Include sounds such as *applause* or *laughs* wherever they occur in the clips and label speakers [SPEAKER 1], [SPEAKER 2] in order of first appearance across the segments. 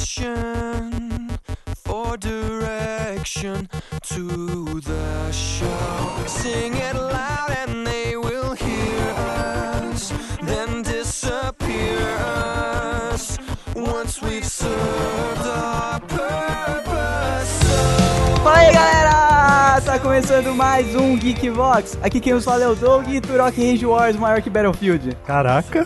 [SPEAKER 1] expression for direction to the show. Sing it loud and they will hear us, then disappear us once we've served our purpose. So
[SPEAKER 2] Fala aí, galera! Tá começando mais um Geekbox. Aqui quem nos fala é o Doug e Turok Rage Wars maior que Battlefield.
[SPEAKER 3] Caraca.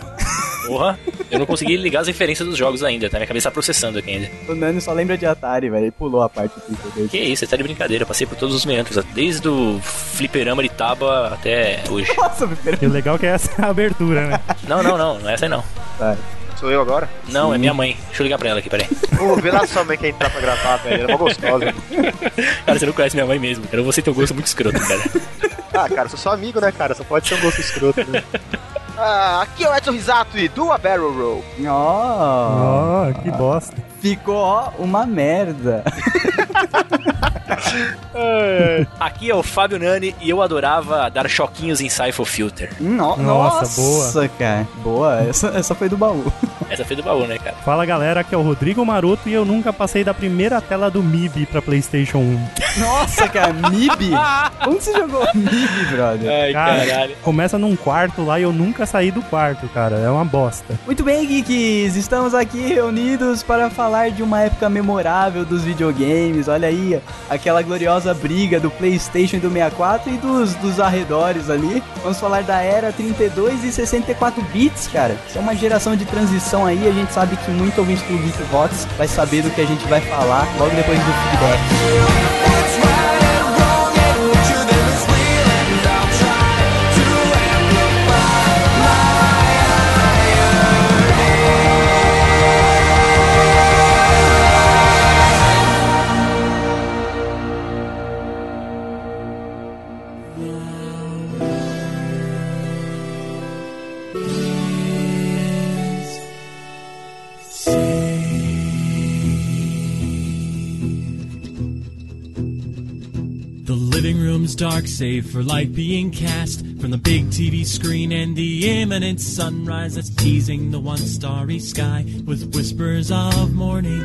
[SPEAKER 4] Porra, eu não consegui ligar as referências dos jogos ainda, tá? Minha cabeça tá processando aqui ainda.
[SPEAKER 2] O Nani só lembra de Atari, velho. Ele pulou a parte do 32.
[SPEAKER 4] Que isso, você tá de brincadeira, eu passei por todos os meandros, desde o fliperama de tábua até hoje.
[SPEAKER 2] *laughs* Nossa, me pergunta.
[SPEAKER 3] E o legal é que essa *laughs* é a abertura, né?
[SPEAKER 4] Não, não, não, não é essa aí não.
[SPEAKER 5] Sou eu agora?
[SPEAKER 4] Não, é minha mãe. Deixa eu ligar pra ela aqui, peraí.
[SPEAKER 5] Ô, vê lá sua mãe que entrar pra gravar, velho. Ela é uma gostosa.
[SPEAKER 4] Cara, você não conhece minha mãe mesmo, cara. Você tem um gosto muito escroto, cara.
[SPEAKER 5] Ah, cara, sou só amigo, né, cara? Só pode ser um gosto escroto, né? Ah, aqui é o Edson Risato e do A Barrel Roll.
[SPEAKER 2] Ó,
[SPEAKER 3] Ó, que bosta.
[SPEAKER 2] ficou ó, uma merda.
[SPEAKER 4] Aqui é o Fábio Nani e eu adorava dar choquinhos em Cypher Filter.
[SPEAKER 2] No-
[SPEAKER 3] Nossa,
[SPEAKER 2] nossa, cara. Boa, essa, essa foi do baú.
[SPEAKER 4] Essa foi do baú, né, cara?
[SPEAKER 3] Fala galera, aqui é o Rodrigo Maroto e eu nunca passei da primeira tela do MIB pra PlayStation 1.
[SPEAKER 2] Nossa, *laughs* cara, MIB? Onde você jogou MIB, brother?
[SPEAKER 4] Ai,
[SPEAKER 3] Cara.
[SPEAKER 4] caralho.
[SPEAKER 3] Começa num quarto lá e eu nunca saí do quarto, cara. É uma bosta.
[SPEAKER 2] Muito bem, geeks! Estamos aqui reunidos para falar de uma época memorável dos videogames. Olha aí, aquela gloriosa briga do PlayStation e do 64 e dos, dos arredores ali. Vamos falar da era 32 e 64 bits, cara. Isso é uma geração de transição aí. A gente sabe que muito ouvinte do Geekbox vai saber do que a gente vai falar logo depois do feedback.
[SPEAKER 1] what's right and wrong and what truth and what's real, and I'll try to amplify my
[SPEAKER 6] The living room's dark, save for light being cast from the big TV screen and the imminent sunrise that's teasing the once starry sky with whispers of morning.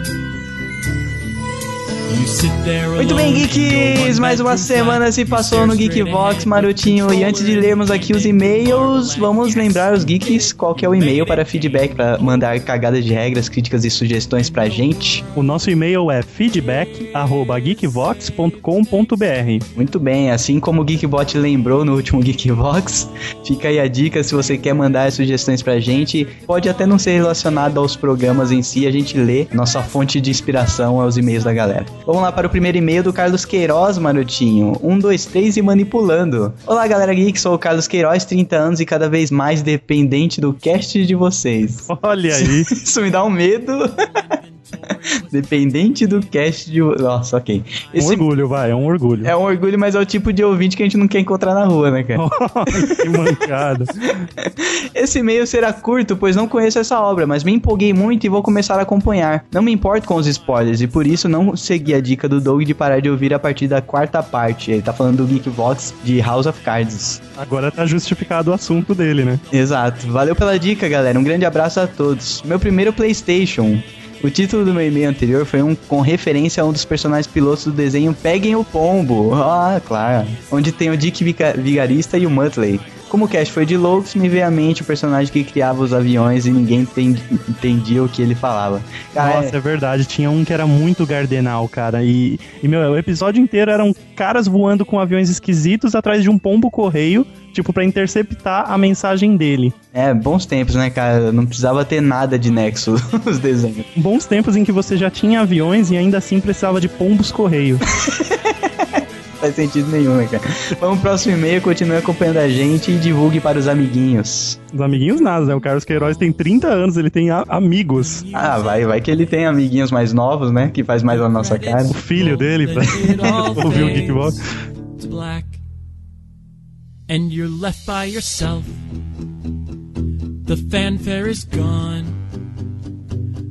[SPEAKER 6] You sit there
[SPEAKER 2] Muito bem, Geeks! Mais uma semana se passou no Geekbox, Marotinho. E antes de lermos aqui os e-mails, vamos lembrar os geeks qual que é o e-mail para feedback, para mandar cagadas de regras, críticas e sugestões pra gente.
[SPEAKER 3] O nosso e-mail é feedback@geekvox.com.br.
[SPEAKER 2] Muito bem, assim como o Geekbot lembrou no último *laughs* Geekbox, fica aí a dica se você quer mandar as sugestões pra gente. Pode até não ser relacionado aos programas em si, a gente lê. Nossa fonte de inspiração é os e-mails da galera. Vamos lá para o primeiro e-mail do Carlos Queiroz, Marotinho. Um, dois, três e manipulando. Olá, galera geek, sou o Carlos Queiroz, 30 anos e cada vez mais dependente do cast de vocês. *laughs*
[SPEAKER 3] Olha aí.
[SPEAKER 2] Isso me dá um medo. *laughs* dependente do cast de... vo- Nossa, ok.
[SPEAKER 3] Um orgulho, vai, é um orgulho. *laughs*
[SPEAKER 2] É um orgulho, mas é o tipo de ouvinte que a gente não quer encontrar na rua, né, cara?
[SPEAKER 3] que mancada.
[SPEAKER 2] Esse e-mail será curto, pois não conheço essa obra, mas me empolguei muito e vou começar a acompanhar. Não me importo com os spoilers e por isso não segui a dica do Doug de parar de ouvir a partir da quarta parte. Ele tá falando do Geekbox de House of Cards.
[SPEAKER 3] Agora tá justificado o assunto dele, né?
[SPEAKER 2] Exato. Valeu pela dica, galera. Um grande abraço a todos. Meu primeiro PlayStation. O título do meu e-mail anterior foi um com referência a um dos personagens pilotos do desenho Peguem o Pombo. Ah, claro. Onde tem o Dick Vica- Vigarista e o Muttley. Como o cast foi de Loucos, me veio à mente o personagem que criava os aviões e ninguém enten- entendia o que ele falava. Cara,
[SPEAKER 3] Nossa, é verdade. Tinha um que era muito gardenal, cara. E, e, meu, o episódio inteiro eram caras voando com aviões esquisitos atrás de um pombo correio, tipo, pra interceptar a mensagem dele.
[SPEAKER 2] é, bons tempos, né, cara? Não precisava ter nada de nexo *laughs* nos desenhos.
[SPEAKER 3] Bons tempos em que você já tinha aviões e ainda assim precisava de pombos correio.
[SPEAKER 2] faz sentido nenhum, né, cara? Vamos pro próximo e-mail, continue acompanhando a gente e divulgue para os amiguinhos.
[SPEAKER 3] Os amiguinhos nada, né? O Carlos Queiroz tem 30 anos, ele tem a- amigos.
[SPEAKER 2] Ah, vai, vai que ele tem amiguinhos mais novos, né? Que faz mais a nossa cara.
[SPEAKER 3] O filho dele, pra ouvir o Geekbox.
[SPEAKER 6] It's black, and you're left by yourself. The fanfare is gone.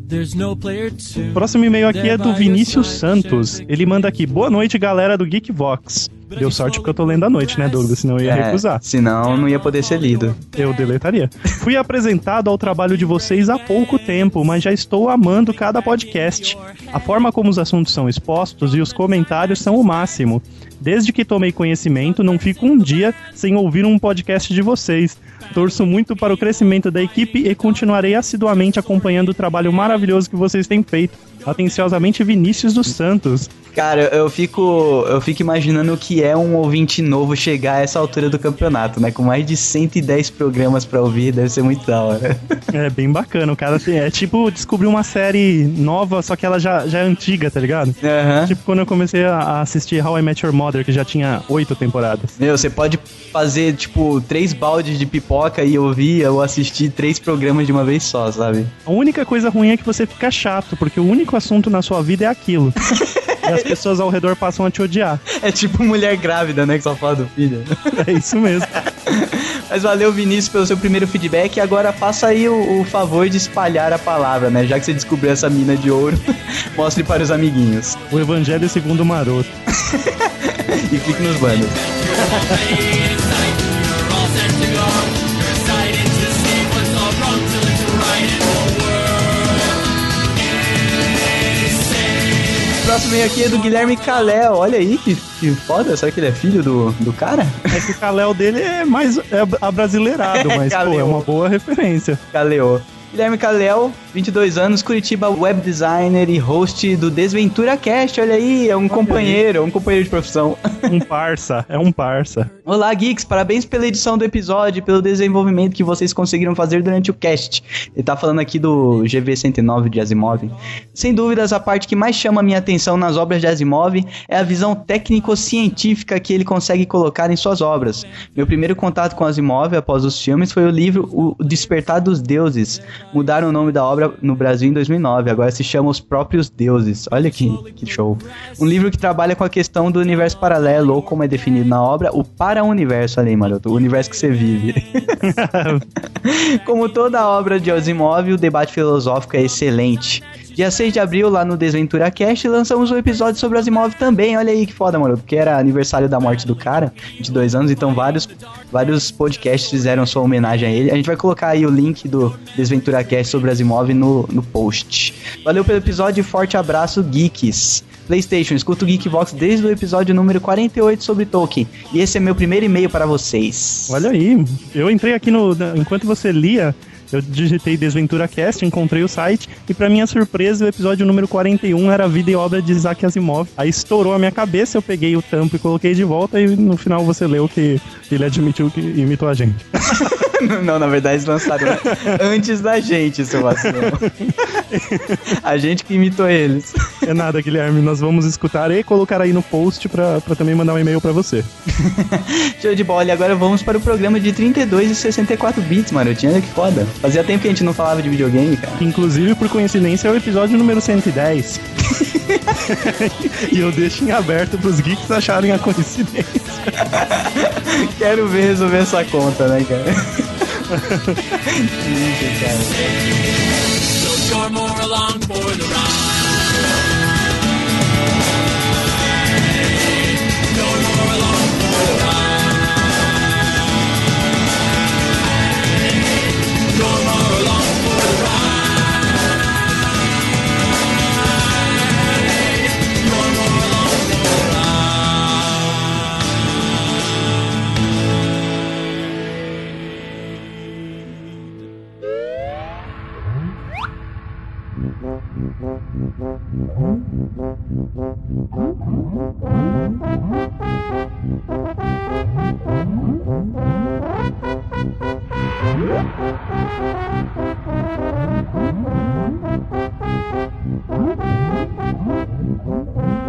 [SPEAKER 6] There's no player to.
[SPEAKER 3] Próximo e-mail aqui é do Vinícius Santos. Ele manda aqui: Boa noite, galera do Geekvox. Deu sorte porque eu tô lendo à noite, né, Douglas? Senão eu ia
[SPEAKER 2] É,
[SPEAKER 3] recusar.
[SPEAKER 2] Senão não ia poder ser lido.
[SPEAKER 3] Eu deletaria. Fui apresentado ao trabalho de vocês há pouco tempo, mas já estou amando cada podcast. A forma como os assuntos são expostos e os comentários são o máximo. Desde que tomei conhecimento, não fico um dia sem ouvir um podcast de vocês. Torço muito para o crescimento da equipe e continuarei assiduamente acompanhando o trabalho maravilhoso que vocês têm feito. Atenciosamente, Vinícius dos Santos.
[SPEAKER 2] Cara, eu fico, eu fico imaginando o que é um ouvinte novo chegar a essa altura do campeonato, né? Com mais de 110 programas pra ouvir, deve ser muito da hora.
[SPEAKER 3] É bem bacana, o cara assim, é tipo descobrir uma série nova, só que ela já, já é antiga, tá ligado?
[SPEAKER 2] Aham.
[SPEAKER 3] Tipo quando eu comecei a- a assistir How I Met Your Mother, que já tinha oito temporadas.
[SPEAKER 2] Meu, você pode fazer, tipo, três baldes de pipoca e ouvir ou assistir três programas de uma vez só, sabe?
[SPEAKER 3] A única coisa ruim é que você fica chato, porque o único assunto na sua vida é aquilo. e as pessoas ao redor passam a te odiar. *laughs*
[SPEAKER 2] É tipo mulher grávida, né? Que só fala do filho.
[SPEAKER 3] É isso mesmo.
[SPEAKER 2] Mas valeu, Vinícius, pelo seu primeiro feedback. E agora faça aí o, o favor de espalhar a palavra, né? Já que você descobriu essa mina de ouro, *laughs* mostre para os amiguinhos.
[SPEAKER 3] O Evangelho segundo o Maroto.
[SPEAKER 2] E clique nos bandos. O próximo meio aqui é do Guilherme Calé. Olha aí que, que foda. Será que ele é filho do, do cara?
[SPEAKER 3] É que o Kalel dele é mais é abrasileirado, mas pô, é
[SPEAKER 2] Kalel.
[SPEAKER 3] uma boa referência.
[SPEAKER 2] Caleo. Guilherme Caleo, 22 anos, Curitiba web designer e host do Desventura Cast. Olha aí, é um companheiro, é um companheiro de profissão. *laughs*
[SPEAKER 3] Um parça, é um parça.
[SPEAKER 2] Olá, geeks! Parabéns pela edição do episódio, e pelo desenvolvimento que vocês conseguiram fazer durante o cast. Ele tá falando aqui do GV109 de Asimov. Sem dúvidas, a parte que mais chama minha atenção nas obras de Asimov é a visão técnico-científica que ele consegue colocar em suas obras. Meu primeiro contato com Asimov após os filmes foi o livro O Despertar dos Deuses. Mudaram o nome da obra no Brasil em 2009, agora se chama Os Próprios Deuses. Olha que, que show. Um livro que trabalha com a questão do universo paralelo, ou como é definido na obra, o para-universo ali, maroto. O universo que você vive. *laughs* Como toda obra de Asimov, o debate filosófico é excelente. Dia 6 de abril, lá no Desventura Cast, lançamos um episódio sobre Asimov também. Olha aí que foda, mano. Porque era aniversário da morte do cara, de dois anos, então vários, vários podcasts fizeram sua homenagem a ele. A gente vai colocar aí o link do Desventura Cast sobre Asimov no, no post. Valeu pelo episódio e forte abraço, geeks. PlayStation, escuto o Geekbox desde o episódio número 48 sobre Tolkien. E esse é meu primeiro e-mail para vocês.
[SPEAKER 3] Olha aí, eu entrei aqui no. na- Enquanto você lia, eu digitei Desventura Cast, encontrei o site, e pra minha surpresa, o episódio número 41 era a Vida e Obra de Isaac Asimov. Aí estourou a minha cabeça, eu peguei o tampo e coloquei de volta, e no final você leu que ele admitiu que imitou a gente.
[SPEAKER 2] *laughs* Não, na verdade eles
[SPEAKER 3] *laughs*
[SPEAKER 2] lançaram antes da gente, seu vacilo. a gente que imitou eles.
[SPEAKER 3] É nada, Guilherme, nós vamos escutar e colocar aí no post pra, pra também mandar um e-mail pra você.
[SPEAKER 2] Show de bola, e agora vamos para o programa de 32 e 64 bits, Marotinho. Olha que foda. Fazia tempo que a gente não falava de videogame, cara.
[SPEAKER 3] Inclusive, por coincidência, é o episódio número 110. *laughs* e eu deixo em aberto pros geeks acharem a coincidência.
[SPEAKER 2] Quero ver resolver essa conta, né, cara?
[SPEAKER 7] You're more along for the ride.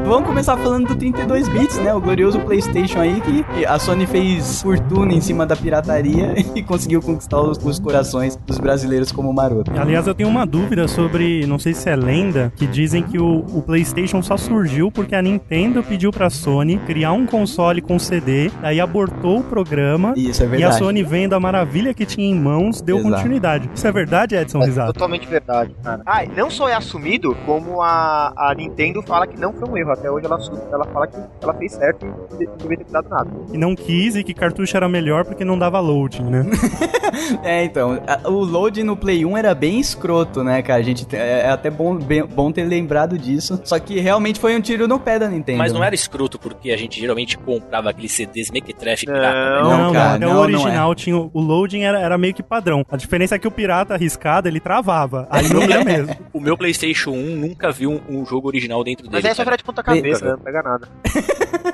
[SPEAKER 2] Vamos começar falando do 32 bits, né? O glorioso PlayStation aí que que a Sony fez fortuna em cima da pirataria *laughs* e conseguiu conquistar os, os corações dos brasileiros como maroto.
[SPEAKER 3] Aliás, eu tenho uma dúvida sobre, não sei se é lenda, que dizem que o, o PlayStation só surgiu porque a Nintendo pediu pra Sony criar um console com CD, aí abortou o programa.
[SPEAKER 2] Isso é
[SPEAKER 3] E a
[SPEAKER 2] verdade.
[SPEAKER 3] Sony vendo a maravilha que tinha em mãos, deu
[SPEAKER 2] Exato.
[SPEAKER 3] continuidade. Isso é verdade, Edson
[SPEAKER 5] É
[SPEAKER 3] Risato?
[SPEAKER 5] totalmente verdade, cara. Ah, e não só é assumido, como a, a Nintendo fala que não foi um erro. até hoje ela, ela fala que ela fez certo e não devia ter dado nada.
[SPEAKER 3] E não quis e que cartucho era melhor porque não dava loading, né?
[SPEAKER 2] É, então, a- o load no Play 1 era bem escroto, né, cara? A gente te- é é até bom, bem- bom ter lembrado disso. Só que realmente foi um tiro no pé da Nintendo.
[SPEAKER 4] Mas não
[SPEAKER 2] né?
[SPEAKER 4] era escroto, porque a gente geralmente comprava aqueles CDs mequetrefe
[SPEAKER 5] Não.
[SPEAKER 4] pirata.
[SPEAKER 2] Não,
[SPEAKER 4] Né?
[SPEAKER 2] cara,
[SPEAKER 3] até
[SPEAKER 2] não, é.
[SPEAKER 3] o
[SPEAKER 2] não
[SPEAKER 3] original tinha o o loading era, era meio que padrão. A diferença é que o pirata arriscado, ele travava. Aí é não ia mesmo.
[SPEAKER 4] O meu PlayStation 1 nunca viu um, um jogo original dentro dele.
[SPEAKER 5] Mas aí é só
[SPEAKER 4] cara.
[SPEAKER 5] virar de ponta cabeça, né? Não pega nada.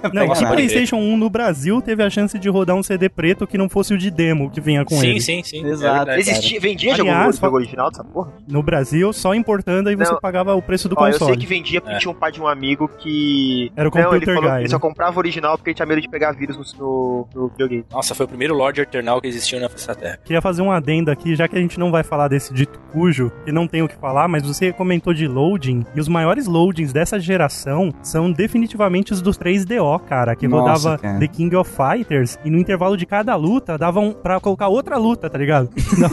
[SPEAKER 3] Não,
[SPEAKER 2] Pega
[SPEAKER 3] que
[SPEAKER 2] nada.
[SPEAKER 3] PlayStation 1 no Brasil teve a chance de rodar um CD preto que não fosse o de demo que vinha com
[SPEAKER 4] sim,
[SPEAKER 3] ele.
[SPEAKER 4] sim, sim,
[SPEAKER 2] Exato.
[SPEAKER 4] É verdade.
[SPEAKER 5] Existia, Ah, vendia jogo,
[SPEAKER 3] Aliás,
[SPEAKER 5] jogo
[SPEAKER 3] fa-
[SPEAKER 5] original dessa porra?
[SPEAKER 3] No Brasil, só importando aí você
[SPEAKER 5] Não.
[SPEAKER 3] pagava o preço do
[SPEAKER 5] Ó, eu
[SPEAKER 3] console.
[SPEAKER 5] sei que vendia porque
[SPEAKER 4] É.
[SPEAKER 5] tinha um pai de um amigo que.
[SPEAKER 3] Era o
[SPEAKER 5] não, ele
[SPEAKER 3] Computer
[SPEAKER 5] falou
[SPEAKER 3] Guy,
[SPEAKER 5] que ele
[SPEAKER 3] né?
[SPEAKER 5] só comprava o original porque ele tinha medo de pegar vírus no, no, no videogame.
[SPEAKER 4] Nossa, foi o primeiro Lord Eternal que existiu nessa terra.
[SPEAKER 3] Queria fazer um adendo aqui, já que a gente não vai falar desse dito cujo, e não tem o que falar, mas você comentou de loading, e os maiores loadings dessa geração são definitivamente os dos 3DO, cara, que
[SPEAKER 2] Nossa,
[SPEAKER 3] rodava
[SPEAKER 2] cara.
[SPEAKER 3] The King of Fighters, e no intervalo de cada luta davam pra colocar outra luta, tá ligado? *laughs*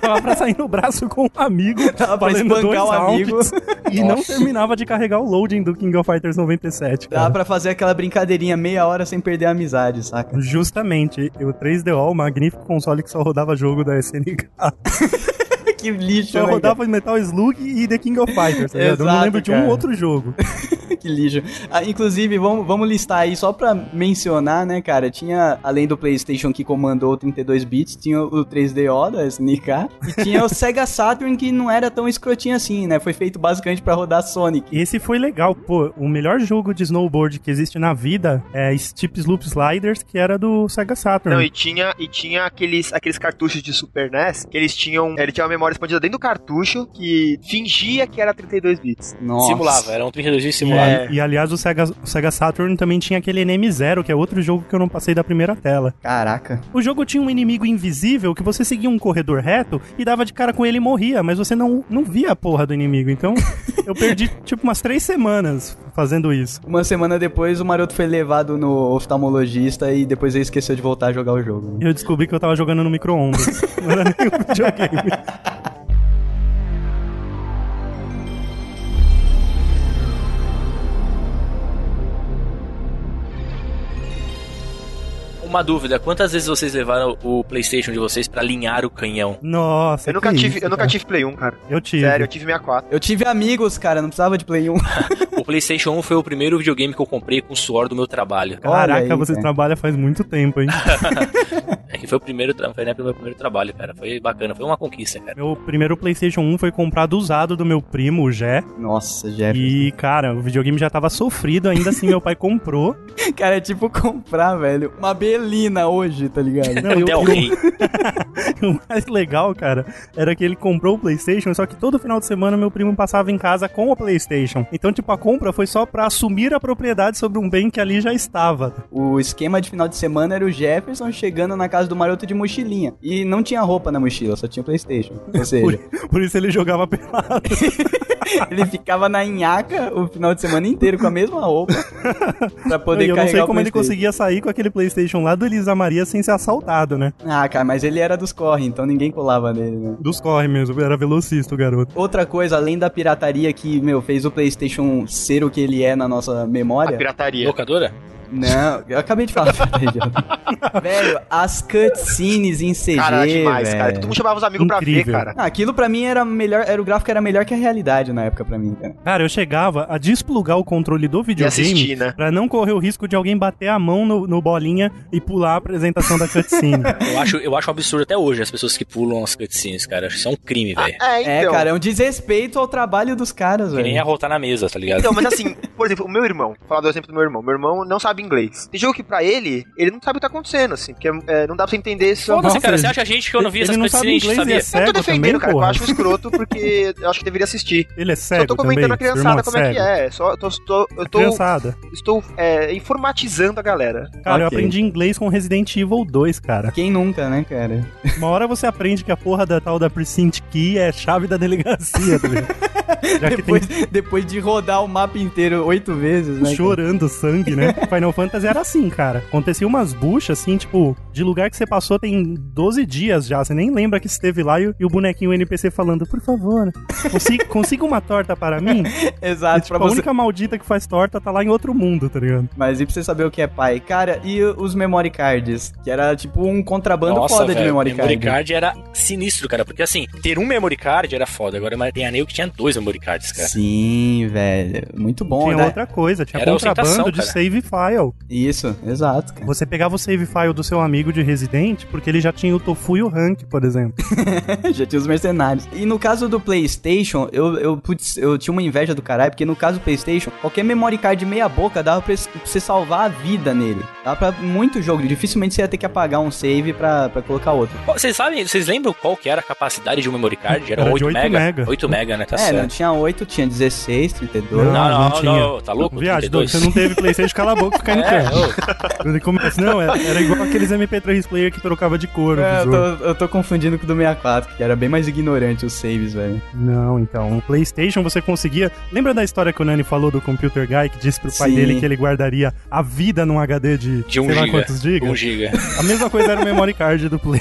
[SPEAKER 3] Não, dava pra sair no braço com um amigo,
[SPEAKER 2] Dava pra
[SPEAKER 3] valendo
[SPEAKER 2] espancar
[SPEAKER 3] dois
[SPEAKER 2] o amigo. *laughs*
[SPEAKER 3] rounds, e não terminava de carregar o loading do King of Fighters 97, cara.
[SPEAKER 2] Dá pra fazer aquela brincadeirinha meia hora sem perder a amizade, saca?
[SPEAKER 3] *laughs* Justamente, o 3DO, o magnífico console que só rodava jogo da SNK.
[SPEAKER 2] que lixo,
[SPEAKER 3] Só
[SPEAKER 2] né,
[SPEAKER 3] rodava Metal Slug e The King of Fighters, tá ligado? Eu não
[SPEAKER 2] Exato,
[SPEAKER 3] lembro de um
[SPEAKER 2] cara.
[SPEAKER 3] outro jogo.
[SPEAKER 2] cara? Que lixo. Ah, inclusive, vamos, vamos listar aí, só pra mencionar, né, cara? Tinha, além do PlayStation que comandou o 32 bits, tinha o 3DO da SNK e tinha o *laughs* Sega Saturn que não era tão escrotinho assim, né? Foi feito basicamente pra rodar Sonic.
[SPEAKER 3] E esse foi legal, pô. O melhor jogo de snowboard que existe na vida é Steep Sloop Sliders, que era do Sega Saturn.
[SPEAKER 5] Não, e tinha, e tinha aqueles, aqueles cartuchos de Super NES que eles tinham. Ele tinha uma memória expandida dentro do cartucho que fingia que era 32 bits.
[SPEAKER 2] Nossa.
[SPEAKER 4] Simulava, era um 32 dias
[SPEAKER 2] é.
[SPEAKER 3] E,
[SPEAKER 4] simulado.
[SPEAKER 3] e, aliás, o Sega, o Sega Saturn também tinha aquele NM0, que é outro jogo que eu não passei da primeira tela.
[SPEAKER 2] Caraca.
[SPEAKER 3] O jogo tinha um inimigo invisível que você seguia um corredor reto e dava de cara com ele e morria, mas você não, não via a porra do inimigo.
[SPEAKER 2] *laughs*
[SPEAKER 3] Então, eu perdi, tipo, umas três semanas fazendo isso.
[SPEAKER 2] Uma semana depois, o maroto foi levado no oftalmologista e depois ele esqueceu de voltar a jogar o jogo.
[SPEAKER 3] E eu descobri que eu tava jogando
[SPEAKER 2] *laughs*
[SPEAKER 3] no micro-ondas. Não era nem um videogame.
[SPEAKER 4] É, Uma dúvida, quantas vezes vocês levaram o PlayStation de vocês pra alinhar o canhão?
[SPEAKER 3] Nossa,
[SPEAKER 5] Eu nunca,
[SPEAKER 3] que
[SPEAKER 5] tive,
[SPEAKER 3] isso,
[SPEAKER 5] eu nunca
[SPEAKER 3] cara.
[SPEAKER 5] tive Play 1, cara.
[SPEAKER 3] Eu tive.
[SPEAKER 5] Sério, eu tive 64.
[SPEAKER 2] Eu tive amigos, cara, não precisava de Play 1.
[SPEAKER 4] O PlayStation 1 foi o primeiro videogame que eu comprei com o suor do meu trabalho.
[SPEAKER 3] Caraca,
[SPEAKER 2] Olha aí, né?
[SPEAKER 3] você
[SPEAKER 2] cara.
[SPEAKER 3] trabalha faz
[SPEAKER 2] *laughs*
[SPEAKER 3] muito tempo, hein?
[SPEAKER 4] É que foi o primeiro, tra- foi na época do meu primeiro trabalho, cara. Foi bacana, foi uma conquista, cara.
[SPEAKER 3] meu primeiro PlayStation 1 foi comprado usado do meu primo, o Jé.
[SPEAKER 2] *laughs* Nossa, Jeff.
[SPEAKER 3] E, cara, o videogame já tava sofrido, ainda assim meu pai comprou.
[SPEAKER 2] Cara, é tipo comprar, velho, uma Belina hoje, tá ligado?
[SPEAKER 3] Não, eu,
[SPEAKER 4] Del
[SPEAKER 3] eu,
[SPEAKER 4] Rey.
[SPEAKER 3] *laughs* o mais legal, cara, era que ele comprou o PlayStation, só que todo final de semana meu primo passava em casa com o PlayStation. Então, tipo, a compra foi só pra assumir a propriedade sobre um bem que ali já estava. *laughs*
[SPEAKER 2] O esquema de final de semana era o Jefferson chegando na casa do maroto de mochilinha. E não tinha roupa na mochila, só tinha o PlayStation.
[SPEAKER 3] *laughs*
[SPEAKER 2] Ou seja,
[SPEAKER 3] Por isso ele jogava *laughs* pelado.
[SPEAKER 2] ele ficava na nhaca o final de semana inteiro com a mesma
[SPEAKER 3] *laughs*
[SPEAKER 2] roupa pra poder
[SPEAKER 3] eu não
[SPEAKER 2] carregar
[SPEAKER 3] sei
[SPEAKER 2] o
[SPEAKER 3] como ele
[SPEAKER 2] PlayStation.
[SPEAKER 3] conseguia sair com aquele PlayStation lá do Elisa Maria sem ser assaltado, né?
[SPEAKER 2] Ah, cara, mas ele era dos corre, então ninguém colava nele, né?
[SPEAKER 3] Dos corre mesmo, era velocista o garoto.
[SPEAKER 2] Outra coisa, além da pirataria que, meu, fez o PlayStation ser o que ele é na nossa
[SPEAKER 5] A
[SPEAKER 2] memória.
[SPEAKER 5] pirataria.
[SPEAKER 4] Locadora?
[SPEAKER 2] Não, eu acabei de falar. *laughs* pirataria. velho, as cutscenes em CG,
[SPEAKER 5] Cara, demais,
[SPEAKER 2] velho.
[SPEAKER 5] cara. é Todo mundo chamava os amigos
[SPEAKER 3] Incrível.
[SPEAKER 5] pra ver, cara.
[SPEAKER 2] Ah, aquilo pra mim era melhor, era o gráfico era melhor que a realidade na época pra mim, cara.
[SPEAKER 3] Cara, eu chegava a desplugar o controle do
[SPEAKER 5] E
[SPEAKER 3] videogame
[SPEAKER 5] assistir, né?
[SPEAKER 3] pra não correr o risco de alguém bater a mão no, no bolinha e pular a apresentação da
[SPEAKER 4] *laughs*
[SPEAKER 3] cutscene.
[SPEAKER 4] Eu acho, eu acho um absurdo até hoje as pessoas que pulam as cutscenes, cara. Acho que Isso é um crime, velho.
[SPEAKER 5] É,
[SPEAKER 2] É,
[SPEAKER 5] então.
[SPEAKER 2] cara, é um desrespeito ao trabalho dos
[SPEAKER 3] Ah,
[SPEAKER 2] caras,
[SPEAKER 4] Que nem
[SPEAKER 2] velho.
[SPEAKER 4] arrotar na mesa, tá ligado?
[SPEAKER 5] Então, mas assim, por exemplo, o meu irmão, vou falar do exemplo do meu irmão. Meu irmão não sabe inglês. Tem jogo que pra ele, ele não sabe o que tá acontecendo, assim, porque é, não dá pra você entender isso.
[SPEAKER 4] Foda-se,
[SPEAKER 3] Nossa,
[SPEAKER 4] cara. Você acha gente que eu não vi
[SPEAKER 3] ele
[SPEAKER 4] essas
[SPEAKER 3] não sabe
[SPEAKER 4] cutscenes?
[SPEAKER 3] inglês e
[SPEAKER 4] Sabia?
[SPEAKER 3] é
[SPEAKER 5] Eu
[SPEAKER 3] cego
[SPEAKER 5] tô defendendo,
[SPEAKER 3] também,
[SPEAKER 5] Tá cara,
[SPEAKER 3] porra.
[SPEAKER 5] eu acho escroto, porque eu acho que
[SPEAKER 3] *laughs*
[SPEAKER 5] deveria assistir.
[SPEAKER 3] Ele é
[SPEAKER 5] Só
[SPEAKER 3] cego
[SPEAKER 5] tô
[SPEAKER 3] também,
[SPEAKER 5] comentando a
[SPEAKER 3] seu irmão
[SPEAKER 5] criançada como é que
[SPEAKER 3] cego.
[SPEAKER 5] é. Só tô, tô- eu
[SPEAKER 3] A
[SPEAKER 5] tô,
[SPEAKER 3] criançada.
[SPEAKER 5] estou é, informatizando a galera.
[SPEAKER 3] Cara, eu
[SPEAKER 2] Ok.
[SPEAKER 3] aprendi inglês com Resident Evil 2, cara.
[SPEAKER 2] Quem nunca, né, cara? *laughs*
[SPEAKER 3] Uma hora você aprende que a porra da tal da Precinct Key é chave da delegacia, tá ligado? Já que tem um
[SPEAKER 2] Depois, depois de rodar o mapa inteiro oito vezes, né? cara?
[SPEAKER 3] chorando sangue,
[SPEAKER 2] *laughs*
[SPEAKER 3] né? Final Fantasy era assim, cara. Acontecia umas buchas, assim, tipo, de lugar que você passou tem 12 dias já. Você nem lembra que esteve lá e, o- e o bonequinho NPC falando, por favor, consiga, *laughs* consiga uma torta para mim? E,
[SPEAKER 5] Ah,
[SPEAKER 2] Exato,
[SPEAKER 3] tipo,
[SPEAKER 2] pra
[SPEAKER 3] a
[SPEAKER 2] você.
[SPEAKER 3] única maldita que faz torta tá lá em outro mundo, tá ligado?
[SPEAKER 2] Mas e pra você saber o que é pai? Cara, e os memory cards? Que era tipo um contrabando
[SPEAKER 4] Nossa,
[SPEAKER 2] foda de
[SPEAKER 4] velho,
[SPEAKER 2] memory card.
[SPEAKER 4] memory card era sinistro, cara. Porque assim, ter um memory card era foda. Agora mas tem anel que tinha dois memory cards, cara.
[SPEAKER 2] Sim, velho. Muito bom,
[SPEAKER 3] tinha
[SPEAKER 2] né?
[SPEAKER 3] outra coisa, tinha
[SPEAKER 4] Era
[SPEAKER 3] contrabando
[SPEAKER 4] ostentação,
[SPEAKER 3] de
[SPEAKER 4] cara.
[SPEAKER 3] save file.
[SPEAKER 2] Isso, exato, *laughs* cara.
[SPEAKER 3] Você pegava o save file do seu amigo de residente porque ele já tinha o Tofu e o Rank, por exemplo.
[SPEAKER 2] Já tinha os mercenários. E no caso do PlayStation, eu, eu, putz, eu tinha uma inveja do caralho, porque no caso do PlayStation, qualquer memory card meia boca dava pra es- pra você salvar a vida nele. Dava pra muito jogo, dificilmente você ia ter que apagar um save pra, pra colocar outro.
[SPEAKER 4] Qual- Vocês sabem, vocês lembram qual que era a capacidade de um memory card? Era,
[SPEAKER 3] Era de
[SPEAKER 4] 8,
[SPEAKER 3] oito
[SPEAKER 4] mega?
[SPEAKER 3] mega.
[SPEAKER 4] 8 mega, né? Tá
[SPEAKER 2] é, não
[SPEAKER 4] certo.
[SPEAKER 2] tinha 8, tinha 16, 32.
[SPEAKER 4] Não,
[SPEAKER 3] Não, não
[SPEAKER 4] não, não,
[SPEAKER 3] tinha.
[SPEAKER 4] tá louco?
[SPEAKER 3] Viagem, Doug,
[SPEAKER 4] 32.
[SPEAKER 3] você não teve PlayStation, cala a boca e fica
[SPEAKER 4] *laughs*
[SPEAKER 3] no
[SPEAKER 4] É,
[SPEAKER 3] canto.
[SPEAKER 4] ô,
[SPEAKER 3] Ele começa, não, era, era igual aqueles MP3 player que trocava de cor o
[SPEAKER 2] É, eu,
[SPEAKER 3] visor.
[SPEAKER 2] tô, eu tô confundindo com o do 64, que era bem mais ignorante os saves, velho.
[SPEAKER 3] Não, então, o PlayStation você conseguia. Lembra da história que o Nani falou do Computer Guy que disse pro pai
[SPEAKER 2] Sim.
[SPEAKER 3] dele que ele guardaria a vida num HD de,
[SPEAKER 4] de 1
[SPEAKER 3] sei lá
[SPEAKER 4] giga.
[SPEAKER 3] quantos gigas?
[SPEAKER 4] 1 giga. *laughs*
[SPEAKER 3] A mesma coisa era o memory card do Play.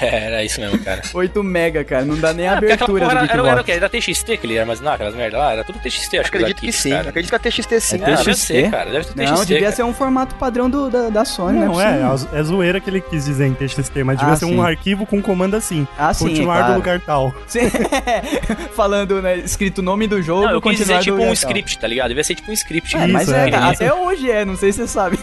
[SPEAKER 4] É, era isso mesmo, cara.
[SPEAKER 2] 8 mega, cara, não dá nem a
[SPEAKER 4] Ah, porque aquela
[SPEAKER 2] abertura
[SPEAKER 4] porra
[SPEAKER 2] do
[SPEAKER 4] era, era, era o
[SPEAKER 2] Geekbox.
[SPEAKER 4] quê? Era TXT que ele armazenava aquelas merda lá? Era tudo TXT, acho
[SPEAKER 5] Acredito
[SPEAKER 4] que
[SPEAKER 5] que
[SPEAKER 4] os arquivos,
[SPEAKER 5] sim.
[SPEAKER 4] cara.
[SPEAKER 5] Acredito que é TXT sim.
[SPEAKER 4] É, deve
[SPEAKER 2] TXT?
[SPEAKER 4] ser, cara. Deve ser TXT.
[SPEAKER 2] Não, devia
[SPEAKER 4] cara.
[SPEAKER 2] ser um formato padrão do, da, da Sony, né?
[SPEAKER 3] Não, é, a- é zoeira que ele quis dizer em TXT, mas devia
[SPEAKER 2] Ah,
[SPEAKER 3] ser
[SPEAKER 2] sim.
[SPEAKER 3] um arquivo com comando assim.
[SPEAKER 2] Ah, sim, é
[SPEAKER 3] continuar
[SPEAKER 2] claro.
[SPEAKER 3] do lugar tal.
[SPEAKER 2] Sim, *laughs* Falando, né, escrito o nome do jogo,
[SPEAKER 4] Não, eu quis dizer
[SPEAKER 2] continuar
[SPEAKER 4] tipo
[SPEAKER 2] do-
[SPEAKER 4] um script, tá ligado? Devia ser tipo um script.
[SPEAKER 2] É, mas
[SPEAKER 3] Isso,
[SPEAKER 2] é,
[SPEAKER 3] é,
[SPEAKER 2] cara,
[SPEAKER 3] isso.
[SPEAKER 2] até hoje é, não sei se você sabe.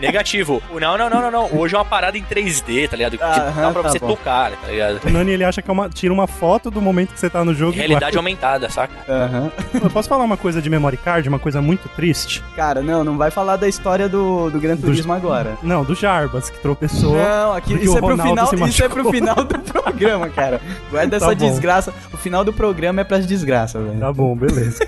[SPEAKER 4] Negativo. Não, não, não, não, não. Hoje é uma parada em 3D, tá ligado? Tipo, dá
[SPEAKER 2] Aham,
[SPEAKER 4] pra
[SPEAKER 2] tá
[SPEAKER 4] você
[SPEAKER 2] bom.
[SPEAKER 4] tocar, tá ligado?
[SPEAKER 3] O Nani ele acha que é uma, tira uma foto do momento que você tá no jogo e
[SPEAKER 4] Realidade é aumentada, saca?
[SPEAKER 2] Aham.
[SPEAKER 3] guarda. Eu posso falar uma coisa de memory card, uma coisa muito triste?
[SPEAKER 2] *laughs* Cara, não, não vai falar da história do, do Gran Turismo agora.
[SPEAKER 3] Não, do Jarbas, que tropeçou.
[SPEAKER 2] Não, aqui,
[SPEAKER 3] Porque
[SPEAKER 2] isso,
[SPEAKER 3] o
[SPEAKER 2] é pro
[SPEAKER 3] Ronaldo
[SPEAKER 2] final,
[SPEAKER 3] se
[SPEAKER 2] isso é pro
[SPEAKER 3] machucou.
[SPEAKER 2] final do programa,
[SPEAKER 3] *laughs*
[SPEAKER 2] cara. Guarda
[SPEAKER 3] Tá
[SPEAKER 2] essa
[SPEAKER 3] bom.
[SPEAKER 2] desgraça. O final do programa é pras desgraças, velho.
[SPEAKER 3] Tá bom, beleza.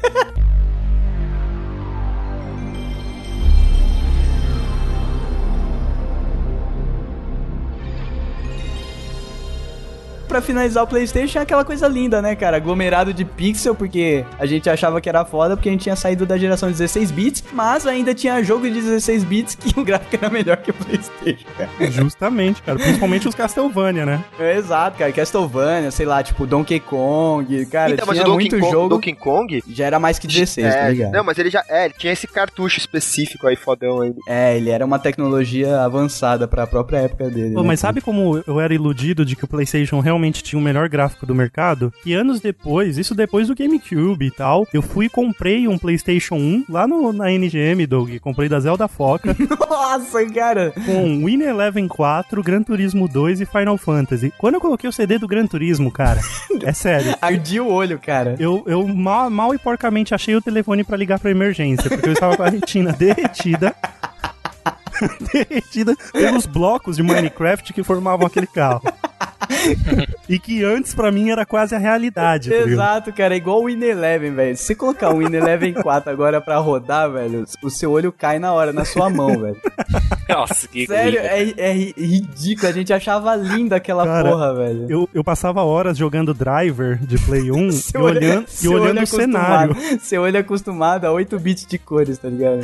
[SPEAKER 2] Pra finalizar o Playstation é aquela coisa linda, né, cara? Aglomerado de pixel, porque a gente achava que era foda porque a gente tinha saído da geração 16 bits, mas ainda tinha jogo de 16 bits que *laughs* o gráfico era melhor que o Playstation, cara.
[SPEAKER 3] Justamente, cara. Principalmente os Castlevania, né?
[SPEAKER 2] É, exato, cara. Castlevania, sei lá, tipo Donkey Kong, cara,
[SPEAKER 5] Então, mas o
[SPEAKER 2] tinha
[SPEAKER 5] Donkey
[SPEAKER 2] muito
[SPEAKER 5] Kong,
[SPEAKER 2] jogo.
[SPEAKER 5] Donkey Kong
[SPEAKER 2] Já era mais que 16, tá
[SPEAKER 5] é,
[SPEAKER 2] ligado?
[SPEAKER 5] Não, mas ele já. É, ele tinha esse cartucho específico aí, fodão aí.
[SPEAKER 2] É, ele era uma tecnologia avançada pra própria época dele.
[SPEAKER 3] Pô,
[SPEAKER 2] né,
[SPEAKER 3] mas
[SPEAKER 2] cara?
[SPEAKER 3] sabe como eu era iludido de que o PlayStation realmente tinha o melhor gráfico do mercado? E anos depois, isso depois do GameCube e tal, eu fui e comprei um PlayStation 1 lá no, na NGM, Doug. Comprei da Zelda Foca
[SPEAKER 2] *laughs* Nossa, cara!
[SPEAKER 3] com Win Eleven 4, Gran Turismo 2 e Final Fantasy. Quando eu coloquei o CD do Gran Turismo, cara, é sério.
[SPEAKER 2] Ardia o olho, cara.
[SPEAKER 3] Eu, eu mal, mal e porcamente achei o telefone pra ligar pra emergência, porque eu estava com a retina derretida. *laughs* derretida pelos blocos de Minecraft que formavam aquele carro. e que antes pra mim era quase a realidade. tá ligado?
[SPEAKER 2] Exato, cara, é igual o Win Eleven, velho. Se você colocar o Win
[SPEAKER 3] *laughs*
[SPEAKER 2] Eleven 4 agora pra rodar, velho, o seu olho cai na hora, na sua mão,
[SPEAKER 3] *laughs*
[SPEAKER 2] velho.
[SPEAKER 4] Nossa,
[SPEAKER 2] *laughs*
[SPEAKER 4] que
[SPEAKER 2] Sério,
[SPEAKER 4] coisa.
[SPEAKER 2] é, é ri- ridículo. A gente achava linda aquela
[SPEAKER 3] Cara,
[SPEAKER 2] porra, velho.
[SPEAKER 3] Eu, eu passava horas jogando driver de Play 1
[SPEAKER 2] *laughs*
[SPEAKER 3] e
[SPEAKER 2] Seu olho- é-
[SPEAKER 3] olhando, e
[SPEAKER 2] seu
[SPEAKER 3] olhando
[SPEAKER 2] olho
[SPEAKER 3] o cenário.
[SPEAKER 2] acostumado- Seu olho é acostumado a 8 bits de cores, tá
[SPEAKER 3] *laughs*
[SPEAKER 2] ligado?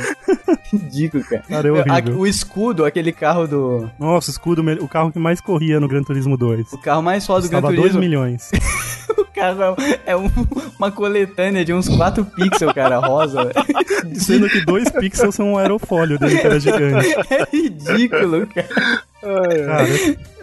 [SPEAKER 2] Ridículo, cara.
[SPEAKER 3] Cara, é
[SPEAKER 2] A-
[SPEAKER 3] horrível.
[SPEAKER 2] o escudo, aquele carro do.
[SPEAKER 3] Nossa, escudo, o carro que mais corria no Gran Turismo 2.
[SPEAKER 2] O carro mais foda do Gran
[SPEAKER 3] Estava 2
[SPEAKER 2] Turismo.
[SPEAKER 3] milhões.
[SPEAKER 2] O carro é um- é um- uma coletânea de uns 4 pixels, cara, rosa. velho.
[SPEAKER 3] *laughs* Sendo que
[SPEAKER 2] *laughs*
[SPEAKER 3] 2 pixels são um aerofólio dele, que era gigante.
[SPEAKER 2] É ridículo, cara.
[SPEAKER 3] Cara,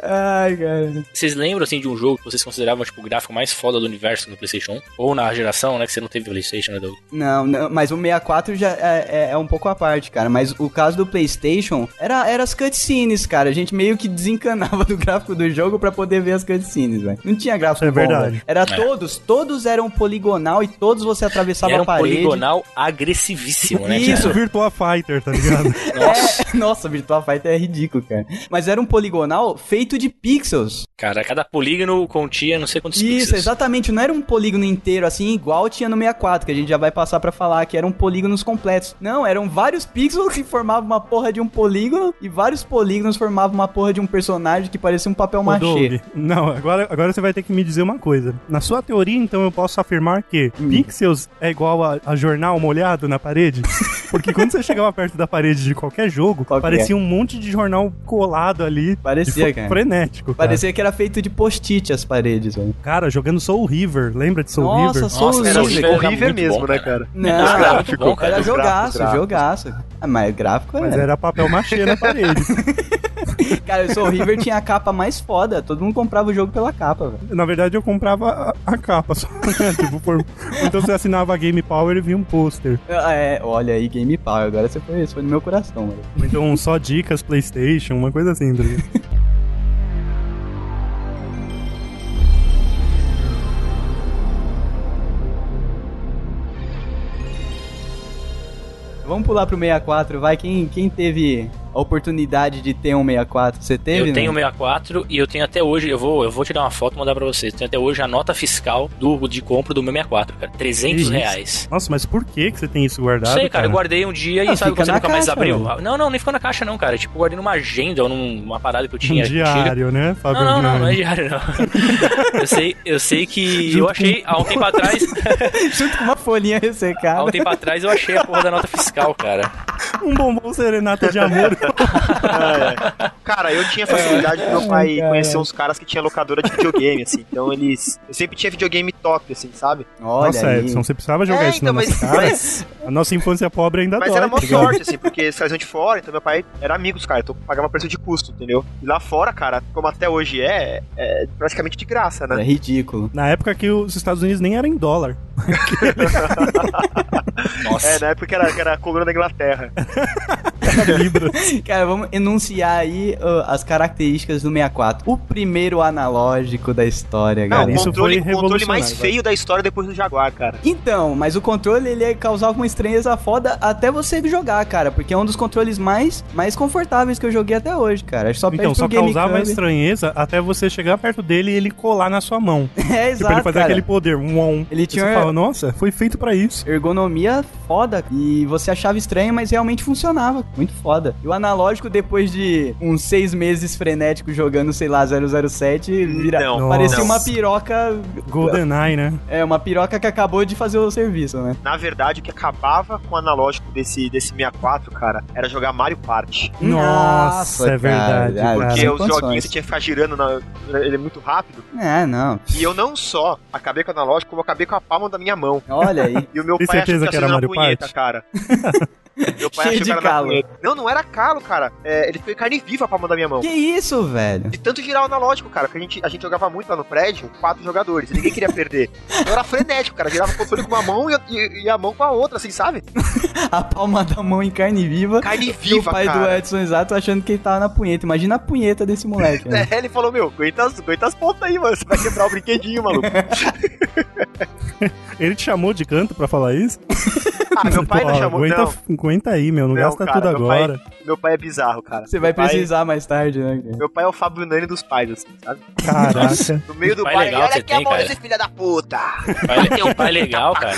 [SPEAKER 2] Ai, cara.
[SPEAKER 4] Vocês lembram, assim, de um jogo que vocês consideravam, tipo, o gráfico mais foda do universo no PlayStation 1? Ou na geração, né? Que você não teve PlayStation, né, Doug?
[SPEAKER 2] Não, não, mas o 64 já é, é- é um pouco à parte, cara. Mas o caso do PlayStation era, era as cutscenes, cara. A gente meio que desencanava *laughs* do gráfico do jogo pra poder ver as cutscenes, velho. Não tinha gráfico
[SPEAKER 3] É
[SPEAKER 2] bom,
[SPEAKER 3] verdade.
[SPEAKER 2] velho. Era todos, todos eram poligonal e todos você atravessava
[SPEAKER 4] Era um
[SPEAKER 2] a parede. *laughs*
[SPEAKER 4] poligonal agressivíssimo, né?
[SPEAKER 2] Isso,
[SPEAKER 3] Isso, Tipo,
[SPEAKER 2] *laughs*
[SPEAKER 3] Virtua Fighter, tá ligado?
[SPEAKER 2] É, nossa, Virtua Fighter é ridículo, cara. Mas era um poligonal feito muito de pixels.
[SPEAKER 4] Cara, cada polígono continha não sei quantos
[SPEAKER 2] Isso,
[SPEAKER 4] pixels.
[SPEAKER 2] exatamente. Não era um polígono inteiro assim, igual tinha no 64, que a gente já vai passar pra falar que eram polígonos completos. Não, eram vários pixels que formavam uma porra de um polígono e vários polígonos formavam uma porra de um personagem que parecia um papel
[SPEAKER 3] Ô, Doug,
[SPEAKER 2] machê.
[SPEAKER 3] Não, agora, agora você vai ter que me dizer uma coisa. Na sua teoria, então, eu posso afirmar que
[SPEAKER 2] Hum.
[SPEAKER 3] pixels é igual a, a jornal molhado na parede? Porque quando você chegava perto da parede de qualquer jogo,
[SPEAKER 2] Qual que
[SPEAKER 3] parecia um monte de jornal colado ali.
[SPEAKER 2] Parecia,
[SPEAKER 3] E foi
[SPEAKER 2] cara.
[SPEAKER 3] Frenético. Cara.
[SPEAKER 2] Parecia que era feito de post-it as paredes, velho.
[SPEAKER 3] Cara, jogando Soul River. Lembra de Soul
[SPEAKER 2] Nossa,
[SPEAKER 3] River?
[SPEAKER 2] Soul
[SPEAKER 4] Nossa,
[SPEAKER 5] Era
[SPEAKER 4] Soul River
[SPEAKER 2] River.
[SPEAKER 4] era
[SPEAKER 5] horrível
[SPEAKER 4] muito
[SPEAKER 5] mesmo,
[SPEAKER 4] bom,
[SPEAKER 5] né,
[SPEAKER 4] cara.
[SPEAKER 5] cara?
[SPEAKER 2] Não,
[SPEAKER 4] gráficos, bom, cara,
[SPEAKER 2] era
[SPEAKER 5] os
[SPEAKER 2] jogaço,
[SPEAKER 5] gráficos,
[SPEAKER 2] jogaço. Ah, mas gráfico
[SPEAKER 3] Mas
[SPEAKER 2] era.
[SPEAKER 3] era papel machê na parede.
[SPEAKER 2] *laughs* Cara, o Soul River tinha a capa mais foda. Todo mundo comprava o jogo pela capa, velho.
[SPEAKER 3] Na verdade, eu comprava a, a capa só. *laughs* tipo, por- Então você assinava a Game Power e via um pôster.
[SPEAKER 2] É, olha aí, Game Power. Agora você foi, isso foi no meu coração, velho.
[SPEAKER 3] Ou Então só dicas, Playstation, uma coisa assim. Tá ligado?
[SPEAKER 2] Vamos pular pro 64, vai. Quem, quem teve a oportunidade de ter um 64? Você teve?
[SPEAKER 4] eu tenho
[SPEAKER 3] um
[SPEAKER 2] né?
[SPEAKER 4] 64 e eu tenho até hoje, eu vou, eu vou tirar uma foto e mandar pra vocês. Eu Tenho até hoje a nota fiscal do, de compra do meu 64, cara. 300
[SPEAKER 3] Isso.
[SPEAKER 4] reais.
[SPEAKER 3] Nossa, mas por que, que você tem isso
[SPEAKER 4] Não
[SPEAKER 3] guardado?
[SPEAKER 4] sei, cara, eu guardei um dia
[SPEAKER 2] Ah,
[SPEAKER 4] e sabe
[SPEAKER 2] fica
[SPEAKER 4] quando você
[SPEAKER 2] na
[SPEAKER 4] nunca mais
[SPEAKER 2] caixa,
[SPEAKER 4] abriu?
[SPEAKER 2] mano.
[SPEAKER 4] Não, não, nem ficou na caixa não, cara. Tipo, eu guardei numa agenda ou num- numa parada que eu
[SPEAKER 3] Um
[SPEAKER 4] tinha. antiga.
[SPEAKER 3] diário, né, Fábio?
[SPEAKER 4] Não, não, não, não é diário, não. eu, sei, eu sei que eu achei há um tempo atrás.
[SPEAKER 2] *laughs* Junto com uma folhinha ressecada.
[SPEAKER 4] há um tempo atrás eu achei a porra da nota fiscal, cara.
[SPEAKER 3] Um bombom serenata de amor.
[SPEAKER 5] Cara, eu
[SPEAKER 2] É,
[SPEAKER 5] tinha facilidade do meu pai conhecer uns caras que tinha locadora de videogame, assim. Então eles. Eu sempre tinha videogame top, assim, sabe?
[SPEAKER 2] *laughs* Olha
[SPEAKER 3] Nossa, é,
[SPEAKER 2] aí.
[SPEAKER 3] Edson, você precisava jogar
[SPEAKER 5] É,
[SPEAKER 3] isso
[SPEAKER 5] então,
[SPEAKER 3] na nossa
[SPEAKER 5] mas-
[SPEAKER 3] cara.
[SPEAKER 5] mas-
[SPEAKER 3] A nossa infância pobre ainda
[SPEAKER 5] Mas
[SPEAKER 3] dói.
[SPEAKER 5] era mó
[SPEAKER 3] tá ligado?
[SPEAKER 5] sorte, assim, porque eles traziam de fora, então meu pai era amigo dos caras, então pagava preço de custo, entendeu? E lá fora, cara, como até hoje é, é praticamente de graça,
[SPEAKER 2] É
[SPEAKER 5] né?
[SPEAKER 2] ridículo.
[SPEAKER 3] Na época que os Estados Unidos nem eram em dólar.
[SPEAKER 4] É. Nossa.
[SPEAKER 5] É, na época que era, que era a coluna da Inglaterra.
[SPEAKER 3] Era libra.
[SPEAKER 2] Cara, vamos enunciar aí ó, as características do 64. O primeiro analógico da história,
[SPEAKER 5] Não,
[SPEAKER 2] galera.
[SPEAKER 5] o
[SPEAKER 3] isso
[SPEAKER 5] controle,
[SPEAKER 3] foi
[SPEAKER 5] o controle mais
[SPEAKER 3] revolucionário,
[SPEAKER 5] feio da história depois do Jaguar, cara.
[SPEAKER 2] Então, mas o controle ele causava uma estranheza foda até você jogar, cara, porque é um dos controles mais, mais confortáveis que eu joguei até hoje, cara. Acho que Só perde
[SPEAKER 3] Então,
[SPEAKER 2] pro
[SPEAKER 3] só
[SPEAKER 2] GameCube.
[SPEAKER 3] causava estranheza até você chegar perto dele e ele colar na sua mão.
[SPEAKER 2] *laughs* É,
[SPEAKER 3] tipo, ele
[SPEAKER 2] exato,
[SPEAKER 3] fazer
[SPEAKER 2] cara.
[SPEAKER 3] aquele poder. Um, um.
[SPEAKER 2] Ele
[SPEAKER 3] E
[SPEAKER 2] tinha-
[SPEAKER 3] Você fala, nossa, foi feito pra isso.
[SPEAKER 2] Ergonomia foda e você achava estranho, mas realmente funcionava. Muito foda. E o analógico, depois de uns seis meses frenético jogando, sei lá, 007, vira...
[SPEAKER 5] Não,
[SPEAKER 2] parecia
[SPEAKER 3] não.
[SPEAKER 2] uma piroca.
[SPEAKER 3] GoldenEye, né?
[SPEAKER 2] É, uma piroca que acabou de fazer o serviço, né?
[SPEAKER 5] Na verdade, o que acabava com o analógico desse, desse 64, cara, era jogar Mario Party.
[SPEAKER 3] Nossa, é verdade,
[SPEAKER 2] ah,
[SPEAKER 3] porque
[SPEAKER 5] Porque
[SPEAKER 2] sem
[SPEAKER 5] os
[SPEAKER 2] condições.
[SPEAKER 5] joguinhos você tinha que ficar girando, na- ele é muito rápido.
[SPEAKER 2] É, não.
[SPEAKER 5] E eu não só acabei com o analógico, como acabei com a palma da minha mão.
[SPEAKER 2] Olha
[SPEAKER 5] *laughs*
[SPEAKER 2] aí.
[SPEAKER 5] E o meu
[SPEAKER 3] Tem
[SPEAKER 5] pai achou
[SPEAKER 3] certeza
[SPEAKER 5] que,
[SPEAKER 3] que
[SPEAKER 5] era
[SPEAKER 3] era
[SPEAKER 5] na
[SPEAKER 3] Mario
[SPEAKER 5] punheta,
[SPEAKER 3] Party?
[SPEAKER 5] cara. meu pai
[SPEAKER 2] Cheio
[SPEAKER 5] achou
[SPEAKER 2] de
[SPEAKER 5] que era
[SPEAKER 2] calo.
[SPEAKER 5] na punheta. Não, não era calo, cara. É, ele foi carne viva a palma da minha mão.
[SPEAKER 2] Que isso, velho?
[SPEAKER 5] De tanto girar o analógico, cara, porque a gente, a gente jogava muito lá no prédio, quatro jogadores, e ninguém queria perder. Eu era frenético, cara, girava o controle com uma mão e, e- e a mão com a outra, assim, sabe?
[SPEAKER 2] A palma da mão em carne viva.
[SPEAKER 5] Carne
[SPEAKER 2] E o
[SPEAKER 5] viva,
[SPEAKER 2] pai do
[SPEAKER 5] cara.
[SPEAKER 2] Edson Exato achando que ele tava na punheta. Imagina a punheta desse moleque. né?
[SPEAKER 5] *laughs* É, ele falou, meu, aguenta as, aguenta as pontas aí, mano, você vai quebrar o brinquedinho, maluco.
[SPEAKER 3] Ele te chamou de canto pra falar isso?
[SPEAKER 5] Ah, meu pai não
[SPEAKER 3] Pô,
[SPEAKER 5] chamou,
[SPEAKER 3] aguenta,
[SPEAKER 5] não.
[SPEAKER 3] aguenta aí, meu. Não,
[SPEAKER 5] Não,
[SPEAKER 3] gasta
[SPEAKER 5] cara,
[SPEAKER 3] tudo
[SPEAKER 5] meu pai-
[SPEAKER 3] agora.
[SPEAKER 5] Meu pai é bizarro, cara.
[SPEAKER 2] Você vai
[SPEAKER 5] Meu pai-
[SPEAKER 2] precisar mais tarde, né? cara?
[SPEAKER 5] Meu pai é o Fábio Nani dos pais, assim, sabe?
[SPEAKER 3] Caraca.
[SPEAKER 5] No meio do
[SPEAKER 4] pai
[SPEAKER 5] bar,
[SPEAKER 4] legal
[SPEAKER 5] ele,
[SPEAKER 4] que
[SPEAKER 5] olha
[SPEAKER 4] você
[SPEAKER 5] aqui a
[SPEAKER 4] tem,
[SPEAKER 5] mão
[SPEAKER 4] cara."
[SPEAKER 5] desse filho da puta.
[SPEAKER 4] Pai, tem um pai legal, cara.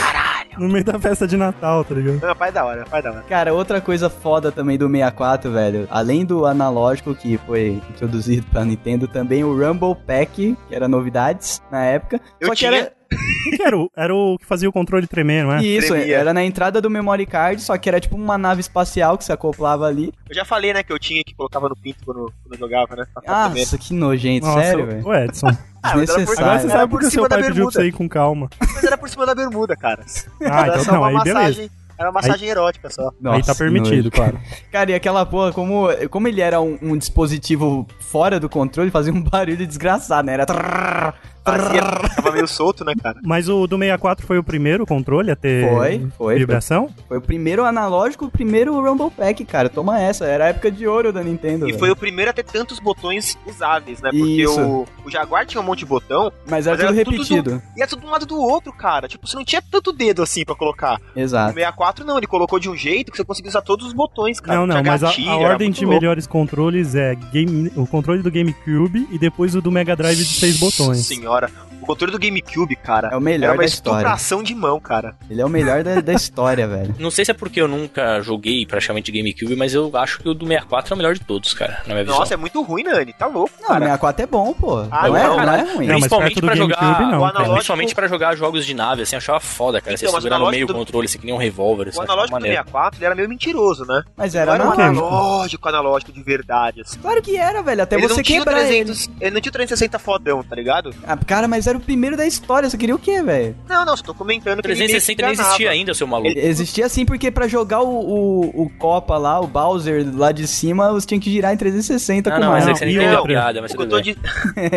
[SPEAKER 3] No meio da festa de Natal, tá ligado?
[SPEAKER 5] Não, meu pai é da hora, meu pai é da hora.
[SPEAKER 2] Cara, outra coisa foda também do 64, velho. Além do analógico que foi introduzido pra Nintendo, também o Rumble Pack, que era novidades na época.
[SPEAKER 5] Eu
[SPEAKER 2] Só que
[SPEAKER 5] tinha. né?
[SPEAKER 2] era
[SPEAKER 3] O que era o, era o que fazia o controle tremer, não é?
[SPEAKER 2] isso,
[SPEAKER 5] tremia.
[SPEAKER 2] era na entrada do memory card, só que era tipo uma nave espacial que se acoplava ali.
[SPEAKER 5] Eu já falei, né, que eu tinha que colocava no pinto quando, quando eu jogava, né? pra
[SPEAKER 3] Ah,
[SPEAKER 5] ficar comendo.
[SPEAKER 2] Nossa, que nojento, sério, velho.
[SPEAKER 3] o Edson.
[SPEAKER 5] Ah, mas era por-
[SPEAKER 3] Agora você
[SPEAKER 2] Desnecessário.
[SPEAKER 5] Era
[SPEAKER 3] sabe
[SPEAKER 5] por
[SPEAKER 3] porque o seu
[SPEAKER 5] cima da
[SPEAKER 3] pai pediu pra
[SPEAKER 5] bermuda.
[SPEAKER 3] você ir com calma.
[SPEAKER 5] Mas era por cima da bermuda, cara.
[SPEAKER 3] Ah, então não, aí beleza.
[SPEAKER 5] Era uma massagem erótica só.
[SPEAKER 3] aí tá
[SPEAKER 2] Nossa,
[SPEAKER 3] permitido,
[SPEAKER 2] nojo.
[SPEAKER 3] claro.
[SPEAKER 2] *laughs* Cara, e aquela porra, como, como *laughs* ele era um, um dispositivo fora do controle, fazia um barulho desgraçado, né? Era. trrr,
[SPEAKER 5] Fazia, tava meio solto, né, cara?
[SPEAKER 3] Mas o do 64 foi o primeiro controle a ter
[SPEAKER 2] Foi, foi.
[SPEAKER 3] vibração?
[SPEAKER 2] Foi o primeiro analógico, o primeiro Rumble Pack, cara. Toma essa, era a época de ouro da Nintendo.
[SPEAKER 5] E
[SPEAKER 2] velho.
[SPEAKER 5] foi o primeiro a ter tantos botões usáveis, né? Porque
[SPEAKER 2] Isso.
[SPEAKER 5] o, o Jaguar tinha um monte de botão
[SPEAKER 2] Mas era
[SPEAKER 5] mas era
[SPEAKER 2] tudo
[SPEAKER 5] tudo
[SPEAKER 2] repetido.
[SPEAKER 5] e era tudo de um lado do outro, cara. Tipo, você não tinha tanto dedo assim pra colocar.
[SPEAKER 3] Ah.
[SPEAKER 5] O
[SPEAKER 2] Exato.
[SPEAKER 5] 64 não, ele colocou de um jeito que você conseguia usar todos os botões, cara.
[SPEAKER 3] não, não,
[SPEAKER 5] Tinha
[SPEAKER 3] mas a-
[SPEAKER 5] gatilho,
[SPEAKER 3] a,
[SPEAKER 5] era
[SPEAKER 3] ordem
[SPEAKER 5] muito
[SPEAKER 3] de
[SPEAKER 5] louco.
[SPEAKER 3] melhores controles é game, o controle do GameCube e depois o do Mega Drive de seis botões.
[SPEAKER 5] Senhora, o controle do GameCube, cara,
[SPEAKER 2] É o melhor
[SPEAKER 5] era uma
[SPEAKER 2] da história.
[SPEAKER 5] estupração de mão, cara.
[SPEAKER 2] Ele é o melhor da, da
[SPEAKER 5] *laughs*
[SPEAKER 2] história, velho.
[SPEAKER 4] Não sei se é porque eu nunca joguei praticamente GameCube, mas eu acho que o do 64 é o melhor de todos, cara, na minha visão.
[SPEAKER 5] Nossa, é muito ruim, Nani, tá louco,
[SPEAKER 2] Não,
[SPEAKER 5] cara.
[SPEAKER 2] 64 é bom, pô.
[SPEAKER 5] Ah,
[SPEAKER 2] não, é,
[SPEAKER 5] não,
[SPEAKER 2] não é
[SPEAKER 5] caralho.
[SPEAKER 2] ruim.
[SPEAKER 3] Não, mas
[SPEAKER 4] principalmente
[SPEAKER 3] perto do
[SPEAKER 4] pra jogar
[SPEAKER 3] GameCube, não,
[SPEAKER 4] o
[SPEAKER 3] cara.
[SPEAKER 4] analógico...
[SPEAKER 5] Lógico.
[SPEAKER 4] principalmente pra jogar jogos de nave, assim, eu achava foda, cara.
[SPEAKER 5] Então,
[SPEAKER 4] você
[SPEAKER 5] mas
[SPEAKER 4] segurar no meio o
[SPEAKER 5] analógico do-
[SPEAKER 4] controle, assim, que nem um revólver, isso
[SPEAKER 5] O
[SPEAKER 4] eu achava
[SPEAKER 5] analógico do
[SPEAKER 4] maneiro.
[SPEAKER 5] 64, ele era meio mentiroso, né?
[SPEAKER 2] Mas
[SPEAKER 5] Não
[SPEAKER 2] era,
[SPEAKER 5] era um
[SPEAKER 2] analógico.
[SPEAKER 5] analógico, analógico de verdade, assim.
[SPEAKER 2] Claro que era, velho. Até
[SPEAKER 5] Ele
[SPEAKER 2] você
[SPEAKER 5] não, tinha o
[SPEAKER 2] quebrar ele.
[SPEAKER 5] 300, ele não tinha o 360 fodão, tá ligado?
[SPEAKER 2] Ah, cara, mas era o primeiro da história. Você queria o quê, velho?
[SPEAKER 5] Não, não, só tô comentando que ele meio que
[SPEAKER 4] 360 nem existia
[SPEAKER 5] enganava.
[SPEAKER 4] ainda, seu maluco.
[SPEAKER 2] Existia assim porque pra jogar o, o, o Copa lá, o Bowser lá de cima, você tinha que girar em
[SPEAKER 5] Ah,
[SPEAKER 2] 360
[SPEAKER 4] Não,
[SPEAKER 2] Tá com
[SPEAKER 4] não,
[SPEAKER 2] mais.
[SPEAKER 4] mas é que você
[SPEAKER 3] não,
[SPEAKER 4] não
[SPEAKER 3] e
[SPEAKER 4] entendeu a
[SPEAKER 5] outra?
[SPEAKER 4] piada, mas
[SPEAKER 5] O é que eu
[SPEAKER 4] tudo
[SPEAKER 5] tô
[SPEAKER 4] bem.
[SPEAKER 5] di-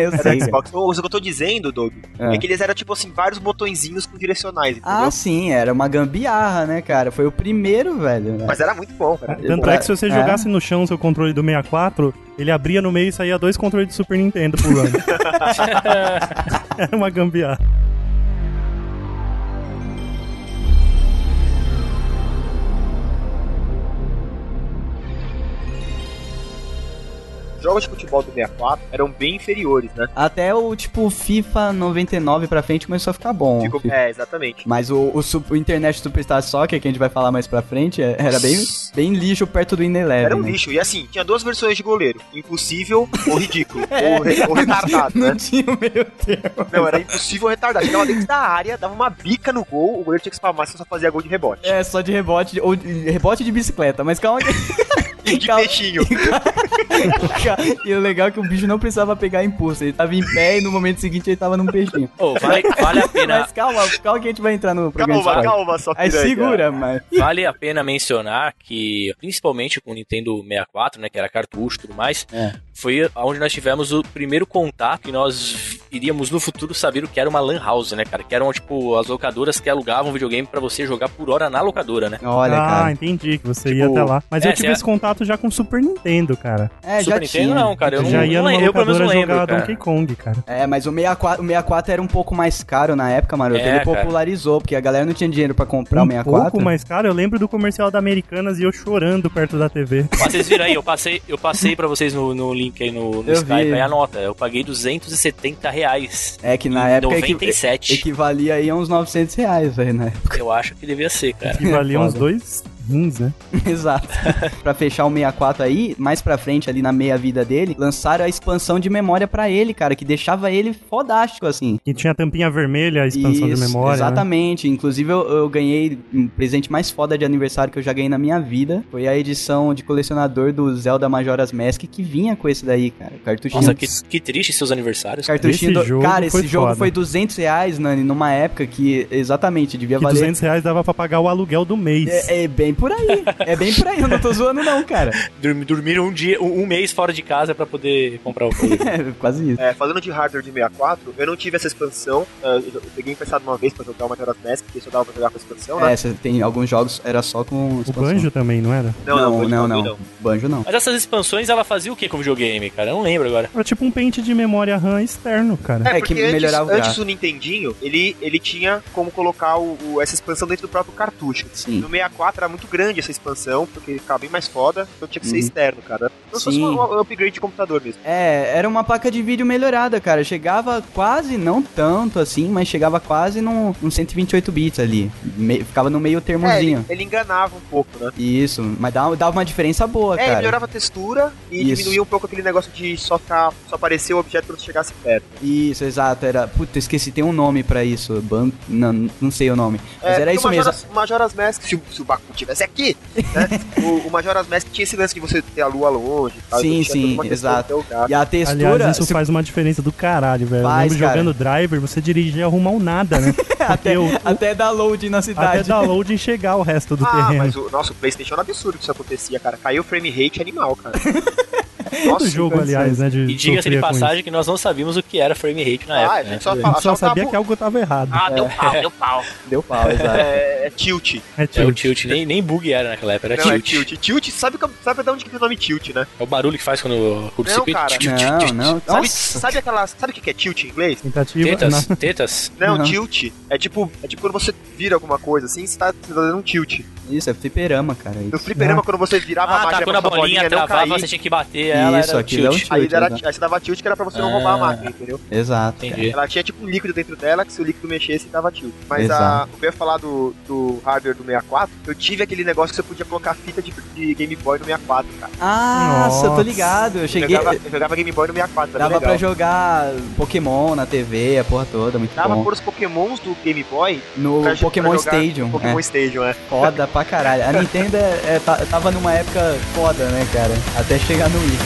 [SPEAKER 2] *laughs* Eu
[SPEAKER 5] Era
[SPEAKER 2] sei. velho.
[SPEAKER 5] Xbox. O que eu tô dizendo, Doug,
[SPEAKER 2] É.
[SPEAKER 5] é. que eles eram, tipo assim, vários botõezinhos com direcionais, entendeu?
[SPEAKER 2] Ah, sim, era uma gambiarra, né, cara? Foi o primeiro, velho. né?
[SPEAKER 5] Mas era muito bom, cara.
[SPEAKER 3] Tanto é que se você jogasse no chão o seu controle do 64, ele abria no meio e saía dois controles de Super Nintendo
[SPEAKER 4] *laughs*
[SPEAKER 3] pulando. Era uma gambiarra.
[SPEAKER 5] Os jogos de futebol do 64 eram bem inferiores, né?
[SPEAKER 2] Até o tipo FIFA 99 pra frente começou a ficar bom.
[SPEAKER 5] Ficou-
[SPEAKER 2] Fi-
[SPEAKER 5] É, exatamente.
[SPEAKER 2] Mas o, o, su- o Internet Superstar Soccer, que a gente vai falar mais pra frente, é- era bem, bem lixo perto do Ineleven.
[SPEAKER 5] Era um
[SPEAKER 2] né?
[SPEAKER 5] lixo. E assim, tinha duas versões de goleiro: impossível
[SPEAKER 2] *laughs*
[SPEAKER 5] ou ridículo. ou, re- ou retardado,
[SPEAKER 2] *laughs*
[SPEAKER 5] né?
[SPEAKER 2] Não tinha um o meio termo.
[SPEAKER 5] Não, era impossível ou retardado. Chegava dentro da área, dava uma bica no gol, o goleiro tinha que spamar, você só fazia gol de rebote.
[SPEAKER 2] É, só de rebote, de- ou de- rebote de bicicleta, mas calma que...
[SPEAKER 5] E de
[SPEAKER 2] *laughs*
[SPEAKER 5] peixinho.
[SPEAKER 2] e o legal é que o bicho não precisava pegar impulso, ele tava em pé e no momento seguinte ele tava num peixinho.
[SPEAKER 4] Ô, *laughs* vale, vale a
[SPEAKER 2] *laughs*
[SPEAKER 4] pena
[SPEAKER 2] Mas calma, calma que a gente vai entrar no programa de
[SPEAKER 5] Calma,
[SPEAKER 2] esporte.
[SPEAKER 5] calma, só
[SPEAKER 2] Aí
[SPEAKER 5] piranha.
[SPEAKER 2] segura, mas...
[SPEAKER 4] Vale a pena mencionar que, principalmente com o Nintendo 64, né, que era cartucho e tudo mais,
[SPEAKER 2] É.
[SPEAKER 4] foi onde nós tivemos o primeiro contato e nós iríamos no futuro saber o que era uma lan house, né, cara? Que eram, tipo, as locadoras que alugavam videogame pra você jogar por hora na locadora, né?
[SPEAKER 2] Olha,
[SPEAKER 3] ah,
[SPEAKER 2] cara.
[SPEAKER 3] entendi que você
[SPEAKER 4] Tipo,
[SPEAKER 3] ia até lá. Mas
[SPEAKER 4] é,
[SPEAKER 3] eu tive
[SPEAKER 4] se é-
[SPEAKER 3] esse contato já com o Super Nintendo, cara.
[SPEAKER 2] É, já
[SPEAKER 4] Super Nintendo
[SPEAKER 2] tinha.
[SPEAKER 4] não, cara. Eu não,
[SPEAKER 3] já ia
[SPEAKER 4] não
[SPEAKER 3] numa
[SPEAKER 4] lembro, eu pelo menos
[SPEAKER 3] locadora
[SPEAKER 4] não
[SPEAKER 3] jogar
[SPEAKER 4] lembro, cara.
[SPEAKER 3] Donkey Kong, cara.
[SPEAKER 2] É, mas o 64, o 64 era um pouco mais caro na época, maroto.
[SPEAKER 4] É,
[SPEAKER 2] Ele
[SPEAKER 4] cara.
[SPEAKER 2] popularizou, porque a galera não tinha dinheiro pra comprar o
[SPEAKER 3] um
[SPEAKER 2] 64.
[SPEAKER 3] pouco, mas, cara, eu lembro do comercial da Americanas e eu chorando perto da TV.
[SPEAKER 4] Mas vocês viram aí, eu passei, eu passei pra vocês no, no link aí no, no
[SPEAKER 2] Eu
[SPEAKER 4] Skype,
[SPEAKER 2] vi.
[SPEAKER 4] aí a nota. Eu paguei 270 reais.
[SPEAKER 2] É que na
[SPEAKER 4] em
[SPEAKER 2] época equi-
[SPEAKER 4] 97.
[SPEAKER 2] equivalia aí a uns 900 reais, velho, né? *laughs*
[SPEAKER 4] Eu acho que devia ser, cara.
[SPEAKER 3] Que valia
[SPEAKER 2] É
[SPEAKER 3] uns
[SPEAKER 2] Foda.
[SPEAKER 3] dois rins, né?
[SPEAKER 4] *laughs*
[SPEAKER 2] Exato. pra fechar o 64 aí, mais pra frente, ali na meia vida dele, lançaram a expansão de memória pra ele, cara, que deixava ele fodástico, assim.
[SPEAKER 3] Que tinha a tampinha vermelha, a expansão de
[SPEAKER 2] Isso,
[SPEAKER 3] memória. né?
[SPEAKER 2] Exatamente. Inclusive, eu, eu ganhei um presente mais foda de aniversário que eu já ganhei na minha vida. Foi a edição de colecionador do Zelda Majora's Mask que vinha com esse daí, cara. o Cartuchinho.
[SPEAKER 4] Nossa, que, que triste seus aniversários. cara.
[SPEAKER 2] Cartuchinho
[SPEAKER 3] Esse
[SPEAKER 2] do...
[SPEAKER 3] jogo
[SPEAKER 2] Cara, esse
[SPEAKER 3] foi
[SPEAKER 2] jogo
[SPEAKER 3] foda.
[SPEAKER 2] foi 200 reais, Nani, numa época que exatamente devia
[SPEAKER 3] Que
[SPEAKER 2] valer.
[SPEAKER 3] 200 reais dava pra pagar o aluguel do mês.
[SPEAKER 2] É, é bem por aí. É bem por aí. Eu não tô zoando, não, cara. *laughs*
[SPEAKER 4] Dormi- Dormiram um dia, um um mês fora de casa pra poder comprar o *laughs* jogo.
[SPEAKER 2] É quase isso.
[SPEAKER 5] É, falando de hardware de 64, eu não tive essa expansão. é, eu eu peguei emprestado uma vez pra jogar o Majora's Mask, porque só dava pra jogar com a expansão, né?
[SPEAKER 2] É, você tem alguns jogos, era só com.
[SPEAKER 3] O banjo também, não era?
[SPEAKER 2] Não,
[SPEAKER 5] hoje
[SPEAKER 2] não,
[SPEAKER 5] eu
[SPEAKER 2] não. Banjo não.
[SPEAKER 4] Mas essas expansões, ela fazia o que com o videogame, cara? Eu não lembro agora.
[SPEAKER 3] Era tipo um pente de memória RAM externo, cara.
[SPEAKER 2] É,
[SPEAKER 5] É,
[SPEAKER 2] que
[SPEAKER 5] porque antes,
[SPEAKER 2] melhorava o
[SPEAKER 5] antes
[SPEAKER 2] gráfico.
[SPEAKER 5] do Nintendinho, ele, ele tinha como colocar o- o- essa expansão dentro do próprio cartucho.
[SPEAKER 2] Sim.
[SPEAKER 5] No 64 era muito grande essa expansão, porque ele ficava bem mais foda, então tinha que ser
[SPEAKER 2] Uhum.
[SPEAKER 5] externo, cara. Não se fosse
[SPEAKER 2] Sim.
[SPEAKER 5] um um upgrade de computador mesmo.
[SPEAKER 2] É, era uma placa de vídeo melhorada, cara. Chegava quase, não tanto assim, mas chegava quase num, num 128 bits ali. Me- ficava no meio
[SPEAKER 5] É,
[SPEAKER 2] termozinho.
[SPEAKER 5] ele, ele enganava um pouco, né?
[SPEAKER 2] Isso, mas dava, dava uma diferença boa,
[SPEAKER 5] É, ele
[SPEAKER 2] cara.
[SPEAKER 5] melhorava a textura e
[SPEAKER 2] Isso.
[SPEAKER 5] diminuía um pouco aquele negócio de só, ficar, só aparecer o objeto quando você chegasse perto.
[SPEAKER 2] Isso, exato. Era. Puta, esqueci, tem um nome pra isso. Ban... Não, não sei o nome. Mas
[SPEAKER 5] É,
[SPEAKER 2] era
[SPEAKER 5] porque
[SPEAKER 2] isso
[SPEAKER 5] o
[SPEAKER 2] mesmo.
[SPEAKER 5] Majora's, o Majora's Mask, se, o- se o Baku tivesse aqui, né? o, o Majora's Mask tinha esse lance de você ter a lua longe e tal.
[SPEAKER 2] Sim,
[SPEAKER 5] então tinha
[SPEAKER 2] sim,
[SPEAKER 5] toda uma questão
[SPEAKER 2] exato.
[SPEAKER 5] até o gato.
[SPEAKER 2] E a textura.
[SPEAKER 3] Aliás, isso
[SPEAKER 2] É, se-
[SPEAKER 3] faz uma diferença do caralho, velho.
[SPEAKER 2] Faz,
[SPEAKER 3] Eu lembro
[SPEAKER 2] cara.
[SPEAKER 3] jogando driver, você dirigia arrumar um nada, né?
[SPEAKER 2] *laughs* *laughs* até,
[SPEAKER 3] eu-
[SPEAKER 2] até dar load na
[SPEAKER 3] Até
[SPEAKER 2] cidade.
[SPEAKER 3] download e enxergar o resto do
[SPEAKER 5] Ah,
[SPEAKER 3] terreno.
[SPEAKER 5] é mas o nosso PlayStation era um absurdo que isso acontecia, cara. Caiu o frame rate animal, cara.
[SPEAKER 3] Todo jogo, aliás, né? De
[SPEAKER 4] E diga-se de
[SPEAKER 3] sofrer com
[SPEAKER 4] passagem que nós não sabíamos o que era frame rate
[SPEAKER 8] É,
[SPEAKER 4] na
[SPEAKER 5] Ah, a
[SPEAKER 4] época. né?
[SPEAKER 5] gente só,
[SPEAKER 3] isso. A gente só
[SPEAKER 5] achava
[SPEAKER 3] sabia
[SPEAKER 5] tabu-
[SPEAKER 3] que algo tava errado.
[SPEAKER 8] Ah, deu pau, deu pau.
[SPEAKER 2] Deu pau,
[SPEAKER 5] *laughs*
[SPEAKER 2] exato.
[SPEAKER 5] é, é tilt.
[SPEAKER 3] é
[SPEAKER 4] É o
[SPEAKER 3] tilt.
[SPEAKER 4] tilt, nem, nem bug era naquela época, era
[SPEAKER 5] não,
[SPEAKER 4] tilt.
[SPEAKER 5] é tilt. Tilt, sabe, que- sabe de onde que vem o nome tilt, né?
[SPEAKER 4] É o barulho que faz quando o
[SPEAKER 5] Não,
[SPEAKER 4] circuito.
[SPEAKER 5] cara.
[SPEAKER 2] Não, não.
[SPEAKER 5] Sabe,
[SPEAKER 2] Nossa.
[SPEAKER 5] sabe aquela. Sabe o que que é tilt em inglês?
[SPEAKER 3] Tentativa.
[SPEAKER 4] Tetas,
[SPEAKER 3] na-
[SPEAKER 4] tetas.
[SPEAKER 5] Não,
[SPEAKER 2] Uhum.
[SPEAKER 5] tilt. É tipo, é tipo quando você vira alguma coisa assim, você tá, você tá dando um tilt.
[SPEAKER 2] Isso, é fliperama, cara.
[SPEAKER 5] No fliperama, quando você virava a
[SPEAKER 8] Ah,
[SPEAKER 5] máquina
[SPEAKER 8] tá,
[SPEAKER 5] pra
[SPEAKER 8] quando a
[SPEAKER 5] sua
[SPEAKER 8] bolinha
[SPEAKER 5] não
[SPEAKER 8] travava,
[SPEAKER 5] cair,
[SPEAKER 8] você tinha que bater ela.
[SPEAKER 2] Isso,
[SPEAKER 8] era o
[SPEAKER 2] aquilo é um
[SPEAKER 8] tilt.
[SPEAKER 2] tilt.
[SPEAKER 5] aí, dera-
[SPEAKER 2] exato. Ah.
[SPEAKER 5] aí você dava tilt que era pra você não roubar a máquina, entendeu?
[SPEAKER 2] Exato.
[SPEAKER 4] Entendi.
[SPEAKER 5] Ela tinha tipo um líquido dentro dela que se o líquido mexesse dava tilt. Mas a,
[SPEAKER 2] Exato.
[SPEAKER 5] eu ia falar do, do hardware do 64, eu tive aquele negócio que você podia colocar fita de, de Game Boy no 64, cara.
[SPEAKER 2] Ah, Nossa, eu tô
[SPEAKER 3] Nossa.
[SPEAKER 2] ligado. Eu
[SPEAKER 5] Eu
[SPEAKER 2] cheguei.
[SPEAKER 5] jogava, eu jogava Game Boy no 64, era
[SPEAKER 2] Dava
[SPEAKER 5] legal.
[SPEAKER 2] pra jogar Pokémon na TV, a porra toda, muito
[SPEAKER 5] Dava
[SPEAKER 2] bom.
[SPEAKER 5] por os pokémons do Game Boy
[SPEAKER 2] No
[SPEAKER 5] pra- pra
[SPEAKER 2] Pokémon
[SPEAKER 5] jogar
[SPEAKER 2] Stadium,
[SPEAKER 5] Pokémon Stadium, é.
[SPEAKER 2] é foda pra caralho. A Nintendo é, é, tá- tava numa época foda, né, cara? Até chegar no Wii.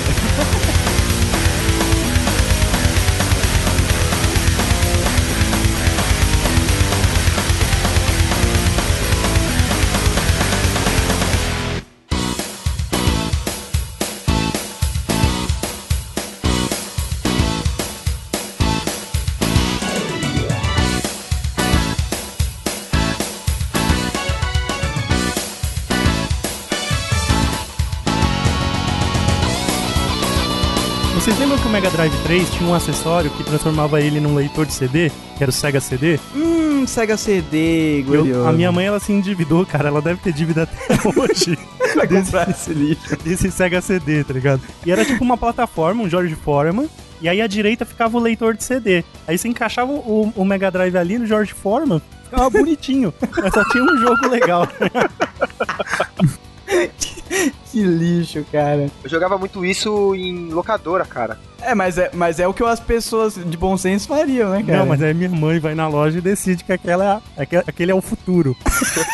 [SPEAKER 3] Vocês lembram que o Mega Drive 3 tinha um acessório que transformava ele num leitor de CD, que era o Sega CD?
[SPEAKER 2] Hum, Sega CD,
[SPEAKER 3] Eu,
[SPEAKER 2] glorioso.
[SPEAKER 3] a minha mãe, ela se endividou, cara. Ela deve ter dívida até *laughs* hoje
[SPEAKER 2] vai comprar esse lixo.
[SPEAKER 3] desse Sega CD, tá ligado? E era tipo uma plataforma, um George Foreman, e aí à direita ficava o leitor de CD. Aí você encaixava o, o Mega Drive ali no George Foreman, ficava bonitinho. mas só tinha um jogo legal.
[SPEAKER 2] Que lixo, cara.
[SPEAKER 5] *laughs* Eu jogava muito isso em locadora, cara.
[SPEAKER 2] É mas, é, mas é o que as pessoas de bom senso fariam, né, cara?
[SPEAKER 3] Não, mas aí minha mãe vai na loja e decide que aquela, é- aque- aquele é o futuro.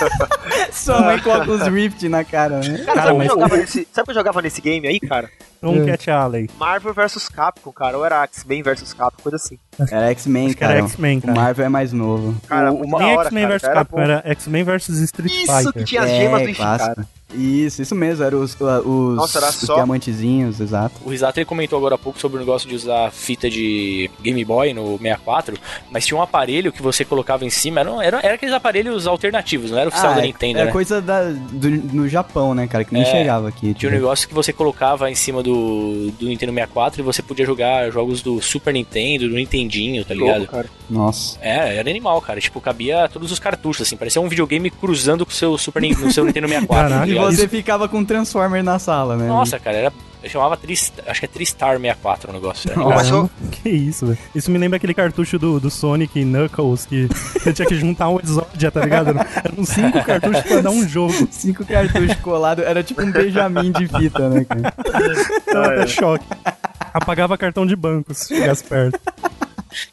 [SPEAKER 2] *laughs* Sua mãe coloca os Rift na cara, né?
[SPEAKER 5] Cara,
[SPEAKER 3] Cara,
[SPEAKER 5] sabe,
[SPEAKER 3] mas-
[SPEAKER 5] o que eu
[SPEAKER 2] *laughs*
[SPEAKER 5] jogava nesse, sabe o que eu jogava nesse game aí, cara?
[SPEAKER 3] Tomcat Alley.
[SPEAKER 5] Marvel vs Capcom, cara. Ou era X-Men vs Capcom, coisa assim.
[SPEAKER 2] Era é X-Men,
[SPEAKER 3] Acho que era
[SPEAKER 2] cara.
[SPEAKER 3] X-Men,
[SPEAKER 2] O
[SPEAKER 3] cara.
[SPEAKER 2] Marvel é mais novo.
[SPEAKER 5] Cara,
[SPEAKER 3] O-
[SPEAKER 5] muito da
[SPEAKER 3] nem
[SPEAKER 5] hora,
[SPEAKER 3] X-Men
[SPEAKER 5] cara,
[SPEAKER 3] vs
[SPEAKER 5] era
[SPEAKER 3] Capcom,
[SPEAKER 5] bom.
[SPEAKER 3] era X-Men vs Street
[SPEAKER 5] Isso que
[SPEAKER 3] Fighter.
[SPEAKER 5] tinha as gemas
[SPEAKER 2] É,
[SPEAKER 5] do Ify,
[SPEAKER 2] clássico.
[SPEAKER 5] cara.
[SPEAKER 2] Isso, isso mesmo, eram os, os,
[SPEAKER 5] Nossa, era
[SPEAKER 2] os
[SPEAKER 5] só-
[SPEAKER 2] diamantezinhos, exato.
[SPEAKER 4] O Risato ele comentou agora há pouco sobre o negócio de usar fita de Game Boy no 64, mas tinha um aparelho que você colocava em cima, era, um, era, era aqueles aparelhos alternativos, não era oficial da
[SPEAKER 2] é,
[SPEAKER 4] Nintendo,
[SPEAKER 2] é
[SPEAKER 4] né?
[SPEAKER 2] coisa da, do, no Japão, né, cara, que nem
[SPEAKER 4] É,
[SPEAKER 2] chegava aqui.
[SPEAKER 4] Tinha um
[SPEAKER 2] tipo.
[SPEAKER 4] negócio que você colocava em cima do, do Nintendo 64 e você podia jogar jogos do Super Nintendo, do Nintendinho, tá ligado?
[SPEAKER 5] Louco, cara.
[SPEAKER 2] tipo, Nossa.
[SPEAKER 4] É, era animal, cara. Tipo, cabia todos os cartuchos, assim. Parecia um videogame cruzando com o seu Super Nintendo, no seu Nintendo 64. tá
[SPEAKER 3] Caralho,
[SPEAKER 2] E
[SPEAKER 4] ligado?
[SPEAKER 2] você ficava com um Transformer na sala, né?
[SPEAKER 4] Nossa, cara, era. Eu chamava Trist, acho que é Tristar 64 o negócio. né? Era
[SPEAKER 2] Nossa.
[SPEAKER 5] Mas eu,
[SPEAKER 3] *laughs* Que isso, velho. Isso me lembra aquele cartucho do, do Sonic e Knuckles que você tinha que juntar um Exodia, tá ligado? Eram cinco cartuchos pra dar um jogo.
[SPEAKER 2] Cinco
[SPEAKER 4] *laughs*
[SPEAKER 2] cartuchos colados, era tipo um Benjamin de fita, né, cara?
[SPEAKER 3] Tava
[SPEAKER 2] Ah, é.
[SPEAKER 3] até choque. Apagava cartão de banco se chegasse perto.
[SPEAKER 4] Ah,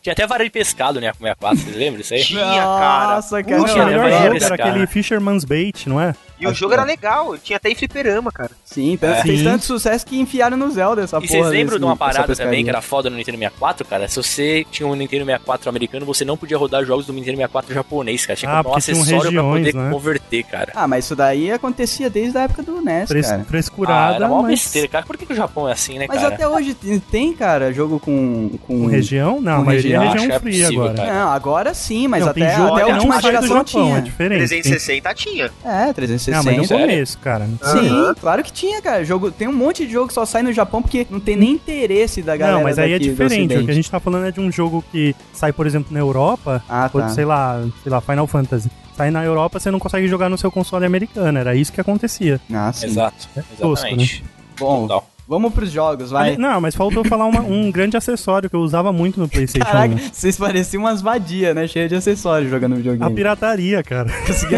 [SPEAKER 4] Tinha até vara de pescado, né? 64, vocês lembram disso aí?
[SPEAKER 5] Tinha, cara.
[SPEAKER 2] Nossa, cara.
[SPEAKER 3] Puxa,
[SPEAKER 4] não,
[SPEAKER 3] o melhor
[SPEAKER 4] não,
[SPEAKER 3] jogo
[SPEAKER 4] não,
[SPEAKER 3] era
[SPEAKER 4] cara.
[SPEAKER 3] aquele Fisherman's Bait, não é?
[SPEAKER 5] E o jogo era legal, tinha até em fliperama, cara.
[SPEAKER 2] Sim, tanto,
[SPEAKER 3] É.
[SPEAKER 2] fez
[SPEAKER 3] Sim.
[SPEAKER 2] tanto sucesso que enfiaram no Zelda essa
[SPEAKER 4] E
[SPEAKER 2] porra.
[SPEAKER 4] vocês lembram
[SPEAKER 2] desse-
[SPEAKER 4] de uma
[SPEAKER 2] dessa
[SPEAKER 4] parada também
[SPEAKER 2] pescaria.
[SPEAKER 4] que era foda no Nintendo 64, cara? Se você tinha um Nintendo 64 americano, você não podia rodar jogos do Nintendo 64 japonês, cara. Tinha que
[SPEAKER 3] Ah,
[SPEAKER 4] comprar um
[SPEAKER 3] porque tinha um
[SPEAKER 4] acessório pra
[SPEAKER 3] regiões,
[SPEAKER 4] poder
[SPEAKER 3] né?
[SPEAKER 4] converter, cara.
[SPEAKER 2] Ah, mas isso daí acontecia desde a época do NES,
[SPEAKER 3] Fres-
[SPEAKER 2] cara.
[SPEAKER 4] Ah,
[SPEAKER 3] Frescurada,
[SPEAKER 4] era uma
[SPEAKER 3] mas...
[SPEAKER 4] besteira, cara. Por que, que o Japão é assim, né,
[SPEAKER 2] Mas
[SPEAKER 4] cara?
[SPEAKER 2] até hoje tem- tem, cara, jogo com... com...
[SPEAKER 3] Com região?
[SPEAKER 2] Hum.
[SPEAKER 3] Não,
[SPEAKER 2] Com
[SPEAKER 3] a maioria é
[SPEAKER 4] região,
[SPEAKER 3] região
[SPEAKER 4] acho que é
[SPEAKER 3] fria
[SPEAKER 4] possível,
[SPEAKER 3] agora.
[SPEAKER 4] cara.
[SPEAKER 2] Não, agora sim, mas
[SPEAKER 3] não,
[SPEAKER 2] até,
[SPEAKER 3] tem jogo
[SPEAKER 2] até a
[SPEAKER 3] que não
[SPEAKER 2] última
[SPEAKER 3] sai do
[SPEAKER 2] geração
[SPEAKER 3] Japão, é
[SPEAKER 2] tinha.
[SPEAKER 3] diferente. Tem-
[SPEAKER 5] 360 tinha.
[SPEAKER 2] É,
[SPEAKER 3] Não,
[SPEAKER 2] 360.
[SPEAKER 3] mas no
[SPEAKER 4] Sério?
[SPEAKER 3] começo, cara.
[SPEAKER 2] Sim,
[SPEAKER 5] Aham.
[SPEAKER 2] claro que tinha, cara. Jogo, tem um monte de jogo que só sai no Japão porque não tem nem interesse da galera
[SPEAKER 3] Não, mas aí é
[SPEAKER 2] daqui do
[SPEAKER 3] diferente. O que a
[SPEAKER 2] Ocidente.
[SPEAKER 3] gente tá falando é de um jogo que sai, por exemplo, na Europa,
[SPEAKER 2] Ah,
[SPEAKER 3] ou,
[SPEAKER 2] tá.
[SPEAKER 3] sei lá, sei lá, Final Fantasy. Sai na Europa, você não consegue jogar no seu console americano. Era isso que acontecia.
[SPEAKER 2] Ah,
[SPEAKER 5] assim.
[SPEAKER 2] sim.
[SPEAKER 4] Exato,
[SPEAKER 3] tosco,
[SPEAKER 4] exatamente.
[SPEAKER 2] né? Bom,
[SPEAKER 4] Total.
[SPEAKER 2] vamos pros jogos, vai.
[SPEAKER 3] Não, mas faltou falar uma- um grande acessório que eu usava muito no PlayStation
[SPEAKER 2] Caraca,
[SPEAKER 3] 1.
[SPEAKER 2] *laughs* vocês pareciam umas vadias, né? Cheia de acessórios jogando
[SPEAKER 3] A
[SPEAKER 2] videogame.
[SPEAKER 3] pirataria, cara.
[SPEAKER 2] *laughs*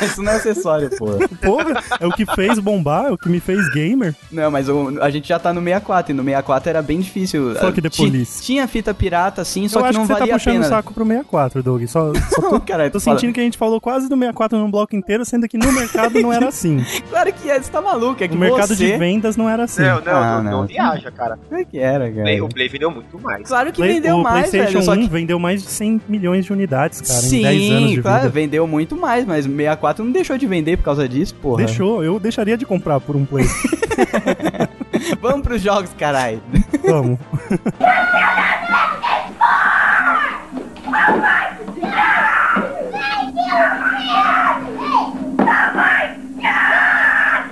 [SPEAKER 2] Isso não é acessório, pô.
[SPEAKER 3] Porra, é o que fez bombar, é o que me fez gamer.
[SPEAKER 2] Não, mas o- a gente já tá no 64, e no 64 era bem difícil.
[SPEAKER 3] Fuck the
[SPEAKER 2] Ti-
[SPEAKER 3] police.
[SPEAKER 2] Tinha fita pirata, sim, só
[SPEAKER 3] eu
[SPEAKER 2] que
[SPEAKER 3] acho
[SPEAKER 2] não
[SPEAKER 3] que você tá
[SPEAKER 2] valia a
[SPEAKER 3] puxando o
[SPEAKER 2] pena.
[SPEAKER 3] saco pro 64, Doug. Só, só
[SPEAKER 2] *laughs*
[SPEAKER 3] tô,
[SPEAKER 2] Caralho,
[SPEAKER 3] tô
[SPEAKER 2] tu fala-
[SPEAKER 3] sentindo que a gente falou quase do 64 num bloco inteiro, sendo que no mercado não era assim.
[SPEAKER 2] Claro que é, você tá maluco, *laughs* é que
[SPEAKER 3] No mercado
[SPEAKER 2] você...
[SPEAKER 3] de vendas não era assim.
[SPEAKER 5] Não, não,
[SPEAKER 2] Ah,
[SPEAKER 5] não, não
[SPEAKER 2] não.
[SPEAKER 5] viaja, cara.
[SPEAKER 2] Como é que era, cara?
[SPEAKER 5] Play- o Play vendeu muito mais.
[SPEAKER 2] Claro que
[SPEAKER 3] Play-
[SPEAKER 2] vendeu
[SPEAKER 3] o
[SPEAKER 2] mais,
[SPEAKER 3] PlayStation
[SPEAKER 2] velho, só
[SPEAKER 3] 1
[SPEAKER 2] que...
[SPEAKER 3] vendeu mais de 100 milhões de unidades, cara,
[SPEAKER 2] Sim,
[SPEAKER 3] em 10 anos de
[SPEAKER 2] claro,
[SPEAKER 3] vida.
[SPEAKER 2] vendeu muito mais, mas 64 não deixou de vender por causa disso, porra.
[SPEAKER 3] Deixou, eu deixaria de comprar por um Play.
[SPEAKER 2] *laughs* Vamos pros jogos, caralho.
[SPEAKER 3] Vamos.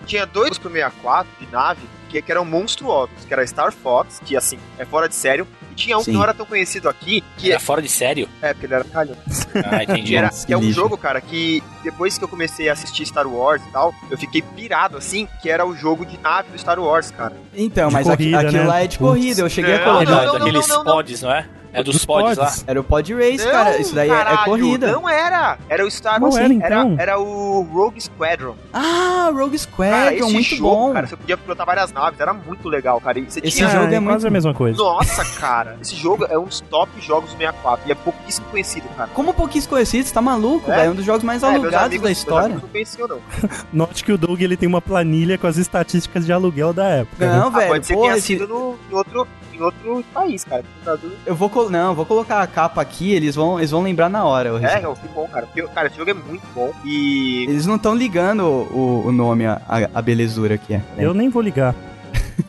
[SPEAKER 5] Tinha dois pro 64 de nave que, que eram monstruosos, que era Star Fox, que assim, é fora de sério, e tinha um
[SPEAKER 2] Sim.
[SPEAKER 5] que não era tão conhecido aqui, que
[SPEAKER 4] Era
[SPEAKER 5] é,
[SPEAKER 4] fora de sério?
[SPEAKER 5] porque ele era calhão.
[SPEAKER 4] Ah, entendi.
[SPEAKER 5] Que, era,
[SPEAKER 2] que
[SPEAKER 5] que é um
[SPEAKER 2] lixo.
[SPEAKER 5] jogo, cara, que depois que eu comecei a assistir Star Wars e tal, eu fiquei pirado assim, que era o jogo de nave do Star Wars, cara.
[SPEAKER 2] Então,
[SPEAKER 3] De
[SPEAKER 2] mas aqui-
[SPEAKER 3] corrida,
[SPEAKER 2] aquilo
[SPEAKER 3] né?
[SPEAKER 2] lá é de
[SPEAKER 3] Putz.
[SPEAKER 2] corrida. Eu cheguei a
[SPEAKER 5] Não,
[SPEAKER 4] Aquele-
[SPEAKER 2] colocar.
[SPEAKER 5] não, não,
[SPEAKER 4] Daqueles
[SPEAKER 5] não, não, não.
[SPEAKER 4] pods, não é? É dos pods lá?
[SPEAKER 2] Era o Pod Race,
[SPEAKER 5] Não,
[SPEAKER 2] cara. Isso daí é- é
[SPEAKER 5] caralho,
[SPEAKER 2] corrida.
[SPEAKER 5] Não era! Era o Star
[SPEAKER 3] Não
[SPEAKER 5] Wars.
[SPEAKER 3] era, então?
[SPEAKER 5] era, o Rogue Squadron.
[SPEAKER 2] Ah, Rogue
[SPEAKER 5] Cara,
[SPEAKER 2] Squadron,
[SPEAKER 5] esse
[SPEAKER 2] muito
[SPEAKER 5] jogo,
[SPEAKER 2] bom.
[SPEAKER 5] cara, você podia pilotar várias naves, era muito legal, cara. E você
[SPEAKER 2] Esse
[SPEAKER 5] tinha.
[SPEAKER 2] jogo é
[SPEAKER 3] é
[SPEAKER 2] muito
[SPEAKER 3] quase a mesma coisa.
[SPEAKER 5] Nossa, cara, esse jogo é um dos top jogos do 64 e é pouquíssimo conhecido, cara.
[SPEAKER 2] Como pouquíssimo conhecido, você tá maluco,
[SPEAKER 5] É?
[SPEAKER 2] velho? É um dos jogos mais
[SPEAKER 5] É, meus
[SPEAKER 2] alugados
[SPEAKER 5] amigos-
[SPEAKER 2] da
[SPEAKER 5] meus
[SPEAKER 2] história.
[SPEAKER 5] amigos Não conheciam, não.
[SPEAKER 3] Note que o Doug ele tem uma planilha com as estatísticas de aluguel da época. né?
[SPEAKER 2] Não,
[SPEAKER 5] Ah,
[SPEAKER 2] velho,
[SPEAKER 5] pode ser que
[SPEAKER 2] porra,
[SPEAKER 5] tenha
[SPEAKER 2] esse-
[SPEAKER 5] sido no, em, outro, em outro país, cara. No Brasil-
[SPEAKER 2] eu vou col- não, eu vou colocar a capa aqui, eles vão, eles vão lembrar na hora. eu
[SPEAKER 5] É,
[SPEAKER 2] recebi.
[SPEAKER 5] é, que bom, cara. Porque, Cara, esse jogo é muito bom e.
[SPEAKER 2] Eles não estão ligando o, o nome, a, a- a belezura que é.
[SPEAKER 3] Eu nem vou ligar.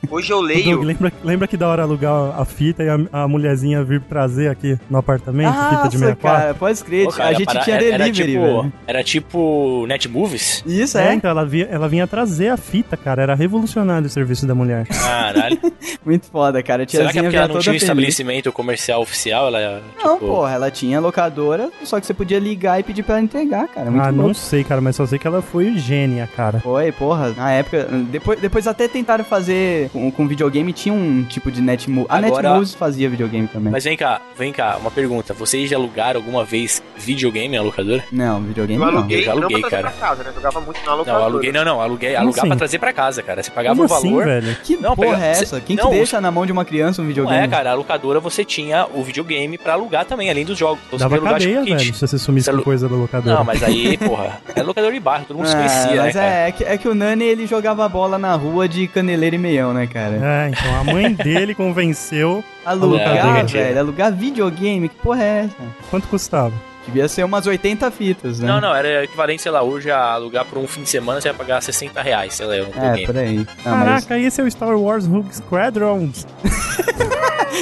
[SPEAKER 5] Hoje eu
[SPEAKER 3] O Doug,
[SPEAKER 5] leio.
[SPEAKER 3] lembra, lembra que da hora alugar a fita e a, a mulherzinha vir trazer aqui no apartamento, fita de 64?
[SPEAKER 2] Ah, cara, pode escrever.
[SPEAKER 4] Pô, cara,
[SPEAKER 2] a gente
[SPEAKER 4] para-
[SPEAKER 2] tinha
[SPEAKER 4] era- era
[SPEAKER 2] delivery,
[SPEAKER 4] tipo-
[SPEAKER 2] velho.
[SPEAKER 4] Era tipo Netmovies?
[SPEAKER 2] Isso,
[SPEAKER 3] É,
[SPEAKER 2] é.
[SPEAKER 3] então ela, via, ela vinha trazer a fita, cara. Era revolucionário o serviço da mulher.
[SPEAKER 2] *laughs*
[SPEAKER 4] Caralho.
[SPEAKER 2] Muito foda, cara. A
[SPEAKER 4] Será que é
[SPEAKER 2] tiazinha
[SPEAKER 4] porque
[SPEAKER 2] vinha
[SPEAKER 4] ela não
[SPEAKER 2] toda
[SPEAKER 4] tinha um
[SPEAKER 2] feliz.
[SPEAKER 4] estabelecimento comercial oficial? Ela,
[SPEAKER 2] Não,
[SPEAKER 4] tipo,
[SPEAKER 2] porra, ela tinha locadora, só que você podia ligar e pedir pra ela entregar, cara. É Muito
[SPEAKER 3] ah,
[SPEAKER 2] louco.
[SPEAKER 3] não sei, cara, mas só sei que ela foi gênia, cara.
[SPEAKER 2] Foi, porra, na época. Depois, depois até tentaram fazer com, com videogame, tinha um tipo de Netmo. A
[SPEAKER 4] Agora-
[SPEAKER 2] Netmoves fazia videogame
[SPEAKER 3] Né?
[SPEAKER 2] também.
[SPEAKER 4] Mas vem cá, vem cá, uma pergunta. Vocês já alugaram alguma vez videogame na locadora?
[SPEAKER 2] Não, videogame
[SPEAKER 5] Eu
[SPEAKER 2] não.
[SPEAKER 5] aluguei,
[SPEAKER 4] eu já
[SPEAKER 5] não
[SPEAKER 4] aluguei,
[SPEAKER 5] pra trazer
[SPEAKER 4] cara.
[SPEAKER 5] pra casa, né? Jogava muito na
[SPEAKER 4] Não,
[SPEAKER 5] locadora.
[SPEAKER 4] aluguei, não, não, aluguei,
[SPEAKER 3] Como
[SPEAKER 4] alugar
[SPEAKER 3] assim?
[SPEAKER 4] pra trazer pra casa, cara. Você pagava
[SPEAKER 3] Como
[SPEAKER 4] o
[SPEAKER 3] assim,
[SPEAKER 4] valor.
[SPEAKER 3] velho?
[SPEAKER 2] Que
[SPEAKER 4] Não,
[SPEAKER 2] porra
[SPEAKER 4] pega-
[SPEAKER 2] é essa? Quem
[SPEAKER 4] não,
[SPEAKER 2] que deixa na mão de uma criança um
[SPEAKER 4] não
[SPEAKER 2] videogame?
[SPEAKER 4] é, cara, a locadora você tinha o videogame pra alugar também, além dos jogos. Então
[SPEAKER 3] Dava
[SPEAKER 4] podia alugar,
[SPEAKER 3] cadeia,
[SPEAKER 4] tipo, kit.
[SPEAKER 3] velho, se você sumisse
[SPEAKER 4] Você
[SPEAKER 3] com
[SPEAKER 4] alu-
[SPEAKER 3] coisa da locadora.
[SPEAKER 4] Não, mas aí, porra, é locador de barro, todo mundo se
[SPEAKER 2] Ah,
[SPEAKER 4] conhecia, né,
[SPEAKER 2] mas
[SPEAKER 4] cara?
[SPEAKER 2] é, é que, é que o Nani ele jogava bola na rua de caneleiro e meião, né, cara?
[SPEAKER 3] É, então
[SPEAKER 4] *laughs*
[SPEAKER 3] a mãe dele convenceu.
[SPEAKER 2] Alugar,
[SPEAKER 4] É,
[SPEAKER 2] velho, alugar videogame, que porra é essa?
[SPEAKER 3] Quanto custava?
[SPEAKER 2] Devia ser umas 80 fitas, né?
[SPEAKER 4] Não, não, era equivalente, sei lá, hoje a alugar por um fim de semana você ia pagar 60 reais, sei lá, um
[SPEAKER 2] É,
[SPEAKER 4] videogame.
[SPEAKER 2] por aí.
[SPEAKER 5] Ah,
[SPEAKER 2] Não, mas-
[SPEAKER 3] Caraca, esse é o Star Wars Rogue Squadron.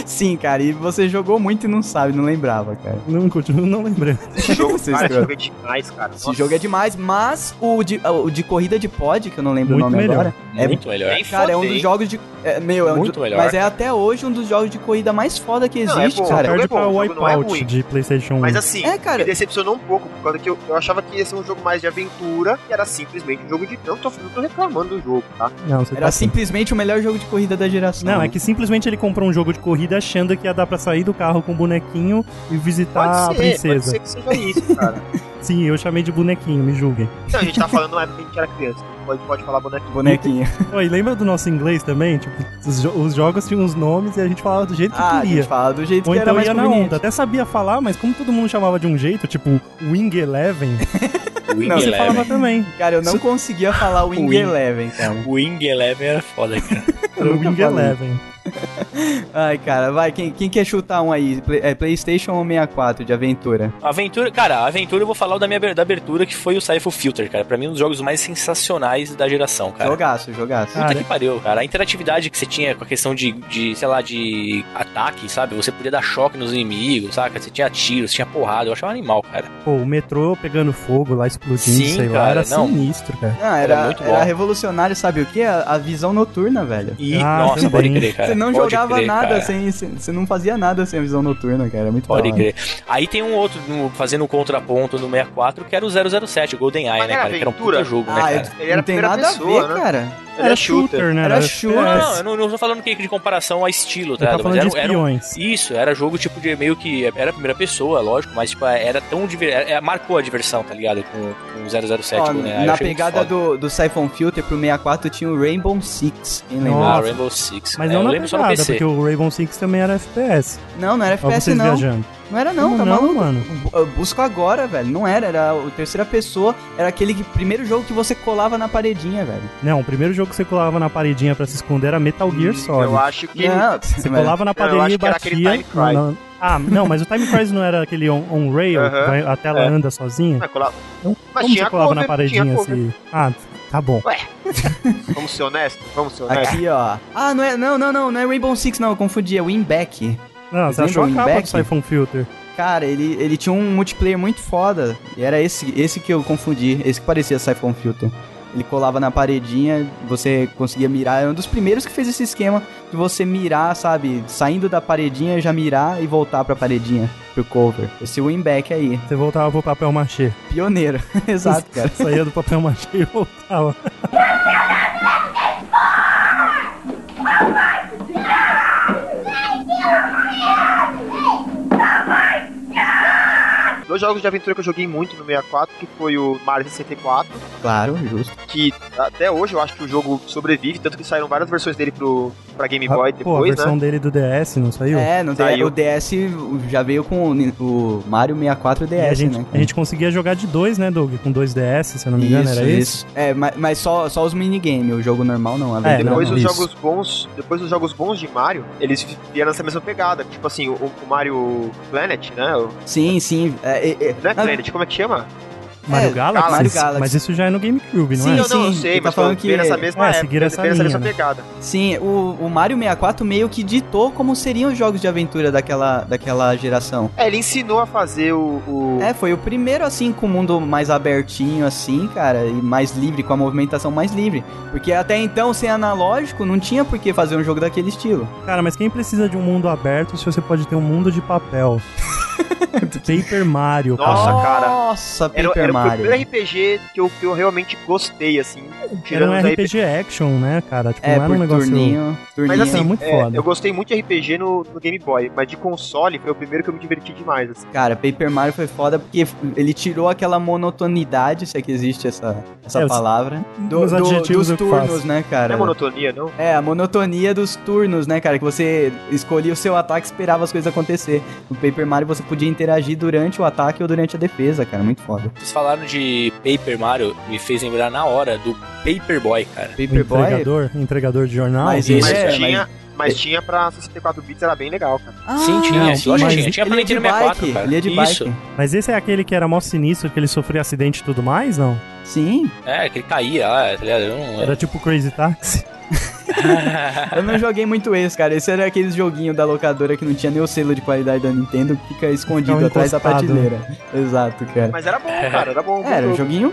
[SPEAKER 2] Sim, cara, e você jogou muito e não sabe, não lembrava, cara.
[SPEAKER 3] Não, continuo não lembrando.
[SPEAKER 5] Esse jogo,
[SPEAKER 2] Vocês
[SPEAKER 5] cara, esse
[SPEAKER 2] tra-
[SPEAKER 5] jogo é demais, cara.
[SPEAKER 2] Esse jogo é demais, mas o de, ah, o de corrida de pod, que eu não lembro
[SPEAKER 3] Muito
[SPEAKER 2] o nome
[SPEAKER 3] melhor.
[SPEAKER 2] agora. É,
[SPEAKER 4] Muito melhor.
[SPEAKER 5] Nem
[SPEAKER 2] cara, é um
[SPEAKER 5] fodei.
[SPEAKER 2] dos jogos de. é, meu, é um
[SPEAKER 4] Muito
[SPEAKER 2] do-
[SPEAKER 4] melhor,
[SPEAKER 2] Mas é até hoje um dos jogos de corrida mais foda que
[SPEAKER 5] Não, é
[SPEAKER 2] existe,
[SPEAKER 5] bom,
[SPEAKER 2] cara.
[SPEAKER 5] jogo
[SPEAKER 3] Perde
[SPEAKER 5] é bom,
[SPEAKER 3] pra
[SPEAKER 5] o jogo não é
[SPEAKER 3] Wipeout
[SPEAKER 5] ruim.
[SPEAKER 3] de PlayStation 1.
[SPEAKER 4] Hum.
[SPEAKER 5] Mas assim,
[SPEAKER 2] É,
[SPEAKER 5] me
[SPEAKER 2] cara.
[SPEAKER 5] decepcionou um pouco, por causa que eu, eu achava que ia ser um jogo mais de aventura, e era simplesmente um jogo de. Não tô, não tô reclamando do jogo, tá?
[SPEAKER 3] não, você tá
[SPEAKER 2] Era simplesmente o melhor jogo de corrida da
[SPEAKER 5] né?
[SPEAKER 2] geração.
[SPEAKER 3] Não, é que simplesmente ele comprou um jogo de corrida achando que ia dar pra sair do carro com o bonequinho e
[SPEAKER 4] Tá,
[SPEAKER 3] visitar a
[SPEAKER 5] pode ser,
[SPEAKER 3] princesa.
[SPEAKER 5] pode ser que seja isso, cara.
[SPEAKER 4] *laughs*
[SPEAKER 3] Sim, eu chamei de bonequinho, me
[SPEAKER 5] *laughs*
[SPEAKER 3] julguem.
[SPEAKER 5] não, a gente tá falando na época que a gente era criança, então pode, pode falar bonequinho.
[SPEAKER 2] Bonequinho.
[SPEAKER 3] Oi, lembra do nosso inglês também? Tipo, os, jo- os jogos tinham uns nomes e a gente falava do jeito que
[SPEAKER 2] ah, a gente
[SPEAKER 3] queria.
[SPEAKER 2] fala do jeito
[SPEAKER 3] Ou
[SPEAKER 2] que era
[SPEAKER 3] então
[SPEAKER 2] mais
[SPEAKER 3] ia na
[SPEAKER 2] conveniente.
[SPEAKER 3] onda. Até sabia falar, mas como todo mundo chamava de um jeito, tipo Wing
[SPEAKER 5] *laughs*
[SPEAKER 3] Eleven,
[SPEAKER 4] Wing
[SPEAKER 2] Não,
[SPEAKER 3] você falava
[SPEAKER 4] Eleven.
[SPEAKER 3] também.
[SPEAKER 2] Cara, eu não conseguia
[SPEAKER 3] *laughs*
[SPEAKER 2] falar Wing
[SPEAKER 4] Wing.
[SPEAKER 2] Eleven,
[SPEAKER 3] É um-
[SPEAKER 2] cara.
[SPEAKER 4] Wing Eleven era foda, cara.
[SPEAKER 3] Era
[SPEAKER 2] nunca
[SPEAKER 3] Wing
[SPEAKER 2] falei.
[SPEAKER 3] Eleven.
[SPEAKER 2] Ai, cara, vai, quem, quem quer chutar um aí? Play- é, PlayStation ou 64 de aventura?
[SPEAKER 4] Aventura, cara, a aventura eu vou falar o da minha da abertura, que foi o Cypher Filter, cara. Pra mim, um dos jogos mais sensacionais da geração, cara.
[SPEAKER 2] Jogaço, jogaço.
[SPEAKER 4] Puta
[SPEAKER 3] Cara.
[SPEAKER 4] que pariu, cara. A interatividade que você tinha com a questão de, de, sei lá, de ataque, sabe? Você podia dar choque nos inimigos, saca? Você tinha tiros, tinha porrada. Eu achava animal, cara.
[SPEAKER 3] Pô, o metrô pegando fogo lá, explodindo,
[SPEAKER 4] Sim,
[SPEAKER 3] sei lá.
[SPEAKER 4] cara,
[SPEAKER 3] Era
[SPEAKER 4] não.
[SPEAKER 3] sinistro, cara.
[SPEAKER 2] Ah,
[SPEAKER 4] era
[SPEAKER 2] era,
[SPEAKER 4] muito
[SPEAKER 2] era
[SPEAKER 4] bom.
[SPEAKER 2] revolucionário, sabe o quê? A, a visão noturna, velho.
[SPEAKER 4] E,
[SPEAKER 3] Ah,
[SPEAKER 4] nossa,
[SPEAKER 3] também.
[SPEAKER 4] pode crer, cara.
[SPEAKER 2] Você não
[SPEAKER 4] Pode
[SPEAKER 2] jogava
[SPEAKER 4] crer,
[SPEAKER 2] nada assim, sem.
[SPEAKER 4] cara.
[SPEAKER 2] sem- Você não fazia nada sem a visão noturna, cara. É Muito
[SPEAKER 4] Pode
[SPEAKER 2] da hora.
[SPEAKER 4] crer. Aí tem um outro, um- fazendo um contraponto no 64, que era o 007, GoldenEye,
[SPEAKER 5] Mas
[SPEAKER 4] né,
[SPEAKER 5] era
[SPEAKER 4] cara? Que era um
[SPEAKER 5] aventura?
[SPEAKER 4] puta jogo, né,
[SPEAKER 2] Ah,
[SPEAKER 4] cara?
[SPEAKER 2] eu-
[SPEAKER 5] Ele era
[SPEAKER 2] não tem
[SPEAKER 5] primeira
[SPEAKER 2] nada a
[SPEAKER 5] pessoa,
[SPEAKER 2] ver,
[SPEAKER 5] né?
[SPEAKER 2] cara.
[SPEAKER 5] Ele é shooter.
[SPEAKER 3] né?
[SPEAKER 2] Era
[SPEAKER 3] FPS.
[SPEAKER 2] shooter.
[SPEAKER 4] Não, não, eu não, não tô falando que de comparação a estilo,
[SPEAKER 3] Você
[SPEAKER 4] tá?
[SPEAKER 3] tá
[SPEAKER 4] Mas
[SPEAKER 3] falando
[SPEAKER 4] era,
[SPEAKER 3] de
[SPEAKER 4] era um-
[SPEAKER 3] espiões.
[SPEAKER 4] Isso, era jogo tipo de meio que. Era a primeira pessoa, lógico, mas tipo, era tão diver... é- é- marcou a diversão, tá ligado? Com, com o 007
[SPEAKER 2] Ó,
[SPEAKER 4] GoldenEye, É, tipo, né, eu
[SPEAKER 2] na
[SPEAKER 4] achei muito
[SPEAKER 2] pegada
[SPEAKER 4] foda.
[SPEAKER 2] do, do Siphon Filter pro 64 tinha o Rainbow Six, quem lembra?
[SPEAKER 4] Ah,
[SPEAKER 3] Nossa.
[SPEAKER 4] Rainbow Six.
[SPEAKER 3] Mas
[SPEAKER 4] É,
[SPEAKER 3] não
[SPEAKER 4] eu
[SPEAKER 3] na
[SPEAKER 4] lembro só no
[SPEAKER 3] pegada,
[SPEAKER 4] PC.
[SPEAKER 3] porque o Rainbow Six também era FPS.
[SPEAKER 2] Não, não era
[SPEAKER 3] Olha
[SPEAKER 2] FPS
[SPEAKER 3] vocês
[SPEAKER 2] não.
[SPEAKER 3] viajando.
[SPEAKER 2] Não era não,
[SPEAKER 3] Como
[SPEAKER 2] tá maluco?
[SPEAKER 3] mano.
[SPEAKER 2] Eu Busco agora, velho. Não era, era o terceira pessoa, era aquele que- primeiro jogo que você colava na paredinha, velho.
[SPEAKER 3] Não, o primeiro jogo que você colava na paredinha pra se esconder era Metal Gear Solid.
[SPEAKER 5] Eu acho que.
[SPEAKER 2] Não, *laughs*
[SPEAKER 3] Você
[SPEAKER 2] mas-
[SPEAKER 3] colava na
[SPEAKER 5] Não, eu
[SPEAKER 3] padelinha e
[SPEAKER 5] acho que era
[SPEAKER 3] batia.
[SPEAKER 5] aquele Time Crisis.
[SPEAKER 3] Não, não. Ah, não, mas o Time Crisis não era aquele on-rail,
[SPEAKER 5] Aham.
[SPEAKER 3] a tela
[SPEAKER 5] É.
[SPEAKER 3] anda sozinha?
[SPEAKER 5] Ah, cola-
[SPEAKER 3] Então,
[SPEAKER 5] Mas
[SPEAKER 3] como
[SPEAKER 5] tinha
[SPEAKER 3] você colava na
[SPEAKER 5] cover, tinha
[SPEAKER 3] paredinha
[SPEAKER 5] cover.
[SPEAKER 3] assim? Ah, Tá bom.
[SPEAKER 4] assim?
[SPEAKER 5] Vamos ser honestos, vamos ser honestos.
[SPEAKER 2] Aqui, ó. Ah, não é. Não, não, não, não é Rainbow Six, não. Eu confundi, é Winback.
[SPEAKER 3] Não, você
[SPEAKER 2] Lembra
[SPEAKER 3] achou
[SPEAKER 2] o
[SPEAKER 3] a capa do
[SPEAKER 2] Winback?
[SPEAKER 3] Siphon Filter.
[SPEAKER 2] Cara, ele, ele tinha um multiplayer muito foda. E era esse, esse que eu confundi, esse que parecia Siphon Filter. Ele colava na paredinha, você conseguia mirar. Era um dos primeiros que fez esse esquema de você mirar, sabe? Saindo da paredinha, já mirar e voltar pra paredinha, pro cover. Esse winback aí.
[SPEAKER 3] Você voltava pro papel machê.
[SPEAKER 2] Pioneiro. *laughs* Exato,
[SPEAKER 3] *laughs*
[SPEAKER 2] cara.
[SPEAKER 3] Saía é do papel machê e voltava.
[SPEAKER 4] Ah.
[SPEAKER 5] Dois jogos de aventura que eu joguei muito no 64, que foi o Mario 64,
[SPEAKER 2] Claro, justo.
[SPEAKER 5] que até hoje eu acho que o jogo sobrevive, tanto que saíram várias versões dele pro, pra Game Boy
[SPEAKER 3] Ah, Pô, a
[SPEAKER 5] depois,
[SPEAKER 3] versão
[SPEAKER 5] né?
[SPEAKER 3] dele do DS não saiu?
[SPEAKER 2] É, no D-
[SPEAKER 5] Saiu.
[SPEAKER 2] o DS já veio com o Nin- o Mario 64 DS,
[SPEAKER 3] E a, gente,
[SPEAKER 2] né?
[SPEAKER 3] a gente conseguia jogar de dois, né, Doug? Com dois DS, se eu não me engano, era isso?
[SPEAKER 2] É, ma- mas, só, só os minigames, o jogo normal não. A
[SPEAKER 3] É,
[SPEAKER 2] aventura
[SPEAKER 5] Depois
[SPEAKER 3] não,
[SPEAKER 5] os
[SPEAKER 3] isso.
[SPEAKER 5] jogos bons, depois os jogos bons de Mario, eles vieram nessa mesma pegada, tipo assim, o, o Mario Planet, né? O,
[SPEAKER 2] Sim, sim. É, é, é.
[SPEAKER 5] não
[SPEAKER 3] Ah,
[SPEAKER 5] é
[SPEAKER 2] Na-
[SPEAKER 5] Planet, como é que chama?
[SPEAKER 3] Mario
[SPEAKER 2] É,
[SPEAKER 3] Galaxy?
[SPEAKER 2] Mario Galaxy.
[SPEAKER 3] Mas isso já é no GameCube, não
[SPEAKER 2] Sim,
[SPEAKER 3] é?
[SPEAKER 5] eu não, eu
[SPEAKER 2] sim,
[SPEAKER 5] sei,
[SPEAKER 2] ele tá
[SPEAKER 5] mas
[SPEAKER 2] falando
[SPEAKER 5] falando
[SPEAKER 2] que-
[SPEAKER 5] que nessa mesma
[SPEAKER 3] É,
[SPEAKER 5] época,
[SPEAKER 3] seguiram essa
[SPEAKER 5] veio nessa
[SPEAKER 3] linha,
[SPEAKER 5] mesma
[SPEAKER 3] né?
[SPEAKER 5] pegada.
[SPEAKER 2] Sim, o, o Mario 64 meio que ditou como seriam os jogos de aventura daquela, daquela geração.
[SPEAKER 5] É, ele ensinou a fazer o, o-
[SPEAKER 2] É, foi o primeiro assim com o mundo mais abertinho assim, cara, e mais livre, com a movimentação mais livre. Porque até então, sem analógico, não tinha por que fazer um jogo daquele estilo.
[SPEAKER 3] Cara, mas quem precisa de um mundo aberto se você pode ter um mundo
[SPEAKER 2] *laughs*
[SPEAKER 3] de papel? Paper Mario,
[SPEAKER 5] Nossa,
[SPEAKER 3] cara.
[SPEAKER 5] cara.
[SPEAKER 2] Nossa,
[SPEAKER 5] Era,
[SPEAKER 2] Paper
[SPEAKER 5] era o
[SPEAKER 2] Mario.
[SPEAKER 5] primeiro RPG que eu, que eu realmente gostei, assim.
[SPEAKER 3] Era um
[SPEAKER 5] Tirando os RPG.
[SPEAKER 3] RPG action, né, cara? Tipo,
[SPEAKER 2] É,
[SPEAKER 3] não era
[SPEAKER 2] por
[SPEAKER 3] um negócio...
[SPEAKER 2] turninho, turninho.
[SPEAKER 5] Mas
[SPEAKER 3] Isso é
[SPEAKER 5] assim,
[SPEAKER 3] muito
[SPEAKER 5] é,
[SPEAKER 3] foda.
[SPEAKER 5] eu gostei muito de RPG no, no Game Boy, mas de console foi o primeiro que eu me diverti demais, assim.
[SPEAKER 2] Cara, Paper Mario foi foda porque ele tirou aquela monotonidade, se é que existe essa, essa
[SPEAKER 3] É, os-
[SPEAKER 2] palavra,
[SPEAKER 3] os adjetivos eu
[SPEAKER 2] dos
[SPEAKER 3] que
[SPEAKER 2] turnos,
[SPEAKER 3] faço. Um
[SPEAKER 2] né,
[SPEAKER 5] Não
[SPEAKER 2] cara?
[SPEAKER 5] é monotonia, não?
[SPEAKER 2] É, a monotonia dos turnos, né, cara? Que você escolhia o seu ataque e esperava as coisas acontecer. No Paper Mario você podia interagir durante o ataque ou durante a defesa, cara. Muito foda.
[SPEAKER 4] Vocês falaram de Paper Mario, me fez lembrar na hora do Paperboy, cara.
[SPEAKER 3] Um
[SPEAKER 2] Paper Boy.
[SPEAKER 3] entregador, entregador de jornal. um
[SPEAKER 2] Mas
[SPEAKER 4] Isso,
[SPEAKER 5] Mas
[SPEAKER 2] é,
[SPEAKER 5] tinha, mas tinha pra 64 bits, era bem legal, cara.
[SPEAKER 2] Ah,
[SPEAKER 4] Sim, tinha,
[SPEAKER 2] não,
[SPEAKER 4] sim, eu acho que
[SPEAKER 2] mas
[SPEAKER 4] tinha. Tinha pra
[SPEAKER 2] ele é de
[SPEAKER 4] Nintendo 64,
[SPEAKER 2] bike,
[SPEAKER 4] cara.
[SPEAKER 2] Ele é de
[SPEAKER 4] Isso.
[SPEAKER 2] bike.
[SPEAKER 3] Mas esse é aquele que era mó sinistro, que ele sofria acidente e tudo mais, não?
[SPEAKER 2] Sim.
[SPEAKER 4] É, que ele caía lá, tá ligado? Eu não-
[SPEAKER 3] Era tipo Crazy Taxi. *laughs*
[SPEAKER 2] Eu não joguei muito esse, cara. Esse era aqueles joguinho da locadora que não tinha nem o selo de qualidade da Nintendo, que fica escondido
[SPEAKER 3] Ficava
[SPEAKER 2] atrás da
[SPEAKER 3] encostado.
[SPEAKER 2] prateleira. Exato, cara.
[SPEAKER 5] Mas era bom, cara, era bom.
[SPEAKER 2] Era um
[SPEAKER 5] Eu-
[SPEAKER 2] joguinho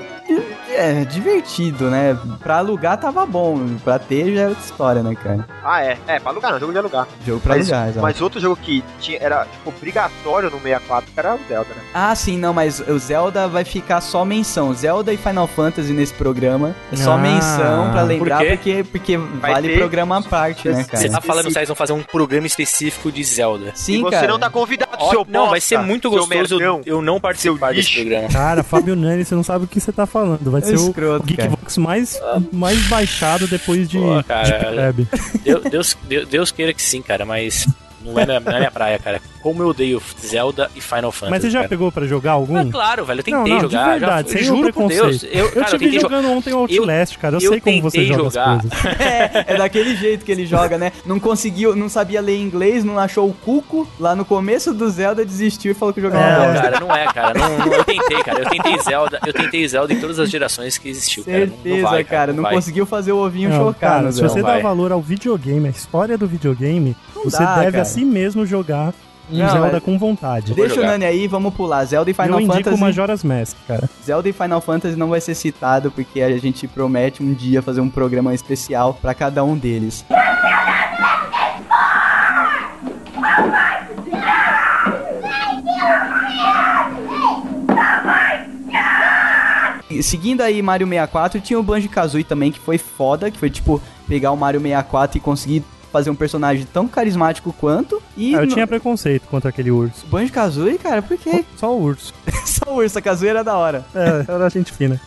[SPEAKER 2] é, divertido, né? Pra alugar tava bom, pra ter já é outra história, né, cara?
[SPEAKER 5] Ah, é. É, pra alugar, não, jogo de alugar.
[SPEAKER 2] Jogo pra
[SPEAKER 5] Mas-
[SPEAKER 2] alugar, exato.
[SPEAKER 5] Mas outro jogo que tinha, era tipo, obrigatório no 64, que era o Zelda, né?
[SPEAKER 2] Ah, sim, não, mas o Zelda vai ficar só menção. Zelda e Final Fantasy nesse programa é só
[SPEAKER 3] Ah,
[SPEAKER 2] menção pra lembrar,
[SPEAKER 4] por
[SPEAKER 2] porque, porque vale
[SPEAKER 5] ter-
[SPEAKER 2] programa à parte, né,
[SPEAKER 4] Você
[SPEAKER 2] cara?
[SPEAKER 4] tá falando que vocês vão fazer um programa específico de Zelda.
[SPEAKER 2] Sim,
[SPEAKER 5] e você
[SPEAKER 2] cara.
[SPEAKER 5] não tá convidado,
[SPEAKER 4] Ó,
[SPEAKER 5] seu
[SPEAKER 4] não,
[SPEAKER 5] bosta,
[SPEAKER 4] vai ser muito
[SPEAKER 5] seu
[SPEAKER 4] gostoso eu,
[SPEAKER 5] merdão.
[SPEAKER 4] eu não participar
[SPEAKER 5] seu
[SPEAKER 4] desse
[SPEAKER 5] lixo.
[SPEAKER 4] programa.
[SPEAKER 3] Cara, Fábio Nani, você não sabe o que você tá falando. Vai
[SPEAKER 2] É
[SPEAKER 3] ser o,
[SPEAKER 2] escroto,
[SPEAKER 3] o Geekbox mais, mais baixado depois de,
[SPEAKER 4] Ah. Pô,
[SPEAKER 3] de
[SPEAKER 4] cara.
[SPEAKER 3] Web.
[SPEAKER 4] Deu- Deus, Deus, Deus queira que sim, cara, mas não é, minha, não é minha praia, cara. Como eu odeio Zelda e Final Fantasy.
[SPEAKER 3] Mas você já
[SPEAKER 4] cara.
[SPEAKER 3] pegou pra jogar algum?
[SPEAKER 4] Ah, claro, velho, eu tentei
[SPEAKER 3] Não, não, de
[SPEAKER 4] jogar.
[SPEAKER 3] verdade,
[SPEAKER 4] já,
[SPEAKER 3] sem
[SPEAKER 4] juro por
[SPEAKER 3] preconceito.
[SPEAKER 4] Deus. Eu,
[SPEAKER 3] Eu
[SPEAKER 4] cara, eu
[SPEAKER 3] tive
[SPEAKER 4] tentei jogar.
[SPEAKER 3] jogando ontem Outlast, cara. Eu,
[SPEAKER 4] eu
[SPEAKER 3] sei como você
[SPEAKER 4] tentei
[SPEAKER 3] joga
[SPEAKER 4] jogar.
[SPEAKER 3] as coisas.
[SPEAKER 2] *laughs* É, é daquele jeito que ele joga, né? Não conseguiu, não sabia ler inglês, não achou o cuco lá no começo do Zelda, desistiu e falou que jogava
[SPEAKER 3] É,
[SPEAKER 2] bola.
[SPEAKER 4] Não, cara, não é, cara. Não, não- eu tentei, cara. Eu tentei Zelda, eu tentei Zelda em todas as gerações que existiu. cara. Não-
[SPEAKER 2] Certeza,
[SPEAKER 4] não vai,
[SPEAKER 2] cara, não
[SPEAKER 4] vai.
[SPEAKER 2] conseguiu fazer o ovinho
[SPEAKER 3] Não,
[SPEAKER 2] chocar
[SPEAKER 3] cara,
[SPEAKER 2] no
[SPEAKER 3] se
[SPEAKER 2] Zelda.
[SPEAKER 3] você
[SPEAKER 4] um Não
[SPEAKER 3] dá
[SPEAKER 4] vai.
[SPEAKER 3] valor ao videogame, à história do videogame, você
[SPEAKER 2] dá,
[SPEAKER 3] deve
[SPEAKER 2] cara.
[SPEAKER 3] a si mesmo jogar um
[SPEAKER 2] Não,
[SPEAKER 3] Zelda
[SPEAKER 4] é
[SPEAKER 2] mas-
[SPEAKER 3] com vontade.
[SPEAKER 4] vou
[SPEAKER 2] Deixa o
[SPEAKER 4] jogar.
[SPEAKER 2] Nani aí, vamos pular. Zelda e
[SPEAKER 3] E
[SPEAKER 2] Final
[SPEAKER 3] eu indico
[SPEAKER 2] Fantasy.
[SPEAKER 3] o Majora's Mask, cara.
[SPEAKER 2] Zelda e Final Fantasy não vai ser citado porque a gente promete um dia fazer um programa especial pra cada um deles. E Seguindo aí Mario 64, tinha o Banjo-Kazooie também que foi foda, que foi tipo pegar o Mario 64 e conseguir fazer um personagem tão carismático quanto e
[SPEAKER 3] Ah, eu
[SPEAKER 2] no-
[SPEAKER 3] tinha preconceito contra aquele urso.
[SPEAKER 2] Banjo-Kazooie, cara, por
[SPEAKER 3] *laughs*
[SPEAKER 2] quê?
[SPEAKER 3] Só o urso.
[SPEAKER 2] Só o Ursa Kazooie era da hora.
[SPEAKER 3] É, era gente fina.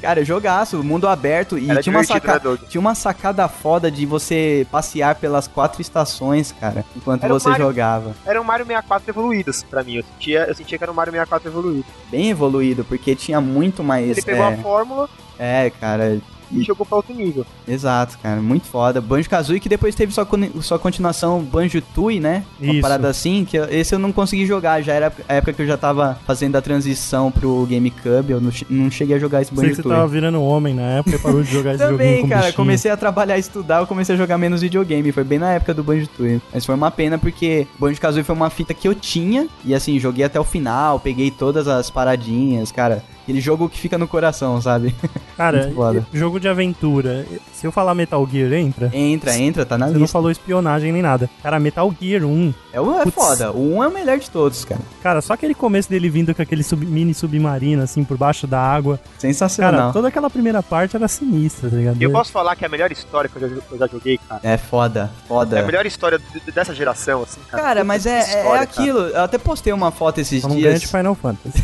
[SPEAKER 2] Cara, jogaço, mundo aberto e
[SPEAKER 5] Era
[SPEAKER 2] tinha uma,
[SPEAKER 5] divertido,
[SPEAKER 2] saca-
[SPEAKER 5] né, Doug?
[SPEAKER 2] tinha uma sacada foda de você passear pelas quatro estações, cara, enquanto
[SPEAKER 5] Era o
[SPEAKER 2] você
[SPEAKER 5] Mario.
[SPEAKER 2] jogava.
[SPEAKER 5] Era um Mario 64 evoluído, assim, pra mim. Eu sentia, eu sentia que era um Mario 64 evoluído.
[SPEAKER 2] Bem evoluído, porque tinha muito mais.
[SPEAKER 5] Ele pegou
[SPEAKER 2] é,
[SPEAKER 5] a fórmula,
[SPEAKER 2] é, cara.
[SPEAKER 5] e jogou pra outro nível.
[SPEAKER 2] Exato, cara, muito foda. Banjo Kazooie, que depois teve sua, cone- sua continuação Banjo Tui, né? Uma
[SPEAKER 3] Isso.
[SPEAKER 2] parada assim, que eu- esse eu não consegui jogar, já era a época que eu já tava fazendo a transição pro GameCube, eu não, che- não cheguei a jogar esse
[SPEAKER 3] Sei que
[SPEAKER 2] Banjo
[SPEAKER 3] você
[SPEAKER 2] Tui.
[SPEAKER 3] tava virando homem na época e parou de jogar esse joguinho
[SPEAKER 2] Também,
[SPEAKER 3] com
[SPEAKER 2] cara,
[SPEAKER 3] bichinho.
[SPEAKER 2] comecei a trabalhar, a estudar, eu comecei a jogar menos videogame. Foi bem na época do Banjo Tooie. Mas foi uma pena porque Banjo Kazooie foi uma fita que eu tinha e assim, joguei até o final, peguei todas as paradinhas, cara. Aquele jogo que fica no coração, sabe? *laughs*
[SPEAKER 3] Cara,
[SPEAKER 2] Muito foda.
[SPEAKER 3] jogo de aventura. Se eu falar Metal Gear, entra?
[SPEAKER 2] Entra, entra, tá na
[SPEAKER 3] Você não
[SPEAKER 2] lista.
[SPEAKER 3] falou espionagem nem nada. Cara, Metal Gear 1.
[SPEAKER 2] É, o- é
[SPEAKER 3] Putz.
[SPEAKER 2] foda. O 1 é o melhor de todos, cara.
[SPEAKER 3] Cara, só aquele começo dele vindo com aquele sub- mini submarino, assim, por baixo da água. Cara,
[SPEAKER 2] Sensacional.
[SPEAKER 3] toda aquela primeira parte era sinistra, tá ligado?
[SPEAKER 5] E eu posso falar que é a melhor história que eu já, que eu já joguei, cara.
[SPEAKER 2] É foda,
[SPEAKER 5] É a
[SPEAKER 2] foda.
[SPEAKER 5] melhor história d- dessa geração, assim, cara.
[SPEAKER 2] Cara, mas é, é- é
[SPEAKER 5] História,
[SPEAKER 2] aquilo. Eu até postei uma foto esses
[SPEAKER 3] Só não ganha tipo,
[SPEAKER 2] dias.
[SPEAKER 3] de Final Fantasy.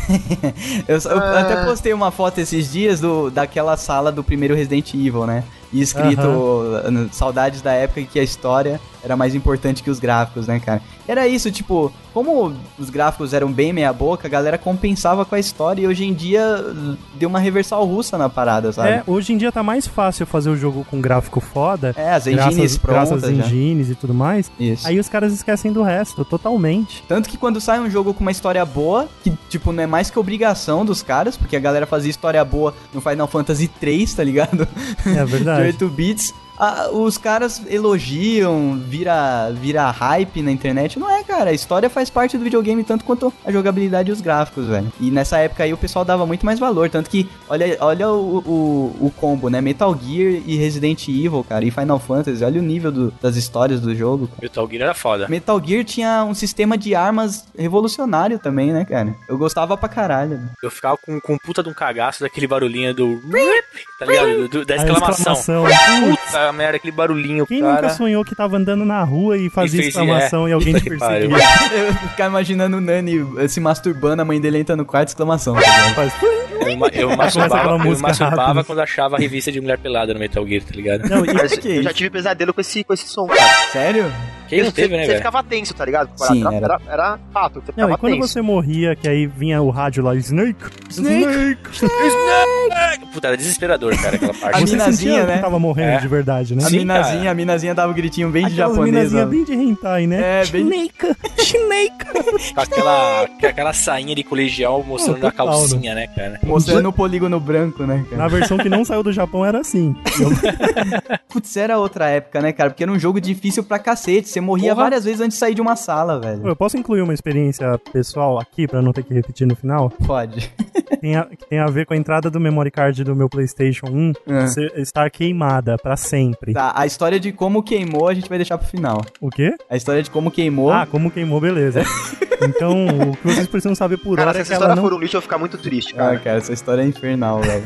[SPEAKER 2] Eu, eu
[SPEAKER 5] Ah.
[SPEAKER 2] até postei uma foto esses dias do, daquela sala do primeiro Resident Evil, né? E escrito uh, saudades da época em que a história era mais importante que os gráficos, né, cara? Era isso, tipo, como os gráficos eram bem meia boca, a galera compensava com a história e hoje em dia uh, deu uma reversal russa na parada,
[SPEAKER 3] É,
[SPEAKER 2] sabe?
[SPEAKER 3] hoje em dia tá mais fácil fazer o jogo com gráfico foda.
[SPEAKER 2] É, as engines
[SPEAKER 3] Graças,
[SPEAKER 2] prontas
[SPEAKER 3] graças
[SPEAKER 2] já.
[SPEAKER 3] às engines e tudo mais.
[SPEAKER 2] Isso.
[SPEAKER 3] Aí os caras esquecem do resto, totalmente.
[SPEAKER 2] Tanto que quando sai um jogo com uma história boa, que, tipo, não é mais que obrigação dos caras, porque a galera fazia história boa no Final Fantasy 3, tá ligado? *laughs*
[SPEAKER 3] É
[SPEAKER 2] de
[SPEAKER 3] verdade.
[SPEAKER 2] 8 bits, ah, os caras elogiam, vira, vira hype na internet. Não é, cara. A história faz parte do videogame tanto quanto a jogabilidade e os gráficos, velho. E nessa época aí o pessoal dava muito mais valor. Tanto que, olha, olha o, o, o combo, né? Metal Gear e Resident Evil, cara, e Final Fantasy. Olha o nível do- das histórias do jogo.
[SPEAKER 4] Metal Gear era foda.
[SPEAKER 2] Metal Gear tinha um sistema de armas revolucionário também, né, cara? Eu gostava pra caralho. *laughs*
[SPEAKER 4] Eu ficava com, com puta de um cagaço daquele barulhinho do. RIP, Tá ligado? Do- da
[SPEAKER 3] A
[SPEAKER 4] exclamação.
[SPEAKER 3] exclamação.
[SPEAKER 4] Puta merda, aquele barulhinho,
[SPEAKER 3] Quem
[SPEAKER 4] cara.
[SPEAKER 3] nunca sonhou que tava andando na rua e fazia
[SPEAKER 4] fez-
[SPEAKER 3] exclamação
[SPEAKER 4] é.
[SPEAKER 3] e alguém te
[SPEAKER 4] Puta que pariu.
[SPEAKER 3] perseguia?
[SPEAKER 2] Eu ficava imaginando o Nani eh, se masturbando, a mãe dele entra no quarto, exclamação. tá ligado?
[SPEAKER 3] Faz-
[SPEAKER 4] Eu, ma- eu
[SPEAKER 3] aquela
[SPEAKER 4] masturbava, eu
[SPEAKER 3] música rápida.
[SPEAKER 4] masturbava quando achava a revista de mulher pelada no Metal Gear, tá ligado?
[SPEAKER 5] *laughs*
[SPEAKER 3] Não, e
[SPEAKER 5] Mas
[SPEAKER 2] Que
[SPEAKER 5] eu já
[SPEAKER 2] isso?
[SPEAKER 5] tive pesadelo com esse, com esse som, cara.
[SPEAKER 2] Sério?
[SPEAKER 4] Quem não
[SPEAKER 5] você,
[SPEAKER 4] teve, né,
[SPEAKER 5] você
[SPEAKER 4] velho?
[SPEAKER 5] ficava tenso, tá ligado?
[SPEAKER 2] Sim,
[SPEAKER 5] era,
[SPEAKER 2] era-
[SPEAKER 5] era, era fato, você
[SPEAKER 3] Não,
[SPEAKER 5] ficava
[SPEAKER 3] e quando
[SPEAKER 5] tenso.
[SPEAKER 3] você morria, que aí vinha o rádio lá, Snake,
[SPEAKER 4] Puta, era desesperador, cara,
[SPEAKER 2] A
[SPEAKER 4] aquela
[SPEAKER 3] *laughs*
[SPEAKER 4] parte.
[SPEAKER 3] você
[SPEAKER 2] minazinha,
[SPEAKER 3] sentia
[SPEAKER 2] né?
[SPEAKER 3] que tava morrendo
[SPEAKER 4] É.
[SPEAKER 3] de verdade, né?
[SPEAKER 2] A
[SPEAKER 4] Sim,
[SPEAKER 2] minazinha,
[SPEAKER 4] cara.
[SPEAKER 2] a minazinha dava um gritinho bem de
[SPEAKER 3] Aquelas
[SPEAKER 2] japonesa.
[SPEAKER 3] minazinha bem de hentai, né?
[SPEAKER 2] É, bem-
[SPEAKER 3] Snake, Snake.
[SPEAKER 4] Com aquela, com aquela sainha de colegial mostrando
[SPEAKER 3] Oh,
[SPEAKER 4] a
[SPEAKER 3] total,
[SPEAKER 4] calcinha, né, cara?
[SPEAKER 2] Mostrando o polígono branco, né, cara?
[SPEAKER 3] Na versão que não saiu do Japão era assim.
[SPEAKER 2] Putz, era outra época, né, cara? Porque era um jogo difícil pra cacete. Você morria
[SPEAKER 4] Porra.
[SPEAKER 2] várias vezes antes de sair de uma sala,
[SPEAKER 3] Pô,
[SPEAKER 2] velho.
[SPEAKER 3] Eu *laughs* posso incluir uma experiência pessoal aqui, pra não ter que repetir no final?
[SPEAKER 2] Pode.
[SPEAKER 3] Que tem a, que tem a ver com a entrada do memory card do meu PlayStation 1
[SPEAKER 2] Ah.
[SPEAKER 3] ser- estar queimada pra sempre.
[SPEAKER 2] Tá, a história de como queimou a gente vai deixar pro final.
[SPEAKER 3] O quê?
[SPEAKER 2] A história de como queimou.
[SPEAKER 3] Ah, como queimou, beleza. então, o que vocês precisam saber por
[SPEAKER 5] Cara, se
[SPEAKER 3] hora é
[SPEAKER 5] essa
[SPEAKER 3] que ela
[SPEAKER 5] história
[SPEAKER 3] não
[SPEAKER 5] for um lixo, eu vou ficar muito triste,
[SPEAKER 2] Ah,
[SPEAKER 5] cara.
[SPEAKER 2] cara, essa história é infernal,
[SPEAKER 3] *laughs*
[SPEAKER 2] velho.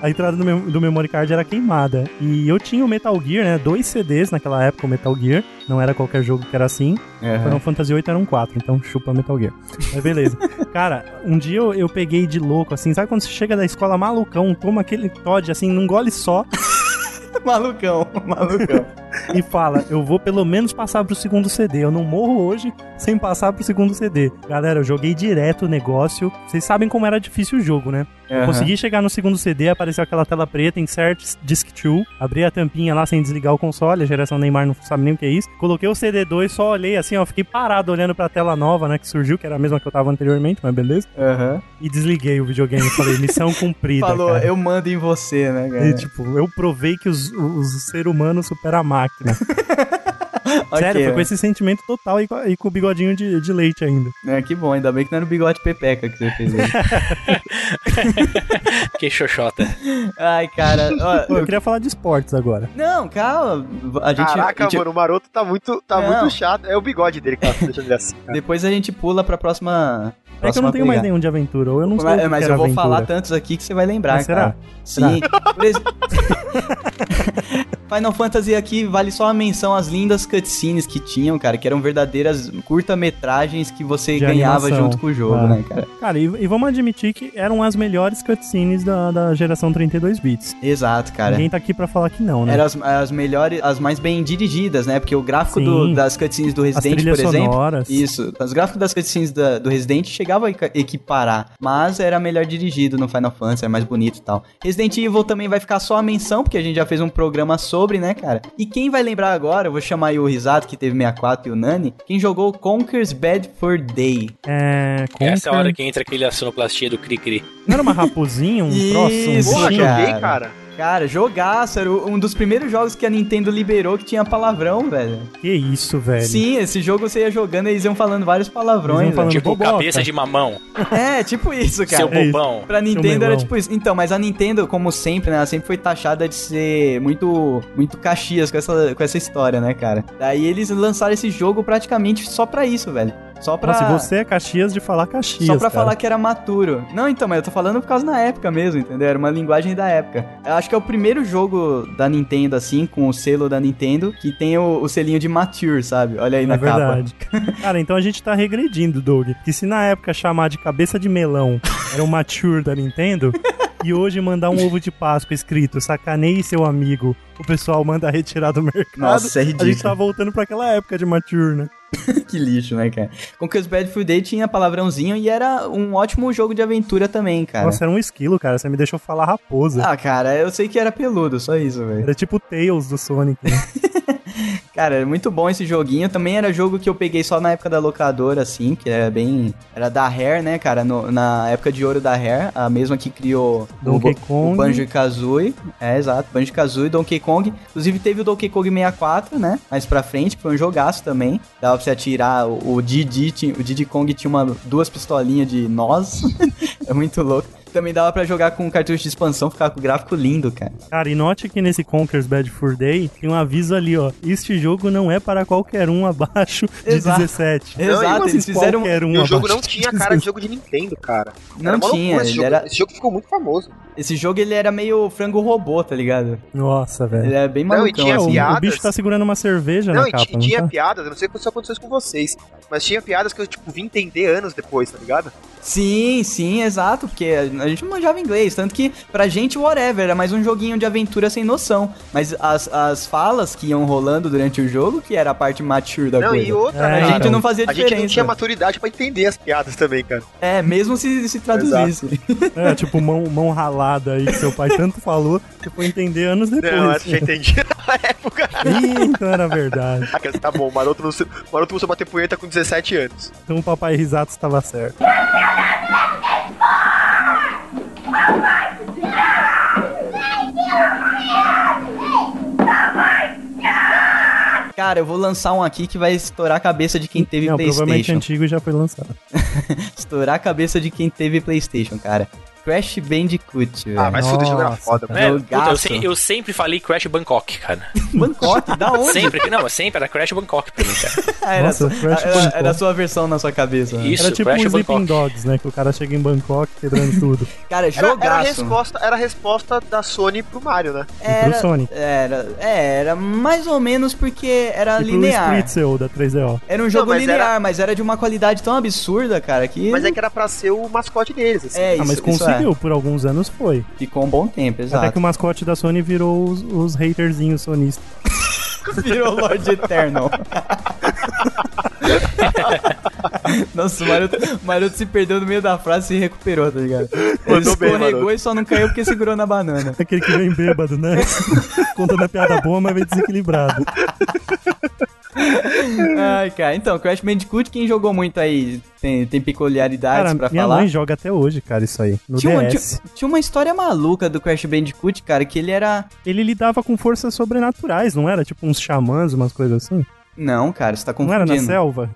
[SPEAKER 3] A entrada do, mem- do memory card era queimada. E eu tinha o Metal Gear, né? Dois CDs naquela época, o Metal Gear. Não era qualquer jogo que era assim.
[SPEAKER 2] Aham.
[SPEAKER 3] Final Fantasy VIII eram quatro, então chupa Metal Gear. Mas beleza. Cara, um dia eu, eu peguei de louco, assim. Sabe quando você chega da escola malucão, toma aquele Todd, assim, num gole só
[SPEAKER 2] malucão, *laughs* malucão.
[SPEAKER 3] e fala: Eu vou pelo menos passar pro segundo CD. Eu não morro hoje sem passar pro segundo CD. Galera, eu joguei direto o negócio. Vocês sabem como era difícil o jogo, né?
[SPEAKER 2] Aham.
[SPEAKER 3] Consegui chegar no segundo CD, apareceu aquela tela preta, insert disc 2, abri a tampinha lá sem desligar o console, a geração Neymar não sabe nem o que é isso. Coloquei o CD2, só olhei assim, ó, fiquei parado olhando pra tela nova, né, que surgiu, que era a mesma que eu tava anteriormente, mas beleza.
[SPEAKER 2] Aham.
[SPEAKER 3] E desliguei o videogame,
[SPEAKER 2] *laughs*
[SPEAKER 3] falei, missão cumprida,
[SPEAKER 2] Falou,
[SPEAKER 3] cara.
[SPEAKER 2] eu mando em você, né, cara?
[SPEAKER 3] E, tipo, eu provei que os, os ser humano supera a máquina. Sério,
[SPEAKER 2] *laughs* Ok,
[SPEAKER 3] foi com
[SPEAKER 2] né?
[SPEAKER 3] esse sentimento total e, com- e com o bigodinho de, de leite ainda.
[SPEAKER 2] É, que bom, ainda bem que não era o bigode pepeca que você fez
[SPEAKER 3] *laughs*
[SPEAKER 2] aí.
[SPEAKER 4] Que xoxota.
[SPEAKER 2] Ai, cara, ó,
[SPEAKER 3] Pô, eu queria falar de esportes agora. É
[SPEAKER 2] Não, calma. A gente,
[SPEAKER 5] Caraca,
[SPEAKER 2] a gente-
[SPEAKER 5] mano, o Maroto tá muito, tá
[SPEAKER 2] Não.
[SPEAKER 5] muito chato. É o bigode dele que tá deixando ele assim, cara.
[SPEAKER 2] Depois a gente pula pra próxima.
[SPEAKER 3] É que eu
[SPEAKER 2] próxima
[SPEAKER 3] não tenho mais
[SPEAKER 2] pegada.
[SPEAKER 3] nenhum de aventura, ou eu não sei o
[SPEAKER 2] Mas,
[SPEAKER 3] que
[SPEAKER 2] mas
[SPEAKER 3] era
[SPEAKER 2] eu vou
[SPEAKER 3] aventura.
[SPEAKER 2] falar tantos aqui que você vai lembrar,
[SPEAKER 3] Mas será?
[SPEAKER 2] cara. Sim. Por ex- *laughs* Final Fantasy aqui vale só a menção às lindas cutscenes que tinham, cara, que eram verdadeiras curta-metragens que você
[SPEAKER 3] De
[SPEAKER 2] ganhava
[SPEAKER 3] animação,
[SPEAKER 2] junto com o jogo,
[SPEAKER 3] claro.
[SPEAKER 2] né, cara?
[SPEAKER 3] Cara, e, e vamos admitir que eram as melhores cutscenes da, da geração 32 bits.
[SPEAKER 2] Exato, cara.
[SPEAKER 3] Ninguém tá aqui pra falar que não, né?
[SPEAKER 2] Eram as, as melhores, as mais bem dirigidas, né? Porque o gráfico do-
[SPEAKER 3] Sim.
[SPEAKER 2] das cutscenes do
[SPEAKER 3] as
[SPEAKER 2] Resident, por
[SPEAKER 3] trilhas
[SPEAKER 2] exemplo.
[SPEAKER 3] sonoras.
[SPEAKER 2] Isso, os gráficos das cutscenes da- do Resident chegavam a eca- equiparar, mas era melhor dirigido no Final Fantasy, era mais bonito e tal. Resident Evil também vai ficar só a menção, porque a gente já fez um programa sobre, né, cara? E quem vai lembrar agora, eu vou chamar aí o Risato, que teve 64, e o Nani, quem jogou Conker's Bad for Day.
[SPEAKER 3] É, com
[SPEAKER 4] Essa é a hora que entra aquele sonoplastia do Cri-Cri.
[SPEAKER 3] Não era uma raposinha, um
[SPEAKER 2] *laughs* Isso,
[SPEAKER 3] troço, um
[SPEAKER 2] *laughs* Sim,
[SPEAKER 5] Porra,
[SPEAKER 3] bichinho?
[SPEAKER 5] joguei,
[SPEAKER 2] cara.
[SPEAKER 5] cara.
[SPEAKER 2] Cara, jogaço, era um dos primeiros jogos que a Nintendo liberou que tinha palavrão, velho.
[SPEAKER 3] Que isso, velho.
[SPEAKER 2] Sim, esse jogo você ia jogando e eles iam falando vários palavrões.
[SPEAKER 3] Eles iam
[SPEAKER 2] velho.
[SPEAKER 4] Tipo,
[SPEAKER 3] bobota.
[SPEAKER 4] cabeça de mamão,
[SPEAKER 2] É, tipo isso, cara.
[SPEAKER 4] seu
[SPEAKER 3] É isso.
[SPEAKER 4] bobão.
[SPEAKER 2] Pra Nintendo
[SPEAKER 3] Seu
[SPEAKER 2] era
[SPEAKER 3] melão.
[SPEAKER 2] tipo isso. Então, mas a Nintendo, como sempre, né? Ela sempre foi taxada de ser muito muito caxias com essa, com essa história, né, cara? Daí eles lançaram esse jogo praticamente só pra isso, velho. Só pra,
[SPEAKER 3] Nossa, e você é Caxias de falar Caxias.
[SPEAKER 2] só pra
[SPEAKER 3] cara.
[SPEAKER 2] falar que era maturo. Não, então, mas eu tô falando por causa da época mesmo, entendeu? Era uma linguagem da época. Eu acho que é o primeiro jogo da Nintendo, assim, com o selo da Nintendo, que tem o, o selinho de mature, sabe? Olha aí na
[SPEAKER 3] É verdade. Cara, então a gente tá regredindo, Doug. Que se na época chamar de cabeça de melão era um mature da Nintendo, e hoje mandar um ovo de Páscoa escrito sacaneie seu amigo, o pessoal manda retirar do mercado.
[SPEAKER 2] capa. Nossa, é
[SPEAKER 3] a
[SPEAKER 2] ridículo.
[SPEAKER 3] gente tá voltando pra aquela época de mature, né?
[SPEAKER 2] Que lixo, né, cara? Conquest Bad Food Day tinha palavrãozinho e era um ótimo jogo de aventura também, cara.
[SPEAKER 3] Nossa, é. era um esquilo, cara. Você me deixou falar raposa.
[SPEAKER 2] Ah, cara, eu sei que era peludo, só isso, velho.
[SPEAKER 3] Era tipo o Tails do Sonic. né?
[SPEAKER 2] Cara, era muito bom esse joguinho. Também era jogo que eu peguei só na época da locadora, assim, que era bem. Era da Rare, né, cara? No- na época de ouro da Rare, a mesma que criou o,
[SPEAKER 3] Donkey
[SPEAKER 2] Bo-
[SPEAKER 3] Kong.
[SPEAKER 2] o Banjo Kazooie. É, exato. Banjo Kazooie, Donkey Kong. Inclusive teve o Donkey Kong 64, né? Mais pra frente, que foi um jogaço também. Dava pra você atirar. O, o Didi, tinha- o Didi Kong tinha uma, duas pistolinhas de nós. *laughs* é muito louco. Também dava pra jogar com um cartucho de expansão, ficar com o gráfico lindo, cara.
[SPEAKER 3] Cara, e note que nesse Conker's Bad Fur Day tem um aviso ali, ó. Este jogo não é para qualquer um abaixo de
[SPEAKER 2] Exato.
[SPEAKER 3] 17.
[SPEAKER 2] Exato,
[SPEAKER 3] Como assim,
[SPEAKER 2] eles fizeram-
[SPEAKER 3] qualquer um
[SPEAKER 5] E o jogo
[SPEAKER 2] *laughs*
[SPEAKER 3] abaixo
[SPEAKER 5] não
[SPEAKER 3] de
[SPEAKER 5] tinha cara de jogo de Nintendo, cara.
[SPEAKER 2] Não
[SPEAKER 5] Era uma
[SPEAKER 2] tinha,
[SPEAKER 5] loucura esse
[SPEAKER 2] ele
[SPEAKER 5] jogo.
[SPEAKER 2] era-
[SPEAKER 5] Esse jogo ficou muito famoso.
[SPEAKER 2] Esse jogo ele era meio frango robô, tá ligado?
[SPEAKER 3] 17. Nossa, velho.
[SPEAKER 2] Ele era bem
[SPEAKER 5] Não, e
[SPEAKER 2] malucão,
[SPEAKER 3] É,
[SPEAKER 5] tinha
[SPEAKER 3] o,
[SPEAKER 2] assim.
[SPEAKER 5] piadas.
[SPEAKER 3] o bicho tá segurando uma cerveja
[SPEAKER 5] não,
[SPEAKER 3] na
[SPEAKER 5] e
[SPEAKER 3] capa,
[SPEAKER 5] ti- tinha
[SPEAKER 3] não tá?
[SPEAKER 5] piadas, eu não sei se aconteceu isso com vocês, mas tinha piadas que eu, tipo, vim entender anos depois, tá ligado?
[SPEAKER 2] Sim, sim, exato, porque a gente não manjava inglês, tanto que pra gente, whatever, era mais um joguinho de aventura sem noção. Mas as, as falas que iam rolando durante o jogo, que era a parte mature da
[SPEAKER 5] não,
[SPEAKER 2] coisa,
[SPEAKER 5] e outra,
[SPEAKER 3] É,
[SPEAKER 2] a
[SPEAKER 5] né,
[SPEAKER 2] gente
[SPEAKER 5] cara,
[SPEAKER 2] não fazia
[SPEAKER 5] a gente
[SPEAKER 2] diferença.
[SPEAKER 5] não tinha maturidade pra entender as piadas também, cara.
[SPEAKER 2] É, mesmo se, se traduzisse.
[SPEAKER 3] É, tipo, mão, mão ralada aí que seu pai tanto falou, você foi entender anos depois.
[SPEAKER 5] Não, acho que é eu entendi *laughs* na época.
[SPEAKER 3] Ih, então era verdade.
[SPEAKER 5] Ah, cara, tá bom, o maroto, não, se- o maroto começou a bater punheta com 17 anos.
[SPEAKER 3] Então o papai risato estava certo.
[SPEAKER 2] Cara, eu vou lançar um aqui que vai estourar a cabeça de quem teve
[SPEAKER 3] não, provavelmente
[SPEAKER 2] Playstation.
[SPEAKER 3] antigo e já foi lançado.
[SPEAKER 2] Estourar a cabeça de quem teve Playstation, cara. Crash Bandicoot, velho.
[SPEAKER 5] Ah, mas foda, esse jogo era
[SPEAKER 3] Nossa,
[SPEAKER 5] foda,
[SPEAKER 3] cara.
[SPEAKER 5] mano.
[SPEAKER 4] É,
[SPEAKER 2] Jogaço.
[SPEAKER 4] puta, eu, se- eu sempre falei Crash Bangkok, cara.
[SPEAKER 2] Bangkok, da
[SPEAKER 3] *laughs*
[SPEAKER 2] onde?
[SPEAKER 4] Sempre, não, sempre era Crash Bangkok pra mim, cara.
[SPEAKER 2] Ah, era,
[SPEAKER 3] Nossa,
[SPEAKER 2] a sua,
[SPEAKER 3] Crash
[SPEAKER 2] era-
[SPEAKER 3] Bandicoot.
[SPEAKER 2] era a sua versão na sua cabeça. né?
[SPEAKER 4] Isso,
[SPEAKER 3] era tipo um
[SPEAKER 4] Crash
[SPEAKER 3] Sleeping
[SPEAKER 4] Bangkok.
[SPEAKER 3] Dogs, né? Que o cara chega em Bangkok
[SPEAKER 2] *laughs*
[SPEAKER 3] quebrando tudo.
[SPEAKER 2] Cara,
[SPEAKER 5] Era, era, a
[SPEAKER 2] jogaço.
[SPEAKER 5] resposta, era a resposta da Sony pro Mario, né?
[SPEAKER 3] E pro Sonic.
[SPEAKER 2] Era, é, era mais ou menos porque era
[SPEAKER 3] E pro
[SPEAKER 2] linear.
[SPEAKER 3] Spritzel da 3DO.
[SPEAKER 2] Era um jogo
[SPEAKER 5] mas
[SPEAKER 2] linear,
[SPEAKER 5] era-
[SPEAKER 2] mas era de uma qualidade tão absurda, cara, que.
[SPEAKER 5] Mas é que era pra ser o mascote deles, assim.
[SPEAKER 2] É,
[SPEAKER 3] ah, mas
[SPEAKER 2] isso- isso é.
[SPEAKER 3] conseguiu, por alguns anos foi.
[SPEAKER 2] Ficou um bom tempo,
[SPEAKER 3] Até que
[SPEAKER 2] exato.
[SPEAKER 3] o mascote da Sony virou os, os haterzinhos sonistas.
[SPEAKER 2] *laughs*
[SPEAKER 3] *laughs*
[SPEAKER 2] Virou Lord Eternal. Nossa, o Maroto, o Maroto se perdeu no meio da frase e se recuperou, tá ligado? Ele
[SPEAKER 5] Mandou bem,
[SPEAKER 2] escorregou
[SPEAKER 5] Maroto.
[SPEAKER 2] e só não caiu porque segurou na banana.
[SPEAKER 3] Aquele que vem
[SPEAKER 2] *laughs*
[SPEAKER 3] bêbado, né? Contando a piada boa, mas vem desequilibrado.
[SPEAKER 2] Ah, Ai, cara. Então, Crash Bandicoot, quem jogou muito aí tem, tem peculiaridades
[SPEAKER 3] Cara,
[SPEAKER 2] pra
[SPEAKER 3] minha
[SPEAKER 2] falar?
[SPEAKER 3] mãe joga até hoje, cara, isso aí. No
[SPEAKER 2] Tinha um uma,
[SPEAKER 3] DS.
[SPEAKER 2] tinha- tinha uma história maluca do Crash Bandicoot, cara, que ele era.
[SPEAKER 3] Ele lidava com forças sobrenaturais, não era? Tipo uns xamãs, umas coisas assim.
[SPEAKER 2] Não, cara, você tá
[SPEAKER 3] Não
[SPEAKER 2] confundindo.
[SPEAKER 3] era na selva?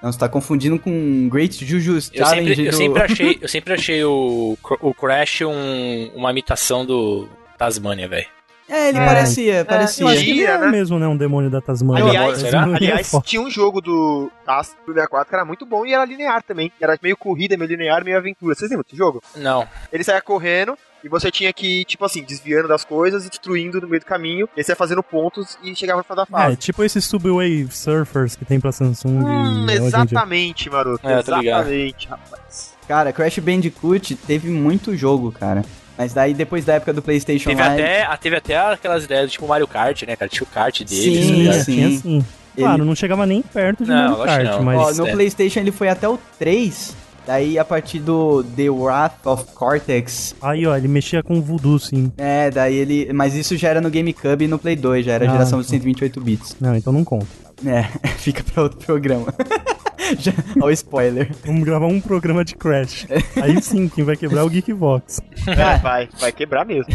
[SPEAKER 2] Não, você tá confundindo com Great Juju
[SPEAKER 4] Eu
[SPEAKER 2] Challenge do...
[SPEAKER 4] sempre, eu
[SPEAKER 2] *laughs*
[SPEAKER 4] sempre achei, eu sempre achei o, o Crash um- uma imitação do Tasmania, velho.
[SPEAKER 2] É, ele
[SPEAKER 3] É.
[SPEAKER 2] parecia,
[SPEAKER 5] eu
[SPEAKER 2] parecia.
[SPEAKER 5] acho
[SPEAKER 3] Ele
[SPEAKER 5] Ia,
[SPEAKER 3] é
[SPEAKER 5] né?
[SPEAKER 3] mesmo, né? Um demônio da Tasmania.
[SPEAKER 5] Aliás,
[SPEAKER 3] Mas
[SPEAKER 4] será?
[SPEAKER 3] não ia
[SPEAKER 5] Aliás,
[SPEAKER 3] fora.
[SPEAKER 5] tinha um jogo do Astro do 64 que era muito bom e era linear também. Era meio corrida, meio linear, meio aventura. Vocês lembram desse jogo?
[SPEAKER 4] Não.
[SPEAKER 5] Ele saia correndo e você tinha que ir, tipo assim, desviando das coisas e destruindo no meio do caminho. E você ia fazendo pontos e chegava no final da
[SPEAKER 3] É,
[SPEAKER 4] Ah,
[SPEAKER 5] fase.
[SPEAKER 3] tipo esses Subway Surfers que tem pra Samsung.
[SPEAKER 5] Hum,
[SPEAKER 3] hoje em dia.
[SPEAKER 5] exatamente, maroto.
[SPEAKER 4] É, tô ligado.
[SPEAKER 5] exatamente, rapaz.
[SPEAKER 2] Cara, Crash Bandicoot teve muito jogo, cara. Mas daí, depois da época do PlayStation
[SPEAKER 4] Teve
[SPEAKER 2] Live,
[SPEAKER 4] até, ah, teve até aquelas ideias tipo Mario Kart, né, cara? Tinha o kart deles.
[SPEAKER 2] Sim,
[SPEAKER 4] né,
[SPEAKER 3] Tinha,
[SPEAKER 4] cara?
[SPEAKER 2] sim.
[SPEAKER 3] tinha sim. Claro, não chegava nem perto de
[SPEAKER 4] Não,
[SPEAKER 3] Mario
[SPEAKER 4] lógico que
[SPEAKER 3] Kart,
[SPEAKER 4] não.
[SPEAKER 3] mas.
[SPEAKER 2] ó,
[SPEAKER 4] isso
[SPEAKER 2] no
[SPEAKER 4] é.
[SPEAKER 2] PlayStation ele foi até o 3. Daí, a partir do The Wrath of Cortex,
[SPEAKER 3] Aí, ó, ele mexia com o voodoo, sim.
[SPEAKER 2] é, daí ele... Mas isso já era no GameCube e no Play 2, já era a
[SPEAKER 3] Ah,
[SPEAKER 2] geração de
[SPEAKER 3] tá.
[SPEAKER 2] 128 bits.
[SPEAKER 3] Não, então não conta.
[SPEAKER 2] É, *laughs* fica pra outro programa. *laughs* já, ó o spoiler.
[SPEAKER 3] Vamos gravar um programa de
[SPEAKER 2] *laughs*
[SPEAKER 3] Crash. Aí sim, quem vai quebrar é o Geekbox.
[SPEAKER 4] *laughs*
[SPEAKER 5] É, vai, vai quebrar mesmo.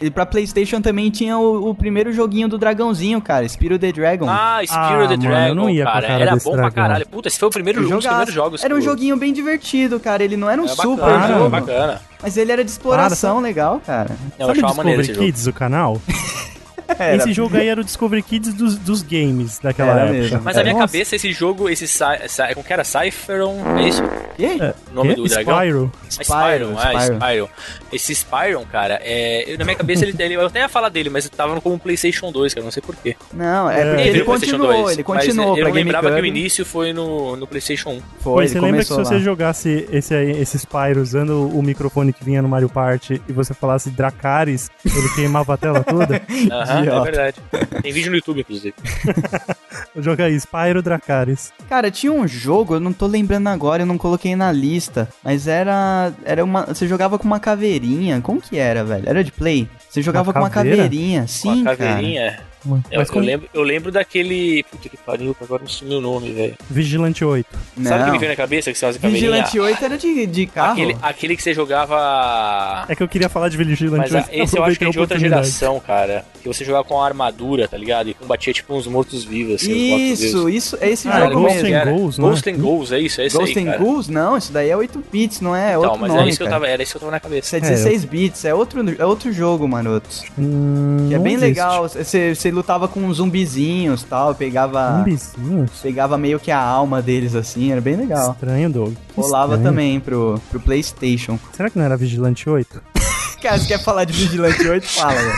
[SPEAKER 2] E pra PlayStation também tinha o, o primeiro joguinho do dragãozinho, cara, Spiro the Dragon.
[SPEAKER 4] Ah, Spirit
[SPEAKER 3] Ah,
[SPEAKER 4] the
[SPEAKER 3] mano,
[SPEAKER 4] Dragon,
[SPEAKER 3] eu não ia com a
[SPEAKER 4] cara.
[SPEAKER 3] cara
[SPEAKER 4] Era
[SPEAKER 3] desse
[SPEAKER 4] bom pra
[SPEAKER 3] dragão.
[SPEAKER 4] caralho. Puta, esse foi o primeiro jogo, um dos
[SPEAKER 2] Jogaço.
[SPEAKER 4] primeiros jogos.
[SPEAKER 2] Era um
[SPEAKER 4] pô.
[SPEAKER 2] joguinho bem divertido, cara. Ele não era um
[SPEAKER 4] Era
[SPEAKER 2] super
[SPEAKER 4] bacana,
[SPEAKER 2] jogo,
[SPEAKER 4] era um bacana.
[SPEAKER 2] mas ele era de exploração legal, cara.
[SPEAKER 4] Não, eu
[SPEAKER 3] Sabe o
[SPEAKER 4] achava maneiro
[SPEAKER 3] Discovery
[SPEAKER 4] esse jogo.
[SPEAKER 3] Kids, o canal?
[SPEAKER 4] É,
[SPEAKER 2] Era.
[SPEAKER 3] Esse jogo aí era o Discovery Kids dos, dos games daquela
[SPEAKER 2] Era
[SPEAKER 3] época.
[SPEAKER 2] mesmo.
[SPEAKER 4] Mas
[SPEAKER 2] É.
[SPEAKER 4] na minha
[SPEAKER 3] Nossa,
[SPEAKER 4] cabeça, esse jogo, esse. Cy- Cy- Como que era? Cypheron? É isso?
[SPEAKER 2] E aí?
[SPEAKER 4] O nome
[SPEAKER 3] quê?
[SPEAKER 4] do dragão? É
[SPEAKER 3] Spyro.
[SPEAKER 4] Spyron,
[SPEAKER 2] Spyro,
[SPEAKER 4] ah,
[SPEAKER 2] Spyro.
[SPEAKER 4] Spyron. Esse Spyron, cara, é, eu- na minha cabeça ele, ele- eu até ia falar dele, mas eu tava como PlayStation 2, cara, não sei porquê.
[SPEAKER 2] Não, é
[SPEAKER 3] É.
[SPEAKER 2] porque
[SPEAKER 3] Ele
[SPEAKER 2] ele
[SPEAKER 4] veio pro PlayStation
[SPEAKER 2] continuou, ele
[SPEAKER 4] mas
[SPEAKER 2] continuou
[SPEAKER 4] Eu
[SPEAKER 2] pra
[SPEAKER 4] não lembrava que o
[SPEAKER 2] GameCube.
[SPEAKER 4] início foi no, no PlayStation 1.
[SPEAKER 2] Foi,
[SPEAKER 3] Pô, você
[SPEAKER 2] ele
[SPEAKER 3] lembra que se
[SPEAKER 2] começou
[SPEAKER 3] você
[SPEAKER 2] lá.
[SPEAKER 3] jogasse esse, aí- esse Spyro usando o microfone que vinha no Mario Party e você falasse Dracaris, ele queimava a
[SPEAKER 2] *laughs*
[SPEAKER 3] tela toda?
[SPEAKER 4] Aham,
[SPEAKER 2] Idiota.
[SPEAKER 4] é verdade. Tem vídeo no YouTube, inclusive.
[SPEAKER 3] Joga aí, Spyro Dracaris.
[SPEAKER 2] Cara, tinha um jogo, eu não tô lembrando agora, eu não coloquei na lista, mas era era uma, você jogava com uma caveirinha. Como que era, velho? Era de play? Você jogava com uma
[SPEAKER 3] caveira?
[SPEAKER 2] caveirinha, sim,
[SPEAKER 4] Com a
[SPEAKER 2] cara.
[SPEAKER 4] caveirinha. Eu,
[SPEAKER 3] Mas
[SPEAKER 4] eu
[SPEAKER 3] como
[SPEAKER 4] lembro, eu lembro daquele. Puta que pariu, agora me sumiu o nome, velho.
[SPEAKER 3] Vigilante 8.
[SPEAKER 4] Sabe o que me
[SPEAKER 2] Não.
[SPEAKER 4] veio na cabeça que são as caveirinhas?
[SPEAKER 2] Vigilante 8 era de, de carro.
[SPEAKER 4] Aquele, aquele que você jogava.
[SPEAKER 3] É que eu queria falar de
[SPEAKER 4] Mas
[SPEAKER 3] Vigilante 8.
[SPEAKER 4] ah, esse eu acho que
[SPEAKER 3] aproveitei a
[SPEAKER 4] é de outra
[SPEAKER 3] oportunidade.
[SPEAKER 4] geração, cara. Que você jogava com a armadura, tá ligado? E combatia tipo uns mortos-vivos. Assim, uns mortos-vivos.
[SPEAKER 2] Isso, isso, é esse
[SPEAKER 3] Ah,
[SPEAKER 2] jogo
[SPEAKER 3] Ghost
[SPEAKER 2] mesmo.
[SPEAKER 3] and Ghouls, não é?
[SPEAKER 4] Ghost and Ghouls, é isso, é isso
[SPEAKER 2] né? Ghost
[SPEAKER 4] aí,
[SPEAKER 2] and
[SPEAKER 4] cara.
[SPEAKER 2] Ghouls? Não, isso daí é 8 bits, não é? É
[SPEAKER 4] Então,
[SPEAKER 2] outro
[SPEAKER 4] mas
[SPEAKER 2] nome,
[SPEAKER 4] era isso, que eu
[SPEAKER 2] cara.
[SPEAKER 4] tava, era isso que eu tava na cabeça.
[SPEAKER 2] Isso é 16 bits, é outro, é outro jogo, maroto.
[SPEAKER 3] Hum,
[SPEAKER 2] Que é
[SPEAKER 3] não
[SPEAKER 2] bem
[SPEAKER 3] existe.
[SPEAKER 2] legal, você você lutava com zumbizinhos e tal, pegava,
[SPEAKER 3] Zumbizinhos?
[SPEAKER 2] pegava meio que a alma deles assim, era bem legal.
[SPEAKER 3] Estranho, Doug. Que
[SPEAKER 2] Rolava
[SPEAKER 3] estranho.
[SPEAKER 2] também pro, pro Playstation.
[SPEAKER 3] Será que não era Vigilante 8?
[SPEAKER 2] Cara, você quer falar de Vigilante 8? Fala, velho.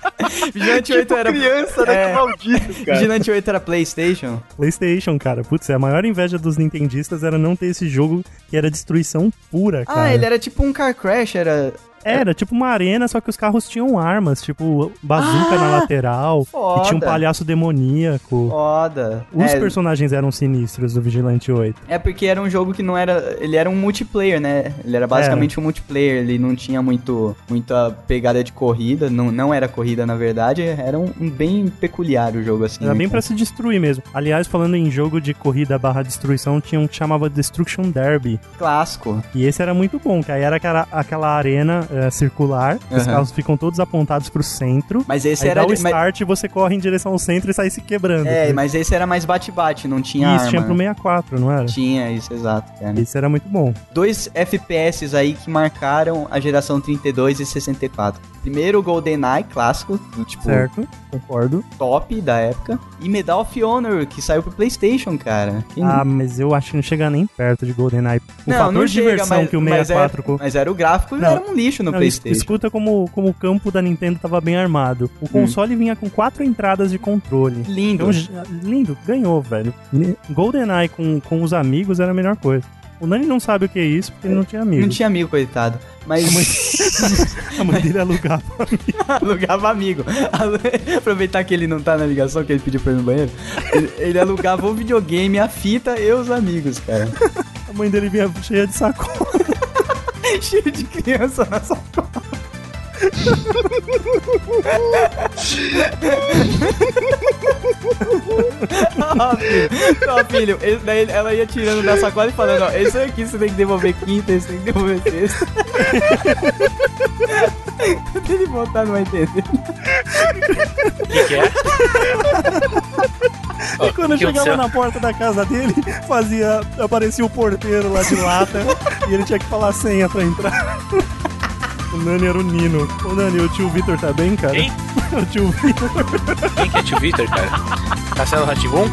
[SPEAKER 3] *laughs* Tipo
[SPEAKER 2] Vigilante 8 era...
[SPEAKER 5] Criança, né?
[SPEAKER 2] É.
[SPEAKER 5] Que maldito, cara.
[SPEAKER 2] Vigilante 8 era Playstation?
[SPEAKER 3] PlayStation, cara. Putz, a maior inveja dos nintendistas era não ter esse jogo que era destruição pura, cara.
[SPEAKER 2] Ah, ele era tipo um Car Crash, era...
[SPEAKER 3] Era tipo uma arena, só que os carros tinham armas, tipo bazuca na lateral,
[SPEAKER 2] Ah! foda.
[SPEAKER 3] e tinha um palhaço demoníaco.
[SPEAKER 2] Foda.
[SPEAKER 3] Os
[SPEAKER 2] é,
[SPEAKER 3] personagens eram sinistros do Vigilante 8.
[SPEAKER 2] É porque era um jogo que não era. Ele era um multiplayer, né? Ele era basicamente
[SPEAKER 3] É.
[SPEAKER 2] um multiplayer, ele não tinha muito, muita pegada de corrida, não, não era corrida na verdade, era um, um bem peculiar o jogo assim.
[SPEAKER 3] Era
[SPEAKER 2] né,
[SPEAKER 3] bem pra
[SPEAKER 2] cara?
[SPEAKER 3] se destruir mesmo. Aliás, falando em jogo de corrida barra destruição, tinha um que chamava Destruction Derby.
[SPEAKER 2] clássico.
[SPEAKER 3] E esse era muito bom, que aí era aquela, aquela arena eh, circular, os
[SPEAKER 2] Aham.
[SPEAKER 3] carros ficam todos apontados pro centro.
[SPEAKER 2] Mas esse
[SPEAKER 3] aí
[SPEAKER 2] era
[SPEAKER 3] dá o
[SPEAKER 2] de- mas,
[SPEAKER 3] start e você corre em direção ao centro e sai se quebrando.
[SPEAKER 2] É, mas esse era mais bate-bate, não
[SPEAKER 3] E
[SPEAKER 2] tinha
[SPEAKER 3] isso tinha pro
[SPEAKER 2] arma.
[SPEAKER 3] 64, não era?
[SPEAKER 2] Tinha isso, exato, cara.
[SPEAKER 3] Isso era muito bom.
[SPEAKER 2] Dois FPS aí que marcaram a geração 32 e 64. Primeiro o GoldenEye clássico, do tipo
[SPEAKER 3] Certo? Concordo.
[SPEAKER 2] top da época, e Medal of Honor que saiu pro PlayStation, cara. Quem
[SPEAKER 3] Ah, mas eu acho que não chega nem perto de GoldenEye. O
[SPEAKER 2] Não,
[SPEAKER 3] fator
[SPEAKER 2] não
[SPEAKER 3] de
[SPEAKER 2] chega,
[SPEAKER 3] diversão
[SPEAKER 2] mas-
[SPEAKER 3] que o
[SPEAKER 2] mas
[SPEAKER 3] 64... co-
[SPEAKER 2] Mas era o gráfico e
[SPEAKER 3] Não.
[SPEAKER 2] era um lixo no
[SPEAKER 3] Não, es-
[SPEAKER 2] PlayStation. Hum.
[SPEAKER 3] escuta como, como o campo da Nintendo tava bem armado. O console vinha com quatro entradas de controle.
[SPEAKER 2] Lindo.
[SPEAKER 3] Então, j- lindo, ganhou, velho. Ni- GoldenEye com, com os amigos era a melhor coisa. O Nani não sabe o que é isso, porque ele não tinha
[SPEAKER 2] Não
[SPEAKER 3] amigos.
[SPEAKER 2] tinha amigo, coitado. *laughs*
[SPEAKER 3] assim?
[SPEAKER 2] Mas
[SPEAKER 3] A mãe dele alugava.
[SPEAKER 2] alugava amigo. Alu- *laughs* Aproveitar que ele não tá na ligação, que ele pediu pra ir no banheiro. Ele, ele alugava o videogame, a fita e os amigos, cara.
[SPEAKER 3] A mãe dele vinha cheia de sacola.
[SPEAKER 2] *laughs* Cheio de criança na sua Ah, filho. Não, filho, esse daí ela ia tirando da sacola e falando, ó, esse aqui você tem que devolver quinta, esse tem que devolver sexta. Quando ele voltar, não vai entender.
[SPEAKER 4] *laughs* O
[SPEAKER 2] *laughs*
[SPEAKER 4] que, que é?
[SPEAKER 3] E quando
[SPEAKER 4] Meu Deus do
[SPEAKER 3] eu chegava
[SPEAKER 4] céu.
[SPEAKER 3] na porta da casa dele, fazia. aparecia o porteiro lá de lata e ele tinha que falar a senha pra entrar. O Nani era o Nino. Ô Nani, o tio Vitor tá bem, cara?
[SPEAKER 4] Hein?
[SPEAKER 3] O tio Vitor.
[SPEAKER 4] Quem que é tio Vitor, cara? Marcelo Ratibum?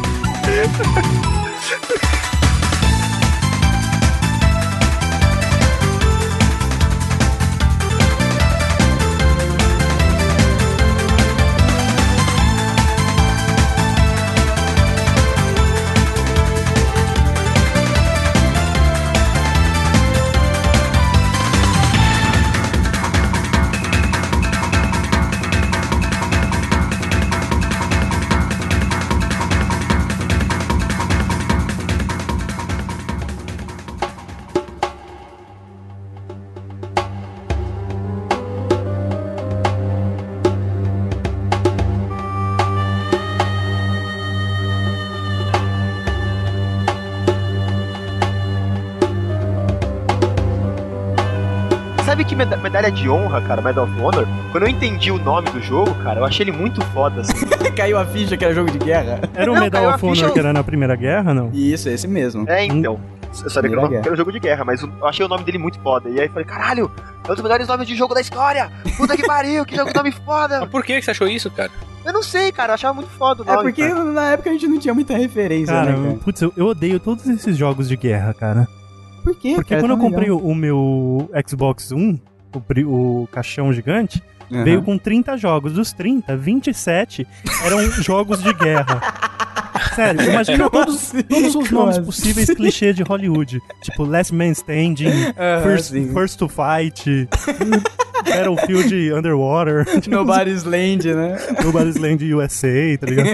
[SPEAKER 5] Sabe que meda- medalha de honra, cara, Medal of Honor? Quando eu entendi o nome do jogo, cara, eu achei ele muito foda, *laughs* assim.
[SPEAKER 2] Caiu a ficha que era jogo de guerra.
[SPEAKER 3] Era o
[SPEAKER 5] Não,
[SPEAKER 3] Medal
[SPEAKER 5] caiu a
[SPEAKER 3] of Honor
[SPEAKER 5] ficha.
[SPEAKER 3] que era na Primeira Guerra, não?
[SPEAKER 2] Isso, esse mesmo.
[SPEAKER 5] É, então. Eu sabia que era,
[SPEAKER 2] Primeira
[SPEAKER 5] um- que era um jogo de guerra, mas eu achei o nome dele muito foda. E aí eu falei, caralho, é um dos melhores nomes de jogo da história! Puta que pariu, que jogo nome foda!
[SPEAKER 4] Mas Ah, por que que você achou isso, cara?
[SPEAKER 5] Eu não sei, cara, eu achava muito foda o
[SPEAKER 2] É
[SPEAKER 5] nome.
[SPEAKER 2] porque
[SPEAKER 5] cara.
[SPEAKER 2] na época a gente não tinha muita referência,
[SPEAKER 3] Cara,
[SPEAKER 2] né,
[SPEAKER 3] eu- putz, eu, eu odeio todos esses jogos de guerra, cara.
[SPEAKER 2] cara? Tá Por quê?
[SPEAKER 3] Porque quando eu comprei o, o meu Xbox One, o, pri- o caixão gigante, veio com 30 jogos. Dos 30, 27
[SPEAKER 2] *laughs*
[SPEAKER 3] eram jogos de guerra. Sério, imagina todos,
[SPEAKER 2] assim?
[SPEAKER 3] todos os nomes possíveis clichê de Hollywood. Tipo Last Man Standing, First, First to Fight,
[SPEAKER 2] *laughs*
[SPEAKER 3] Battlefield Underwater,
[SPEAKER 2] *laughs* Nobody's Land, né?
[SPEAKER 3] *laughs* Nobody's Land USA, tá ligado?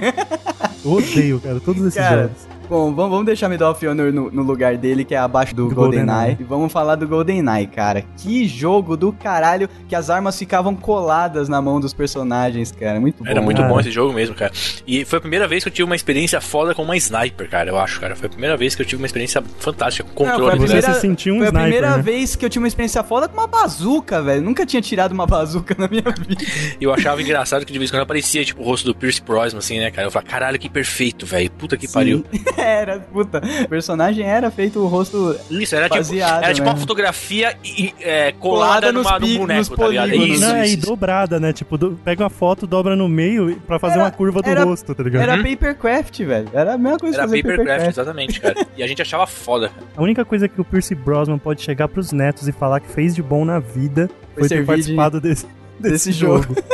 [SPEAKER 3] Eu odeio, cara, todos esses
[SPEAKER 2] Cara,
[SPEAKER 3] jogos.
[SPEAKER 2] Bom, vamos, vamos deixar Medal of Honor no, no lugar dele, que é abaixo do,
[SPEAKER 3] Do
[SPEAKER 2] GoldenEye.
[SPEAKER 3] GoldenEye.
[SPEAKER 2] E vamos falar do GoldenEye, cara. Que jogo do caralho que as armas ficavam coladas na mão dos personagens, cara. Muito bom.
[SPEAKER 4] Era muito
[SPEAKER 3] cara.
[SPEAKER 4] bom esse jogo mesmo, cara. E foi a primeira vez que eu tive uma experiência foda com uma sniper, cara, eu acho, cara. Foi a primeira vez que eu tive uma experiência fantástica com
[SPEAKER 2] Não, foi a
[SPEAKER 4] controle. né?
[SPEAKER 3] Você
[SPEAKER 2] primeira-
[SPEAKER 3] se sentiu um
[SPEAKER 2] Foi a
[SPEAKER 3] sniper,
[SPEAKER 2] primeira
[SPEAKER 3] né?
[SPEAKER 2] vez que eu tive uma experiência foda com uma bazuca, velho. Nunca tinha tirado uma bazuca na minha vida. *laughs*
[SPEAKER 4] E eu achava engraçado que de vez em quando aparecia, tipo, o rosto do Pierce Brosnan, assim, né, cara? Eu falava, caralho, que perfeito, velho. Puta que pariu.
[SPEAKER 2] era, puta. O personagem era feito o rosto
[SPEAKER 4] Isso, era tipo,
[SPEAKER 2] Baseado,
[SPEAKER 4] era tipo uma
[SPEAKER 2] né?
[SPEAKER 4] fotografia e- e, é,
[SPEAKER 2] Colada
[SPEAKER 4] colada,
[SPEAKER 2] nos
[SPEAKER 4] numa,
[SPEAKER 2] pi-
[SPEAKER 4] num boneco,
[SPEAKER 2] nos
[SPEAKER 4] tá ligado? É
[SPEAKER 2] polígonos.
[SPEAKER 4] Isso,
[SPEAKER 3] Não, e
[SPEAKER 4] isso, isso.
[SPEAKER 3] dobrada, né? Tipo, do- pega uma foto, dobra no meio e- pra fazer
[SPEAKER 2] Era-
[SPEAKER 3] uma curva do
[SPEAKER 2] era-
[SPEAKER 3] rosto, tá ligado?
[SPEAKER 2] era papercraft, velho. Era a mesma coisa
[SPEAKER 4] né? Era
[SPEAKER 2] que fazer
[SPEAKER 4] papercraft,
[SPEAKER 2] papercraft.
[SPEAKER 4] exatamente, cara. E a gente achava foda.
[SPEAKER 3] A única coisa que o Percy Brosnan pode chegar pros netos e falar que fez de bom na vida foi ter
[SPEAKER 2] servir *laughs*
[SPEAKER 3] participado desse, desse
[SPEAKER 2] desse
[SPEAKER 3] jogo. *laughs*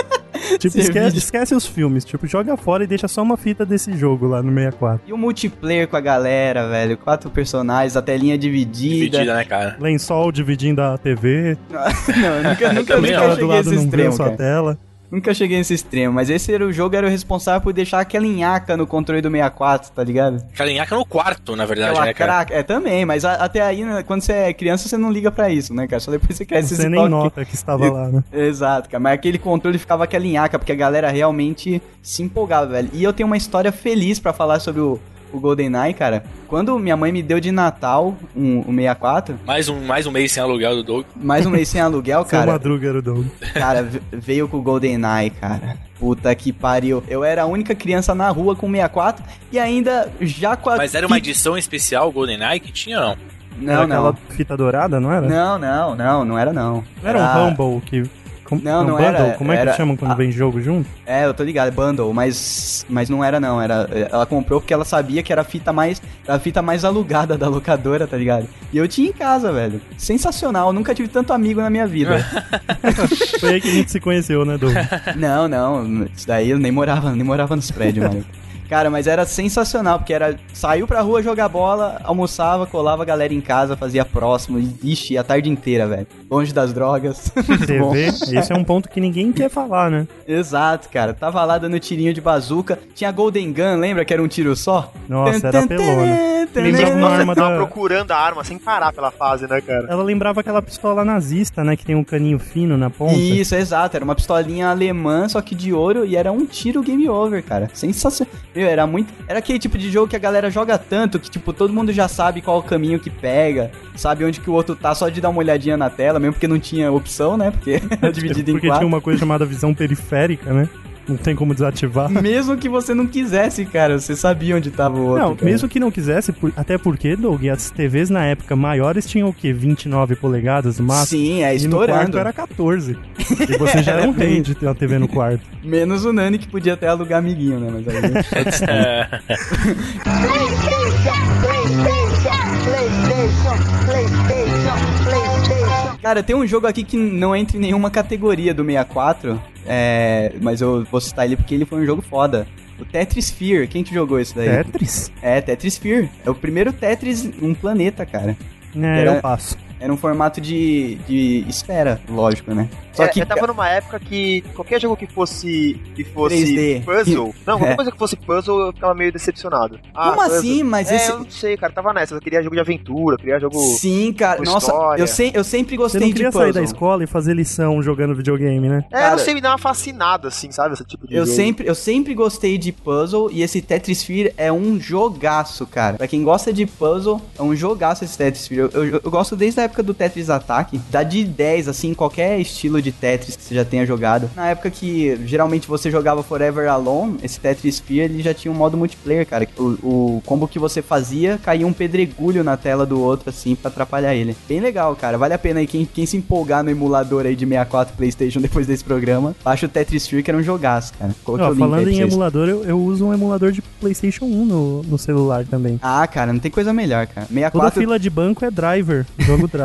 [SPEAKER 3] tipo,
[SPEAKER 2] Servir
[SPEAKER 3] esquece,
[SPEAKER 2] de-
[SPEAKER 3] esquece os filmes. Tipo, joga fora e deixa só uma fita desse jogo lá no 64.
[SPEAKER 2] E o multiplayer com a galera, velho. Quatro personagens, a telinha dividida.
[SPEAKER 4] Dividida, né, cara?
[SPEAKER 3] Lençol dividindo a TV,
[SPEAKER 2] Não, eu nunca, nunca,
[SPEAKER 4] É, Também, ó,
[SPEAKER 2] nunca
[SPEAKER 3] ela do
[SPEAKER 2] cheguei a
[SPEAKER 3] lado
[SPEAKER 2] esse
[SPEAKER 3] não vê a
[SPEAKER 2] extremo,
[SPEAKER 3] sua
[SPEAKER 2] cara.
[SPEAKER 3] tela.
[SPEAKER 2] Nunca cheguei nesse extremo, mas esse era o jogo era o responsável por deixar aquela nhaca no controle do 64, tá ligado?
[SPEAKER 4] Calinhaca no quarto, na verdade,
[SPEAKER 2] Aquela
[SPEAKER 4] né, cara?
[SPEAKER 2] craca. É, também, mas a- até aí, né, quando você é criança, você não liga pra isso, né, cara? Só depois você cresce
[SPEAKER 3] Você
[SPEAKER 2] esse
[SPEAKER 3] nem
[SPEAKER 2] toque.
[SPEAKER 3] nota que estava lá, né?
[SPEAKER 2] Exato, cara. Mas aquele controle ficava aquela nhaca, porque a galera realmente se empolgava, velho. E eu tenho uma história feliz pra falar sobre o, o GoldenEye, cara. Quando minha mãe me deu de Natal um, o 64,
[SPEAKER 4] Mais um, mais um mês sem aluguel do Doug.
[SPEAKER 2] mais um mês
[SPEAKER 3] *laughs*
[SPEAKER 2] sem aluguel,
[SPEAKER 3] Seu
[SPEAKER 2] cara.
[SPEAKER 3] Madruga era o Doug.
[SPEAKER 2] Cara, ve- veio com o GoldenEye, cara. Puta que pariu. Eu era a única criança na rua com 64 e ainda já com a.
[SPEAKER 4] Mas era uma edição especial GoldenEye que tinha, não?
[SPEAKER 2] Não,
[SPEAKER 3] era aquela
[SPEAKER 2] não.
[SPEAKER 3] fita dourada, não era?
[SPEAKER 2] Não, não, não, não era não.
[SPEAKER 3] Não era um Humble que... com-
[SPEAKER 2] Não,
[SPEAKER 3] um
[SPEAKER 2] não
[SPEAKER 3] bundle?
[SPEAKER 2] era,
[SPEAKER 3] Como é que
[SPEAKER 2] era-
[SPEAKER 3] chamam quando
[SPEAKER 2] ah.
[SPEAKER 3] vem jogo junto?
[SPEAKER 2] É, eu tô ligado, é bundle, mas mas não era não, era ela comprou porque ela sabia que era a fita mais a fita mais alugada da locadora, tá ligado? E eu tinha em casa, velho. Sensacional, eu nunca tive tanto amigo na minha vida.
[SPEAKER 3] Foi aí que a gente se conheceu, né, Doug?
[SPEAKER 2] não, não, isso daí eu nem morava, nem morava nos prédios, mano. Cara, mas era sensacional, porque era. Saiu pra rua jogar bola, almoçava, colava a galera em casa, fazia próximo, e, ixi, a tarde inteira, velho. Longe das drogas. *laughs* *laughs* Muito bom.
[SPEAKER 3] TV, esse é um ponto que ninguém quer falar, né?
[SPEAKER 2] Exato, cara. Tava lá dando tirinho de bazuca. Tinha Golden Gun, lembra que era um tiro só?
[SPEAKER 3] Nossa, era
[SPEAKER 2] né?
[SPEAKER 3] pelona. Lembrava uma
[SPEAKER 5] Nossa,
[SPEAKER 3] arma
[SPEAKER 5] eu tava
[SPEAKER 3] da-
[SPEAKER 5] procurando a arma sem parar pela fase, né, cara?
[SPEAKER 3] Ela lembrava aquela pistola nazista, né? Que tem um caninho fino na ponta.
[SPEAKER 2] Isso, exato. Era uma pistolinha alemã, só que de ouro, e era um tiro game over, cara. Sensacional. Meu, era muito. Era aquele tipo de jogo que a galera joga tanto que, tipo, todo mundo já sabe qual o caminho que pega, sabe onde que o outro tá, só de dar uma olhadinha na
[SPEAKER 3] *laughs*
[SPEAKER 2] tela, mesmo porque não tinha opção, né? Porque era dividido em
[SPEAKER 3] É Porque
[SPEAKER 2] quatro.
[SPEAKER 3] tinha uma coisa chamada visão periférica, né? Não tem como
[SPEAKER 2] *laughs*
[SPEAKER 3] desativar.
[SPEAKER 2] Mesmo que você não quisesse, cara, você sabia onde tava o outro.
[SPEAKER 3] Não,
[SPEAKER 2] cara.
[SPEAKER 3] mesmo que não quisesse, por- até porque, Doug, as TVs na época maiores tinham o quê? 29 polegadas no máximo?
[SPEAKER 2] Sim, é
[SPEAKER 3] E no quarto
[SPEAKER 2] estourando. *laughs*
[SPEAKER 3] era 14. E você já era um rei de ter uma TV no quarto.
[SPEAKER 2] Menos o Nani que podia até alugar amiguinho, né? Mas aí... Cara, tem um jogo aqui que não entra em nenhuma categoria do 64, é, mas eu vou citar ele porque ele foi um jogo foda. O Tetris Sphere, quem que jogou isso daí?
[SPEAKER 3] Tetris?
[SPEAKER 2] É, *laughs* Tetris Sphere. É o primeiro Tetris num planeta, cara.
[SPEAKER 3] É,
[SPEAKER 2] Era-
[SPEAKER 3] eu passo.
[SPEAKER 2] Era um formato de, de esfera, lógico, né? Só
[SPEAKER 5] É,
[SPEAKER 2] que
[SPEAKER 5] eu tava numa época que qualquer jogo que fosse que fosse
[SPEAKER 2] 3D.
[SPEAKER 5] puzzle, não, *laughs* qualquer
[SPEAKER 2] É.
[SPEAKER 5] coisa que fosse puzzle eu ficava meio decepcionado. Ah,
[SPEAKER 2] Como
[SPEAKER 5] puzzle.
[SPEAKER 2] assim? Mas
[SPEAKER 5] é,
[SPEAKER 2] esse-
[SPEAKER 5] eu não sei, cara, tava nessa, eu queria jogo de aventura, eu queria jogo
[SPEAKER 2] Sim, cara.
[SPEAKER 5] com
[SPEAKER 2] Nossa,
[SPEAKER 5] história.
[SPEAKER 2] eu, se- eu sempre
[SPEAKER 3] Você
[SPEAKER 2] gostei
[SPEAKER 3] não
[SPEAKER 2] de
[SPEAKER 3] queria
[SPEAKER 2] puzzle.
[SPEAKER 3] sair da escola e fazer lição jogando videogame, né?
[SPEAKER 5] É,
[SPEAKER 2] Cara-
[SPEAKER 5] não sei, me dá uma fascinada assim, sabe, esse tipo de
[SPEAKER 2] Eu
[SPEAKER 5] jogo.
[SPEAKER 2] sempre, eu sempre gostei de puzzle e esse Tetris Sphere é um jogaço, cara. Pra quem gosta de puzzle, é um jogaço esse Tetris Sphere. Eu, eu- eu gosto desde a época do Tetris Attack. Dá de 10, assim, qualquer estilo de Tetris que você já tenha jogado. Na época que geralmente você jogava Forever Alone, esse Tetris Sphere ele já tinha um modo multiplayer, cara. O, o combo que você fazia caía um pedregulho na tela do outro, assim, pra atrapalhar ele. Bem legal, cara. Vale a pena aí quem, quem se empolgar no emulador aí de 64 PlayStation depois desse programa. Baixa o Tetris Sphere, que era um jogaço, cara. Coloquei
[SPEAKER 3] Ó,
[SPEAKER 2] o link aí
[SPEAKER 3] falando
[SPEAKER 2] pra
[SPEAKER 3] em
[SPEAKER 2] vocês.
[SPEAKER 3] emulador, eu, eu uso um emulador de PlayStation 1 no, no celular também.
[SPEAKER 2] Ah, cara, não tem coisa melhor, cara.
[SPEAKER 3] Toda
[SPEAKER 2] 64
[SPEAKER 3] fila de banco é driver. Jogo driver.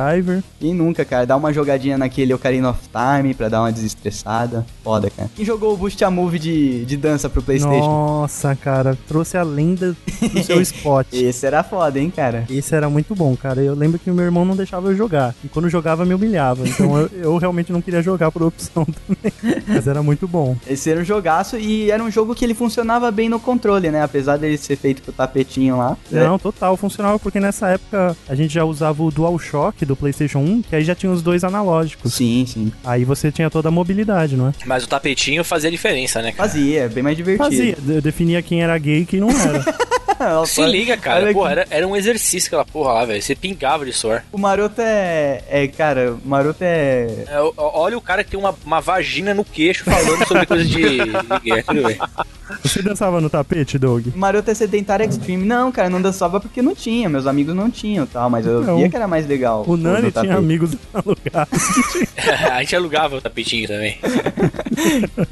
[SPEAKER 2] e nunca, cara. Dá uma jogadinha naquele Ocarina of Time pra dar uma desestressada. Foda, cara. Quem jogou o Boost a Move de, de dança pro PlayStation?
[SPEAKER 3] Nossa, cara, trouxe a lenda do seu spot.
[SPEAKER 2] Esse era foda, hein, cara.
[SPEAKER 3] Esse era muito bom, cara. Eu lembro que meu irmão não deixava eu jogar. E quando eu jogava, me humilhava. Então eu, eu realmente não queria jogar por opção *laughs* também. Mas era muito bom.
[SPEAKER 2] Esse era um jogaço e era um jogo que ele funcionava bem no controle, né? Apesar dele ser feito com o tapetinho lá.
[SPEAKER 3] Não, total, funcionava porque nessa época a gente já usava o DualShock do PlayStation 1, que aí já tinha os dois analógicos.
[SPEAKER 2] É, Sim, sim.
[SPEAKER 3] Aí você tinha toda a mobilidade, não é?
[SPEAKER 4] Mas o tapetinho fazia diferença, né, cara?
[SPEAKER 2] Fazia, é bem mais divertido.
[SPEAKER 3] Fazia, eu definia quem era gay e quem não era.
[SPEAKER 4] Se liga, cara.
[SPEAKER 2] olha
[SPEAKER 4] Pô,
[SPEAKER 2] aqui.
[SPEAKER 4] era, era um exercício aquela porra lá, velho. Você pingava de suor.
[SPEAKER 2] O maroto é. É, cara, o maroto é.
[SPEAKER 4] É, ó- olha o cara que tem uma, uma vagina no queixo falando sobre coisa de, de guerra, tudo bem.
[SPEAKER 3] Você dançava no tapete, Doug?
[SPEAKER 2] O maroto é sedentário extreme. Não, cara, não dançava porque não tinha. Meus amigos não tinham e tal, mas eu
[SPEAKER 3] Não.
[SPEAKER 2] via que era mais legal.
[SPEAKER 3] O Nani
[SPEAKER 2] do tapete.
[SPEAKER 3] tinha amigos *laughs* alugados.
[SPEAKER 4] *laughs* A gente alugava o tapetinho também.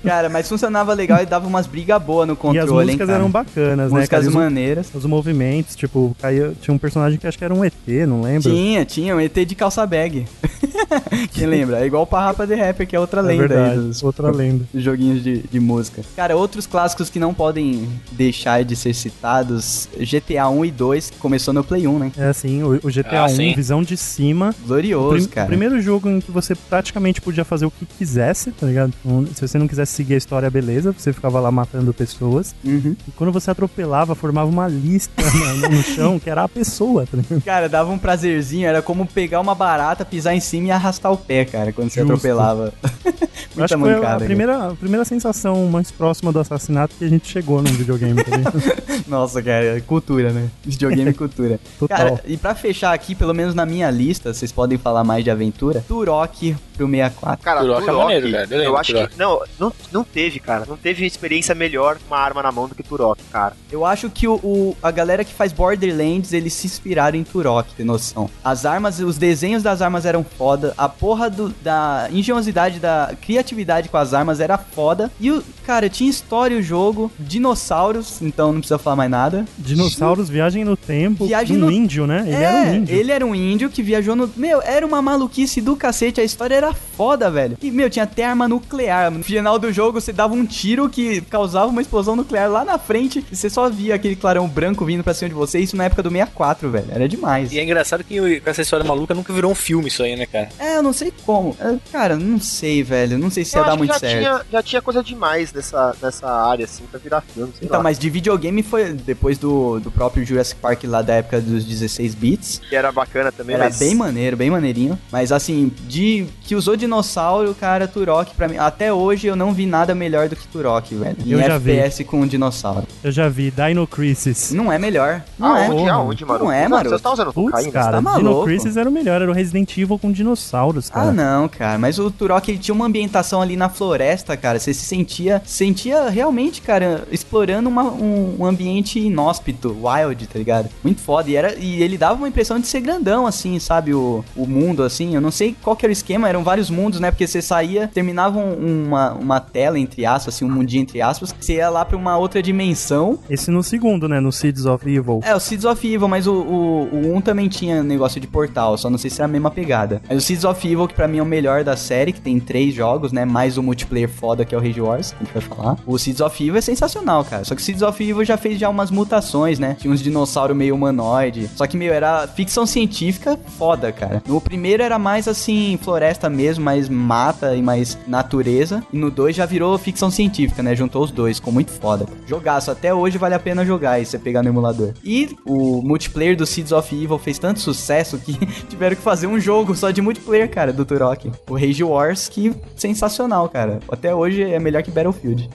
[SPEAKER 2] Cara, mas funcionava legal e dava umas brigas boas no
[SPEAKER 3] E as
[SPEAKER 2] controle, hein,
[SPEAKER 3] músicas
[SPEAKER 2] cara.
[SPEAKER 3] eram bacanas, né? cara?
[SPEAKER 2] músicas
[SPEAKER 3] E os-
[SPEAKER 2] maneiras.
[SPEAKER 3] Os movimentos, tipo, caía, tinha um personagem que acho que era um ET, não lembro.
[SPEAKER 2] Tinha, tinha um ET de calça bag. *laughs* Quem lembra? É igual o Parrapa de Rapper, que é outra
[SPEAKER 3] é
[SPEAKER 2] lenda aí
[SPEAKER 3] verdade,
[SPEAKER 2] dos
[SPEAKER 3] outra lenda.
[SPEAKER 2] dos joguinhos de, de música. Cara, outros clássicos que não podem deixar de ser citados, GTA 1 e 2, que começou no Play 1, né?
[SPEAKER 3] É assim, o, o GTA
[SPEAKER 4] Ah,
[SPEAKER 3] 1,
[SPEAKER 4] sim.
[SPEAKER 3] visão de cima.
[SPEAKER 2] Glorioso,
[SPEAKER 3] Prim-
[SPEAKER 2] cara.
[SPEAKER 3] Primeiro jogo em que você praticamente podia fazer o que quisesse, tá ligado? Não- Se você não quisesse seguir a história, beleza, você ficava lá matando pessoas.
[SPEAKER 2] Uhum.
[SPEAKER 3] E quando você atropelava, formava uma lista *laughs* na- no chão, que era a pessoa, tá ligado?
[SPEAKER 2] Cara, dava um prazerzinho, era como pegar uma barata, pisar em cima e arrastar o pé, cara, quando você
[SPEAKER 3] Justo.
[SPEAKER 2] atropelava. *laughs*
[SPEAKER 3] Eu
[SPEAKER 2] Muita
[SPEAKER 3] acho que foi a
[SPEAKER 2] mancada,
[SPEAKER 3] primeira, a primeira sensação mais próxima do assassinato que a gente chegou num videogame,
[SPEAKER 2] *laughs*
[SPEAKER 3] tá ligado?
[SPEAKER 2] cara. Nossa, cara, cultura, né? Videogame e cultura.
[SPEAKER 3] *laughs* Total.
[SPEAKER 2] Cara, e pra fechar aqui, pelo menos na minha lista, vocês podem falar mais de aventura, Turok pro 64.
[SPEAKER 5] Cara,
[SPEAKER 4] Turok é
[SPEAKER 5] Turok,
[SPEAKER 4] maneiro, cara. Eu
[SPEAKER 5] Eu,
[SPEAKER 4] lembro do
[SPEAKER 5] acho
[SPEAKER 4] Turok.
[SPEAKER 5] que. Não, não, não teve, cara. Não teve experiência melhor com uma arma na mão do que Turok, cara.
[SPEAKER 2] Eu acho que o, o- a galera que faz Borderlands, eles se inspiraram em Turok, tem noção. As armas, os desenhos das armas eram foda, a porra do- da engenhosidade, da criatividade com as armas era foda. E, o cara, tinha história o jogo, dinossauros, então não precisa falar mais nada.
[SPEAKER 3] Dinossauros, viagem no tempo,
[SPEAKER 2] Viagem
[SPEAKER 3] um
[SPEAKER 2] no-
[SPEAKER 3] índio, né? Ele
[SPEAKER 2] é,
[SPEAKER 3] era um índio.
[SPEAKER 2] Ele era um índio que viajou no. Meu, era uma maluquice do cacete. A história era foda, velho. E, meu, tinha até arma nuclear. No final do jogo, você dava um tiro que causava uma explosão nuclear lá na frente. E você só via aquele clarão branco vindo pra cima de você. Isso na época do 64, velho. Era demais.
[SPEAKER 4] E é engraçado que com essa história maluca nunca virou um filme isso aí, né, cara?
[SPEAKER 2] É, eu não sei como. É, Cara, não sei, velho. Não sei se
[SPEAKER 5] eu
[SPEAKER 2] ia
[SPEAKER 5] acho
[SPEAKER 2] dar
[SPEAKER 5] que
[SPEAKER 2] muito
[SPEAKER 5] já
[SPEAKER 2] certo.
[SPEAKER 5] Tinha, já tinha coisa demais nessa, nessa área, assim, pra virar filme, sei
[SPEAKER 2] Então,
[SPEAKER 5] lá.
[SPEAKER 2] mas de videogame foi depois do, do próprio Jurassic Park lá da época dos 16 bits.
[SPEAKER 5] Que era bacana também,
[SPEAKER 2] Era
[SPEAKER 5] mas...
[SPEAKER 2] bem maneiro, bem maneirinho. Mas assim, de que que usou dinossauro, cara, Turok, pra mim. Até hoje eu não vi nada melhor do que Turok, velho. Em
[SPEAKER 3] Eu já vi.
[SPEAKER 2] FPS com dinossauro.
[SPEAKER 3] Eu já vi Dino Crisis.
[SPEAKER 2] Não é melhor. Não é.
[SPEAKER 5] Aonde, aonde, Maru?
[SPEAKER 2] Não é, Maru.
[SPEAKER 5] Você tá usando
[SPEAKER 3] Putz,
[SPEAKER 5] cocaína?
[SPEAKER 3] cara,
[SPEAKER 2] tá
[SPEAKER 3] Dino
[SPEAKER 2] maluco?
[SPEAKER 3] Crisis era o melhor, era o Resident Evil com dinossauros, cara.
[SPEAKER 2] Ah, não, cara. Mas o Turok ele tinha uma ambientação ali na floresta, cara. Você se sentia, sentia realmente, cara, explorando uma- um, um ambiente inóspito, wild, tá ligado? Muito foda. E, era, e ele dava uma impressão de ser grandão, assim, sabe? O, o mundo, assim. Eu não sei qual que era o esquema, eram vários mundos, né? Porque você saía, terminava um- uma, uma tela, entre aspas, assim, um mundinho, entre aspas. Você ia lá pra uma outra dimensão.
[SPEAKER 3] Esse no segundo, né? No Seeds of Evil.
[SPEAKER 2] É, o Seeds of Evil, mas o, o, o 1 também tinha negócio de portal, só não sei se é a mesma pegada. Mas o Seeds of Evil, que pra mim é o melhor da série, que tem três jogos, né? Mais o multiplayer foda que é o Rage Wars, que a gente vai falar. O Seeds of Evil é sensacional, cara. Só que o Seeds of Evil já fez já umas mutações, né? Tinha uns dinossauros meio humanoide. Só que, meu, era ficção científica foda, cara. No primeiro era mais assim, floresta mesmo, mais mata e mais natureza. E no 2 já virou ficção científica, né? Juntou os dois, ficou muito foda. Jogaço, até hoje vale a pena jogar e você pegar no emulador. E o multiplayer do Seeds of Evil fez tanto sucesso que *laughs* tiveram que fazer um jogo só de multiplayer, cara, do Turok. O Rage Wars, que sensacional, cara. Até hoje é melhor que Battlefield.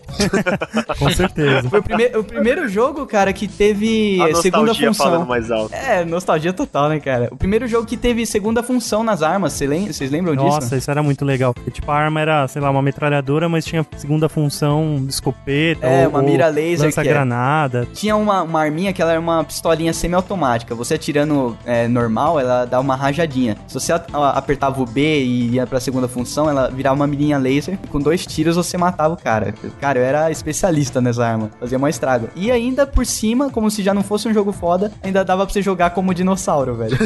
[SPEAKER 3] Com
[SPEAKER 2] *laughs*
[SPEAKER 3] certeza.
[SPEAKER 2] Foi o, prime- o primeiro jogo, cara, que teve
[SPEAKER 5] A
[SPEAKER 2] eh, segunda
[SPEAKER 5] nostalgia falando
[SPEAKER 2] função.
[SPEAKER 5] mais alto.
[SPEAKER 2] É, nostalgia total, né, cara? O primeiro jogo que teve segunda função nas armas, cê lem- vocês lembram disso?
[SPEAKER 3] Nossa, isso era muito legal. Porque, tipo, a arma era, sei lá, uma metralhadora, mas tinha segunda função, um escopeta.
[SPEAKER 2] É,
[SPEAKER 3] ou-
[SPEAKER 2] uma
[SPEAKER 3] ou
[SPEAKER 2] mira laser que é.
[SPEAKER 3] Lança-granada.
[SPEAKER 2] Tinha uma, uma arminha que ela era uma pistolinha semiautomática. Você atirando é, normal, ela dá uma rajadinha. Se você a- a- apertava o B e ia pra segunda função, ela virava uma mirinha laser. E com dois tiros você matava o cara. Cara, eu era especialista nessa arma. Fazia mó estrago. E ainda por cima, como se já não fosse um jogo foda, ainda dava pra você jogar como dinossauro, velho.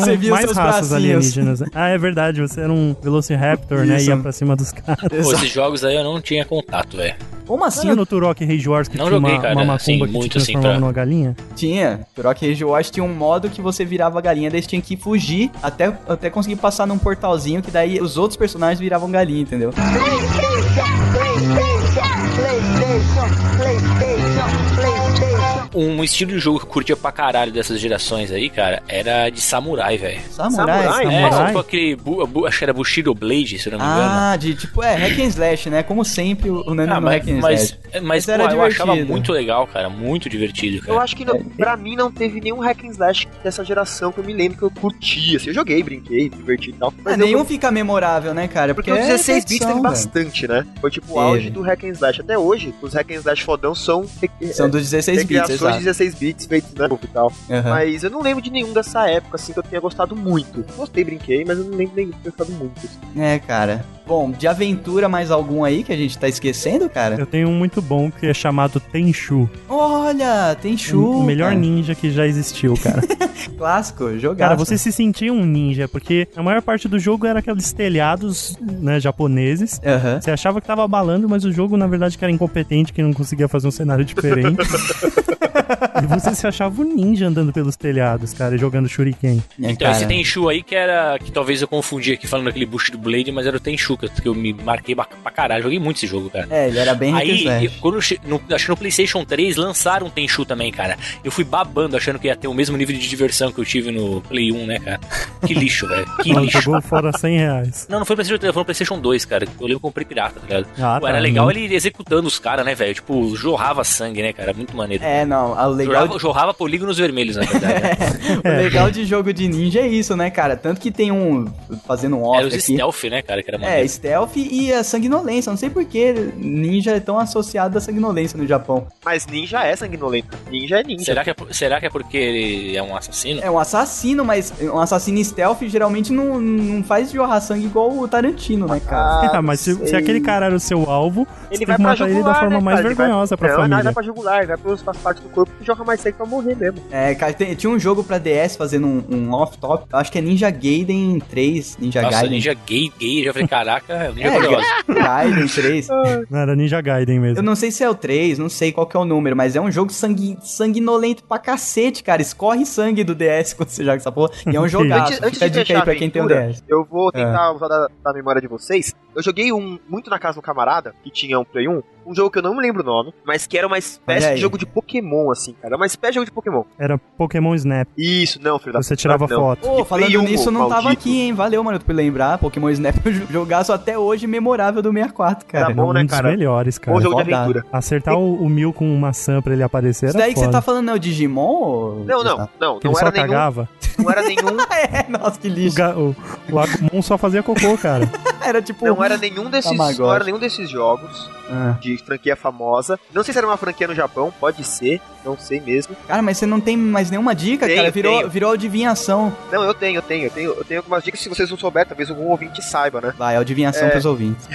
[SPEAKER 2] *laughs* Você
[SPEAKER 3] um,
[SPEAKER 2] viu
[SPEAKER 3] mais
[SPEAKER 2] seus
[SPEAKER 3] raças
[SPEAKER 2] bracinhos.
[SPEAKER 3] alienígenas. né? Ah, é verdade, você era um Velociraptor, né?
[SPEAKER 2] Isso.
[SPEAKER 3] Ia pra cima dos caras.
[SPEAKER 4] Pô, esses jogos aí eu não tinha contato, velho.
[SPEAKER 2] Como
[SPEAKER 3] Não
[SPEAKER 2] assim?
[SPEAKER 3] era no Turok Rage Wars que
[SPEAKER 4] Não
[SPEAKER 3] tinha
[SPEAKER 4] joguei,
[SPEAKER 3] uma,
[SPEAKER 4] cara,
[SPEAKER 3] uma macumba
[SPEAKER 4] assim,
[SPEAKER 3] que te
[SPEAKER 4] muito, assim,
[SPEAKER 3] transformava
[SPEAKER 4] pra-
[SPEAKER 3] numa galinha?
[SPEAKER 2] Tinha. Turok Rage Wars tinha um modo que você virava a galinha, daí você tinha que fugir até, até conseguir passar num portalzinho, que daí os outros personagens viravam galinha, entendeu?
[SPEAKER 4] Um estilo de jogo que eu curtia pra caralho dessas gerações aí, cara, era de samurai, velho.
[SPEAKER 2] Samurai?
[SPEAKER 5] Samurai? né?
[SPEAKER 4] É,
[SPEAKER 3] Samurai?
[SPEAKER 4] tipo aquele. bu- bu- acho que era Bushido Blade, se eu não me engano.
[SPEAKER 2] Ah, de tipo, é, hack and slash, né? Como sempre, o o Nani
[SPEAKER 4] Ah,
[SPEAKER 2] no
[SPEAKER 4] mas,
[SPEAKER 2] hack and
[SPEAKER 4] mas,
[SPEAKER 2] slash.
[SPEAKER 4] mas,
[SPEAKER 2] Mas era
[SPEAKER 4] pô, eu achava
[SPEAKER 2] divertido.
[SPEAKER 4] muito legal, cara. Muito divertido,
[SPEAKER 5] Eu
[SPEAKER 4] cara.
[SPEAKER 5] acho que não, pra mim não teve nenhum hack and slash dessa geração que eu me lembro que eu curti. Assim, eu joguei, brinquei, me diverti e tal.
[SPEAKER 2] Ah,
[SPEAKER 5] Mas eu-
[SPEAKER 2] nenhum fica memorável, né, cara?
[SPEAKER 5] Porque, os 16 bits teve
[SPEAKER 2] edição,
[SPEAKER 5] bastante, né? Foi tipo o auge do hack and slash. Até hoje, os hack and slash fodão são, é,
[SPEAKER 2] velho. São dos 16 bits,
[SPEAKER 5] recriações
[SPEAKER 2] exato. É.
[SPEAKER 5] de 16 bits feitos na e tal.
[SPEAKER 2] Aham.
[SPEAKER 5] Mas eu não lembro de nenhum dessa época, assim, que eu tenha gostado muito. Gostei, brinquei, mas eu não lembro de nenhum que eu tenha gostado muito. assim.
[SPEAKER 2] É, cara. Bom, de aventura mais algum aí que a gente tá esquecendo, cara?
[SPEAKER 3] Eu tenho um muito bom que é chamado Tenchu.
[SPEAKER 2] Olha, tem chuva.
[SPEAKER 3] o melhor ninja que já existiu, *laughs* cara.
[SPEAKER 2] Clássico, jogar.
[SPEAKER 3] cara, você se sentia um ninja, porque a maior parte do jogo era aqueles telhados, né, japoneses.
[SPEAKER 2] Aham.
[SPEAKER 3] Você achava que tava balando, mas o jogo, na verdade, que era incompetente, que não conseguia fazer um cenário *laughs* diferente. e você se achava um ninja andando pelos telhados, cara, e jogando shuriken.
[SPEAKER 2] É,
[SPEAKER 4] Então, esse
[SPEAKER 2] cara.
[SPEAKER 4] Tenchu aí que era. Que talvez eu confundi aqui falando aquele Bushido Blade, mas era o Tenchu, que eu, que eu me marquei ba- pra caralho. Joguei muito esse jogo, cara.
[SPEAKER 2] É, ele era bem hack and
[SPEAKER 4] Aí,
[SPEAKER 2] slash.
[SPEAKER 4] eu- quando eu che- no, acho que no PlayStation 3 lançaram um Tenchu também, cara. Eu fui babando achando que ia ter o mesmo nível de diversão que eu tive no Play 1, né, cara? Que lixo, velho.
[SPEAKER 2] *laughs*
[SPEAKER 4] Que
[SPEAKER 3] Ela
[SPEAKER 4] lixo.
[SPEAKER 3] *laughs* jogou fora 100 reais.
[SPEAKER 4] Não, não foi PlayStation 3, foi no PlayStation 2, cara. Eu lembro que eu comprei pirata, tá ligado?
[SPEAKER 3] Ah,
[SPEAKER 4] Pô,
[SPEAKER 3] tá,
[SPEAKER 4] era legal
[SPEAKER 3] né?
[SPEAKER 4] ele executando os caras, né, velho? Tipo, jorrava sangue, né, cara? Muito maneiro.
[SPEAKER 2] É, não, o legal,
[SPEAKER 4] jorrava, jorrava polígonos vermelhos, na verdade.
[SPEAKER 2] *laughs*
[SPEAKER 4] né?
[SPEAKER 3] É.
[SPEAKER 2] o legal de jogo de ninja é isso, né, cara? Tanto que tem um. Fazendo um off
[SPEAKER 4] Era os
[SPEAKER 2] aqui.
[SPEAKER 4] stealth, né, cara? Que era maneiro.
[SPEAKER 2] É, stealth e a sanguinolência. Não sei por que ninja é tão associado à sanguinolência no Japão.
[SPEAKER 5] Mas ninja é sanguinolento. Ninja é ninja.
[SPEAKER 4] Será que, é, por- será que é porque ele é um assassino?
[SPEAKER 2] É um assassino, mas um assassino stealth geralmente não, não faz jorrar sangue igual o Tarantino, né, cara?
[SPEAKER 3] *laughs* Ah, mas se,
[SPEAKER 5] não
[SPEAKER 3] se
[SPEAKER 5] sei.
[SPEAKER 3] aquele cara era o seu alvo, você
[SPEAKER 5] Ele
[SPEAKER 3] tem
[SPEAKER 5] vai
[SPEAKER 3] que
[SPEAKER 5] pra
[SPEAKER 3] matar
[SPEAKER 5] jugular,
[SPEAKER 3] ele da forma
[SPEAKER 5] né,
[SPEAKER 3] mais
[SPEAKER 5] cara? Ele vai-
[SPEAKER 3] vergonha pra
[SPEAKER 5] não, Não,
[SPEAKER 3] família.
[SPEAKER 5] vai pra jugular, né? vai pras pras partes do corpo que joga mais sangue pra morrer mesmo.
[SPEAKER 2] É, cara, tem- tinha um jogo pra DS fazendo um, um off-top. Acho que é Ninja Gaiden 3, Ninja
[SPEAKER 4] Nossa,
[SPEAKER 2] Gaiden.
[SPEAKER 4] ninja gay, gay. Eu já falei, Caraca, Ninja
[SPEAKER 2] É,
[SPEAKER 4] Gloriosa.
[SPEAKER 2] Gaiden 3.
[SPEAKER 3] Não, era Ninja Gaiden
[SPEAKER 2] Eu
[SPEAKER 3] mesmo.
[SPEAKER 2] não sei se é o 3, não sei qual que é o número, mas é um jogo sangue, sanguinolento pra cacete, cara. Escorre sangue do DS *laughs* quando você joga essa porra. E é um jogaço.
[SPEAKER 5] *laughs* Antes, antes
[SPEAKER 2] Fica a
[SPEAKER 5] de
[SPEAKER 2] dica
[SPEAKER 5] fechar
[SPEAKER 2] aí
[SPEAKER 5] a
[SPEAKER 2] pra quem tem um
[SPEAKER 5] aventura,
[SPEAKER 2] DS.
[SPEAKER 5] eu vou
[SPEAKER 3] É.
[SPEAKER 5] tentar usar da, da memória de vocês. Eu joguei um muito na casa do camarada, que tinha um Play 1, um jogo que eu não me lembro o nome, mas que era uma
[SPEAKER 2] Olha
[SPEAKER 5] espécie
[SPEAKER 2] aí.
[SPEAKER 5] de jogo de Pokémon, assim, cara. Era uma espécie de jogo de Pokémon.
[SPEAKER 3] Era Pokémon Snap.
[SPEAKER 5] Isso, não, filho da
[SPEAKER 3] Você tirava
[SPEAKER 5] não.
[SPEAKER 3] foto.
[SPEAKER 2] Pô,
[SPEAKER 5] Que
[SPEAKER 2] falando
[SPEAKER 5] Play um,
[SPEAKER 2] nisso, eu não tava
[SPEAKER 5] maldito.
[SPEAKER 2] aqui, hein? Valeu, mano, por lembrar. Pokémon Snap é um jo- jogaço até hoje memorável do 64, cara.
[SPEAKER 5] Tá bom,
[SPEAKER 3] um
[SPEAKER 5] né,
[SPEAKER 3] dos
[SPEAKER 5] cara?
[SPEAKER 3] melhores, cara.
[SPEAKER 5] Bom jogo de
[SPEAKER 2] rodado.
[SPEAKER 5] aventura.
[SPEAKER 3] Acertar o, o Mil com uma maçã pra ele aparecer
[SPEAKER 2] Isso
[SPEAKER 3] era
[SPEAKER 2] daí que você
[SPEAKER 3] foda.
[SPEAKER 2] tá falando não é o Digimon? ou-
[SPEAKER 5] Não, não, não.
[SPEAKER 3] Que
[SPEAKER 5] Não
[SPEAKER 3] ele só
[SPEAKER 5] era, nenhum,
[SPEAKER 3] cagava.
[SPEAKER 5] não
[SPEAKER 3] *laughs*
[SPEAKER 5] era nenhum.
[SPEAKER 2] *laughs* É, nossa, que
[SPEAKER 3] O,
[SPEAKER 2] lixo.
[SPEAKER 3] ga- o, o Agumon só fazia cocô,
[SPEAKER 5] *laughs*
[SPEAKER 3] cara.
[SPEAKER 2] Era tipo...
[SPEAKER 5] Não era nenhum
[SPEAKER 3] Tá
[SPEAKER 5] desses.
[SPEAKER 2] Tamagotchi.
[SPEAKER 5] Não era nenhum desses jogos
[SPEAKER 2] Ah.
[SPEAKER 5] de franquia famosa. Não sei se era uma franquia no Japão, pode ser, não sei mesmo.
[SPEAKER 2] Cara, mas você não tem mais nenhuma dica,
[SPEAKER 5] Tenho,
[SPEAKER 2] cara. Virou,
[SPEAKER 5] tenho.
[SPEAKER 2] virou adivinhação.
[SPEAKER 5] Não, eu tenho, eu tenho, eu tenho, eu tenho algumas dicas. Se vocês não souberem, talvez algum ouvinte saiba, né?
[SPEAKER 2] Vai, adivinhação
[SPEAKER 5] É.
[SPEAKER 2] pros ouvintes.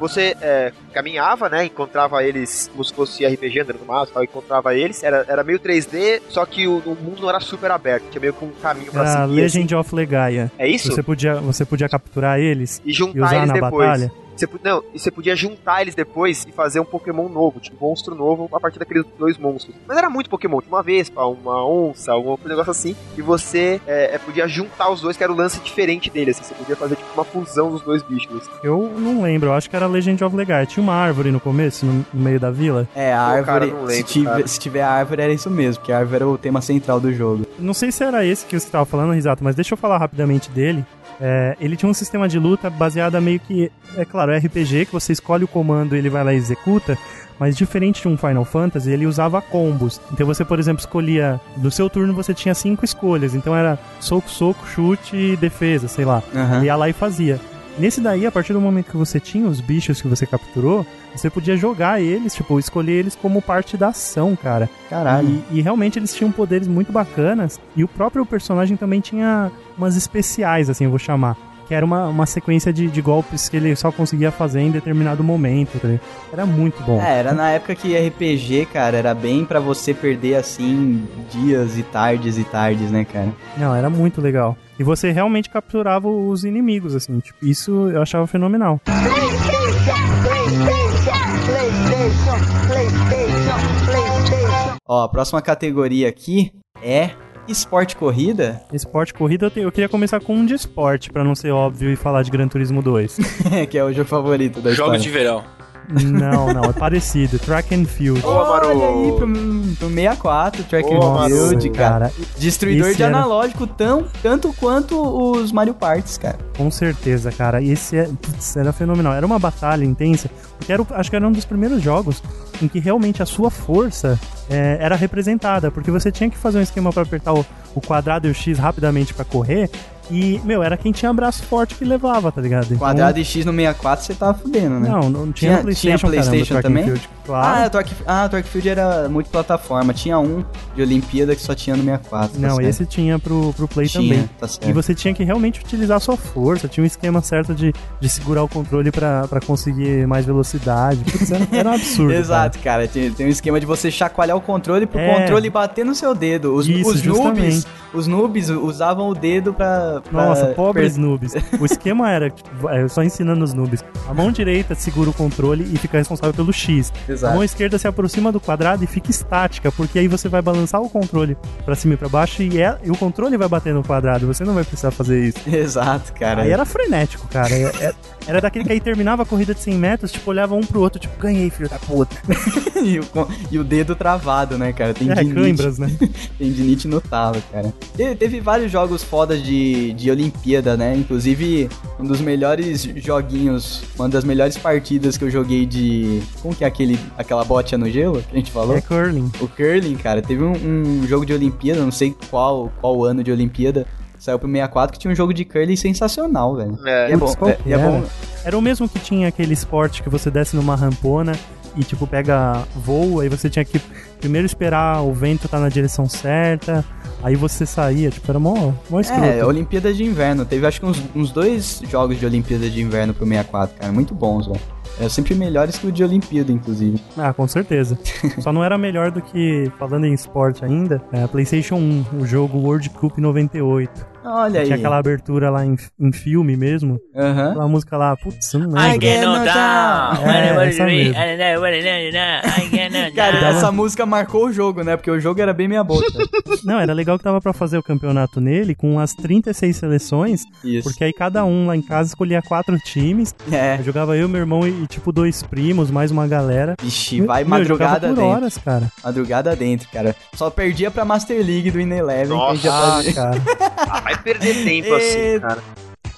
[SPEAKER 5] Você é, caminhava, né? Encontrava eles como se fosse RPG andando no mapa, e tal, encontrava eles. Era, era meio 3D, só que o, o mundo não era super aberto, tinha meio que um caminho pra
[SPEAKER 3] Era
[SPEAKER 5] seguir. assim.
[SPEAKER 3] Ah, Legend of Legaia.
[SPEAKER 5] É isso?
[SPEAKER 3] Você podia, você podia capturar eles
[SPEAKER 5] E
[SPEAKER 3] e
[SPEAKER 5] juntar
[SPEAKER 3] usar
[SPEAKER 5] eles
[SPEAKER 3] na
[SPEAKER 5] depois.
[SPEAKER 3] batalha.
[SPEAKER 5] Você, po- não, e você podia juntar eles depois e fazer um Pokémon novo, tipo um monstro novo, a partir daqueles dois monstros. Mas era muito Pokémon, tinha uma Vespa, uma onça, um outro negócio assim. E você é, é, podia juntar os dois, que era o lance diferente dele, assim. Você podia fazer tipo uma fusão dos dois bichos. assim.
[SPEAKER 3] Eu não lembro, eu acho que era Legend of Legaia. Tinha uma árvore no começo, no, no meio da vila.
[SPEAKER 2] É, a
[SPEAKER 5] Pô, cara,
[SPEAKER 2] árvore.
[SPEAKER 5] não
[SPEAKER 2] se,
[SPEAKER 5] lembro,
[SPEAKER 2] tiver,
[SPEAKER 5] cara.
[SPEAKER 2] se tiver a árvore, era isso mesmo, porque a árvore era o tema central do jogo.
[SPEAKER 3] Não sei se era esse que você estava falando, Risato, mas deixa eu falar rapidamente dele. É, ele tinha um sistema de luta baseado meio que, é claro, RPG, que você escolhe o comando e ele vai lá e executa, mas diferente de um Final Fantasy, ele usava combos. Então você, por exemplo, escolhia. No seu turno você tinha cinco escolhas, então era soco, soco, chute e defesa, sei lá.
[SPEAKER 2] Aham.
[SPEAKER 3] ia lá e fazia. Nesse daí, a partir do momento que você tinha os bichos que você capturou, você podia jogar eles, tipo, escolher eles como parte da ação, cara.
[SPEAKER 2] Caralho.
[SPEAKER 3] E, e realmente eles tinham poderes muito bacanas. E o próprio personagem também tinha umas especiais, assim, eu vou chamar. Que era uma, uma sequência de, de golpes que ele só conseguia fazer em determinado momento. tá ligado? Era muito bom.
[SPEAKER 2] É, era na época que RPG, cara, era bem pra você perder assim dias e tardes e tardes, né, cara?
[SPEAKER 3] Não, era muito legal. E você realmente capturava os inimigos, assim, tipo, isso eu achava fenomenal.
[SPEAKER 2] Ó, a próxima categoria aqui é esporte corrida. *laughs*
[SPEAKER 3] Esporte corrida, eu, te- eu queria começar com um de esporte, pra não ser óbvio e falar de Gran
[SPEAKER 2] *laughs*
[SPEAKER 3] Turismo 2.
[SPEAKER 2] que é o jogo favorito da
[SPEAKER 4] Jogos de
[SPEAKER 2] história.
[SPEAKER 4] verão.
[SPEAKER 3] não, não, é parecido. Track and Field.
[SPEAKER 5] Boa, Maru!
[SPEAKER 2] Olha aí, pro, pro 64, Track
[SPEAKER 5] Boa,
[SPEAKER 2] and Field,
[SPEAKER 3] Nossa,
[SPEAKER 2] cara.
[SPEAKER 3] cara,
[SPEAKER 2] Destruidor
[SPEAKER 3] Esse
[SPEAKER 2] de
[SPEAKER 3] era-
[SPEAKER 2] analógico, tão, tanto quanto os Mario Parts, cara.
[SPEAKER 3] com certeza, cara. Esse é, putz, era fenomenal. Era uma batalha intensa. Porque era, o- acho que era um dos primeiros jogos em que realmente a sua força é, era representada. Porque você tinha que fazer um esquema pra apertar o, o quadrado e o X rapidamente pra correr. E, meu, era quem tinha braço forte que levava, tá ligado? Então,
[SPEAKER 2] Quadrado e X no 64, você tava fudendo, né?
[SPEAKER 3] Não, não tinha,
[SPEAKER 2] Tinha-
[SPEAKER 3] PlayStation,
[SPEAKER 2] tinha
[SPEAKER 3] caramba,
[SPEAKER 2] PlayStation
[SPEAKER 3] Track and
[SPEAKER 2] também?
[SPEAKER 3] Field, claro.
[SPEAKER 2] Ah, o Torque, ah, o Torque Field era multiplataforma. Tinha um de Olimpíada que só tinha no 64. tá
[SPEAKER 3] Não,
[SPEAKER 2] certo.
[SPEAKER 3] esse tinha pro, pro Play
[SPEAKER 2] tinha,
[SPEAKER 3] também.
[SPEAKER 2] Tá
[SPEAKER 3] E
[SPEAKER 2] certo.
[SPEAKER 3] você tinha que realmente utilizar a sua força, tinha um esquema certo de, de segurar o controle pra pra conseguir mais velocidade. Putz, era, era
[SPEAKER 2] *laughs*
[SPEAKER 3] um absurdo.
[SPEAKER 2] Exato, cara. Tem, tem um esquema de você chacoalhar o controle pro
[SPEAKER 3] É.
[SPEAKER 2] controle bater no seu dedo. Os,
[SPEAKER 3] Isso,
[SPEAKER 2] os noobs,
[SPEAKER 3] justamente.
[SPEAKER 2] os noobs usavam o dedo pra. pra
[SPEAKER 3] Cara. Nossa, pobres
[SPEAKER 2] per-
[SPEAKER 3] noobs. O esquema era, tipo, é, só ensinando os noobs, a mão direita segura o controle e fica responsável pelo X. A
[SPEAKER 2] Exato.
[SPEAKER 3] mão esquerda se aproxima do quadrado e fica estática, porque aí você vai balançar o controle pra cima e pra baixo e, é- e o controle vai bater no quadrado, você não vai precisar fazer isso.
[SPEAKER 2] *laughs* Exato, cara.
[SPEAKER 3] Aí era frenético, cara. Era, era- era daquele que aí terminava a corrida de 100 metros, tipo, olhava um pro outro, tipo, ganhei, filho da puta.
[SPEAKER 2] *laughs* e, o, con- e o dedo travado, né, cara? Tem
[SPEAKER 3] É,
[SPEAKER 2] tendinite,
[SPEAKER 3] câimbras, né?
[SPEAKER 2] tendinite no talo, cara. Te- teve vários jogos fodas de, de Olimpíada, né? Inclusive, um dos melhores joguinhos, uma das melhores partidas que eu joguei de. Como que é aquele, aquela bote no gelo que a gente falou?
[SPEAKER 3] É curling.
[SPEAKER 2] O curling, cara, teve um, um jogo de Olimpíada, não sei qual, qual ano de Olimpíada, saiu pro 64 que tinha um jogo de curling sensacional, velho.
[SPEAKER 5] É.
[SPEAKER 2] E é bom,
[SPEAKER 3] Putz, qual
[SPEAKER 2] é,
[SPEAKER 3] que
[SPEAKER 2] e é
[SPEAKER 3] era?
[SPEAKER 2] bom.
[SPEAKER 3] Era o mesmo que tinha aquele esporte que você desce numa rampona e, tipo, pega voo, aí você tinha que primeiro esperar o vento tá na direção certa, aí você saía, tipo, era mó, mó
[SPEAKER 2] É,
[SPEAKER 3] escroto.
[SPEAKER 2] Olimpíada de Inverno. Teve acho que uns, uns dois jogos de Olimpíada de Inverno pro 64, cara. Muito bons, velho. É sempre melhores que o de Olimpíada, inclusive.
[SPEAKER 3] Ah, com
[SPEAKER 2] *laughs*
[SPEAKER 3] certeza. Só não era melhor um, do que, falando em esporte ainda, é, PlayStation 1, o jogo World Cup 98.
[SPEAKER 2] Olha aí.
[SPEAKER 3] Tinha aquela abertura lá em, em filme mesmo.
[SPEAKER 2] Aham.
[SPEAKER 3] Aquela música lá, putz, eu não
[SPEAKER 8] I
[SPEAKER 3] lembro.
[SPEAKER 8] get no down.
[SPEAKER 3] É, essa mesmo.
[SPEAKER 8] I know what it is, I get no
[SPEAKER 2] Cara,
[SPEAKER 8] down.
[SPEAKER 2] essa música marcou o jogo, né? Porque o jogo era bem minha
[SPEAKER 5] *laughs*
[SPEAKER 2] boca.
[SPEAKER 3] Não, era legal que dava pra fazer o campeonato nele com as 36 seleções,
[SPEAKER 2] Isso.
[SPEAKER 3] porque aí cada um lá em casa escolhia quatro times.
[SPEAKER 2] É.
[SPEAKER 3] Eu jogava eu, meu irmão e, tipo, dois primos, mais uma galera.
[SPEAKER 2] Vixe, vai
[SPEAKER 3] Meu, eu jogava
[SPEAKER 2] madrugada
[SPEAKER 3] por
[SPEAKER 2] dentro.
[SPEAKER 3] horas, cara.
[SPEAKER 2] Madrugada dentro, cara. Só perdia pra Master League do Ineleven. que a gente já
[SPEAKER 5] Nossa.
[SPEAKER 2] fazia.
[SPEAKER 3] Cara,
[SPEAKER 5] Ah, vai perder tempo assim,
[SPEAKER 2] Eita.
[SPEAKER 5] cara.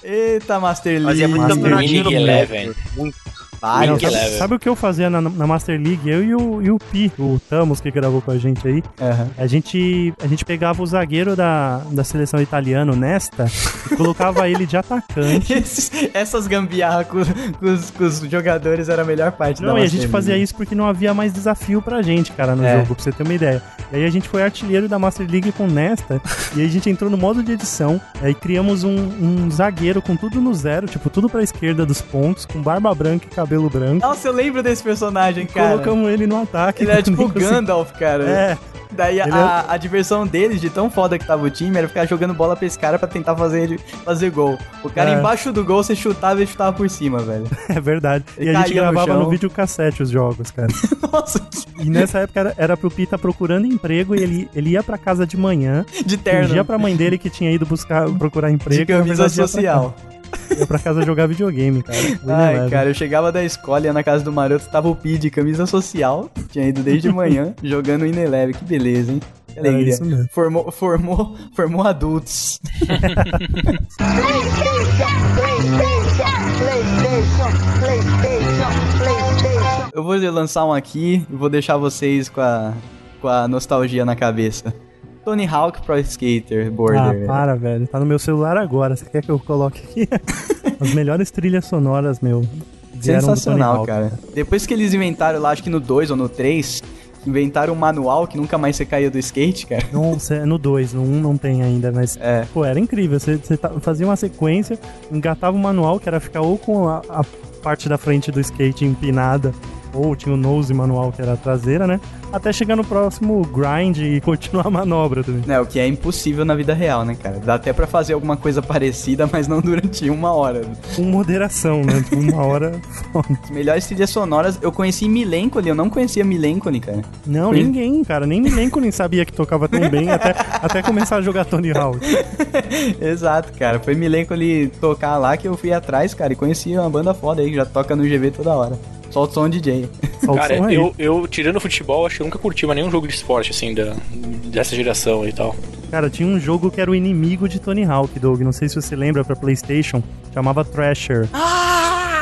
[SPEAKER 2] Eita, Master League.
[SPEAKER 5] Fazia muito
[SPEAKER 3] Master
[SPEAKER 5] campeonatinho no
[SPEAKER 4] League Eleven.
[SPEAKER 5] Play, assim, Muito.
[SPEAKER 2] Vários.
[SPEAKER 3] Não,
[SPEAKER 4] Link
[SPEAKER 3] sabe,
[SPEAKER 4] Level.
[SPEAKER 3] sabe o que eu fazia na, na Master League? Eu e o, e o Pi, o Tamos, que gravou com a gente aí.
[SPEAKER 2] Aham.
[SPEAKER 3] A gente, a gente pegava o zagueiro da, da seleção italiana, o Nesta, e colocava ele de atacante.
[SPEAKER 2] Esses- *laughs* Essas gambiarras com, com os, com os jogadores era a melhor parte da
[SPEAKER 3] Não, e a
[SPEAKER 2] Master
[SPEAKER 3] gente fazia
[SPEAKER 2] League.
[SPEAKER 3] isso porque não havia mais desafio pra gente, cara, no
[SPEAKER 2] É.
[SPEAKER 3] jogo, pra você ter uma ideia. E aí a gente foi artilheiro da Master League com Nesta, e aí a gente entrou no modo de edição, aí criamos um, um zagueiro com tudo no zero, tipo, tudo pra esquerda dos pontos, com barba branca e cabelo branco.
[SPEAKER 2] Nossa, eu lembro desse personagem, cara.
[SPEAKER 3] Colocamos ele no ataque. *laughs*
[SPEAKER 2] Ele era tipo o
[SPEAKER 3] nem consegui-
[SPEAKER 2] Gandalf, cara.
[SPEAKER 3] É, *laughs*
[SPEAKER 2] Daí a,
[SPEAKER 3] Ele é-
[SPEAKER 2] a- a diversão deles, de tão foda que tava o time, era ficar jogando bola pra esse cara pra tentar fazer ele fazer gol. O cara
[SPEAKER 3] É.
[SPEAKER 2] embaixo do gol, você chutava e chutava por cima, velho. *laughs*
[SPEAKER 3] é verdade. E
[SPEAKER 2] Ele
[SPEAKER 3] a gente
[SPEAKER 2] caía no
[SPEAKER 3] gravava
[SPEAKER 2] chão.
[SPEAKER 3] no vídeo cassete os jogos, cara.
[SPEAKER 2] Nossa, que-
[SPEAKER 3] E nessa época era, era pro Pita procurando emprego e ele, ele ia pra casa de manhã,
[SPEAKER 2] de
[SPEAKER 3] pedia
[SPEAKER 2] terno,
[SPEAKER 3] pra mãe dele que tinha ido buscar procurar emprego.
[SPEAKER 2] de
[SPEAKER 3] e na
[SPEAKER 2] camisa
[SPEAKER 3] verdade ia pra
[SPEAKER 2] social.
[SPEAKER 3] casa- Ia pra casa jogar videogame, cara. né?
[SPEAKER 2] Ai, cara, eu chegava da escola, ia na casa do maroto, tava o Pi de camisa social, tinha ido
[SPEAKER 3] *laughs*
[SPEAKER 2] desde manhã, jogando Ineleve, que beleza, hein? Que
[SPEAKER 3] Era
[SPEAKER 2] alegria.
[SPEAKER 3] isso mesmo.
[SPEAKER 2] Formou, formou, formou adultos. Eu vou lançar um aqui e vou deixar vocês com a, com a nostalgia na cabeça. Tony Hawk Pro Skater
[SPEAKER 3] Ah,
[SPEAKER 2] Border.
[SPEAKER 3] para, velho. Tá no meu celular agora. Você quer que eu coloque
[SPEAKER 2] *laughs*
[SPEAKER 3] aqui? As melhores trilhas sonoras, meu. vieram do um Tony
[SPEAKER 2] Sensacional,
[SPEAKER 3] Hawk.
[SPEAKER 2] cara. Depois que eles inventaram lá, acho que no 2 ou no 3, inventaram um manual que nunca mais você caía do skate, cara.
[SPEAKER 3] Nossa, é no 2, no 1 um não tem ainda, mas.
[SPEAKER 2] É.
[SPEAKER 3] Pô, era incrível. Você, você ta- fazia uma sequência, engatava o manual, que era ficar ou com a, a parte da frente do skate empinada, ou tinha o nose manual, que era a traseira, né? Até chegar no próximo grind e *laughs* continuar a manobra também.
[SPEAKER 2] É, o que é impossível na vida real, né, cara? Dá até pra fazer alguma coisa *laughs* parecida, mas não durante uma hora.
[SPEAKER 3] Com moderação, né? Tipo, uma hora *laughs* foda.
[SPEAKER 2] As melhores trilhas sonoras, eu conheci Milencoli, eu não conhecia Milencoli, cara.
[SPEAKER 3] Não, ninguém, cara. Nem Milenko nem sabia que tocava tão bem até, até começar a jogar Tony Hawk.
[SPEAKER 2] Exato, cara. Foi Milencoli tocar lá que eu fui atrás, cara, e conheci uma banda foda aí que já toca no GV toda hora. Solta o som DJ.
[SPEAKER 3] Só o
[SPEAKER 4] Cara,
[SPEAKER 3] som aí.
[SPEAKER 4] eu, eu, tirando o futebol, acho que eu nunca curti mais nenhum jogo de esporte, assim, da, dessa geração e tal.
[SPEAKER 3] Cara, tinha um jogo que era o inimigo de Tony Hawk, Doug. Não sei se você lembra, pra Playstation. Chamava Thrasher.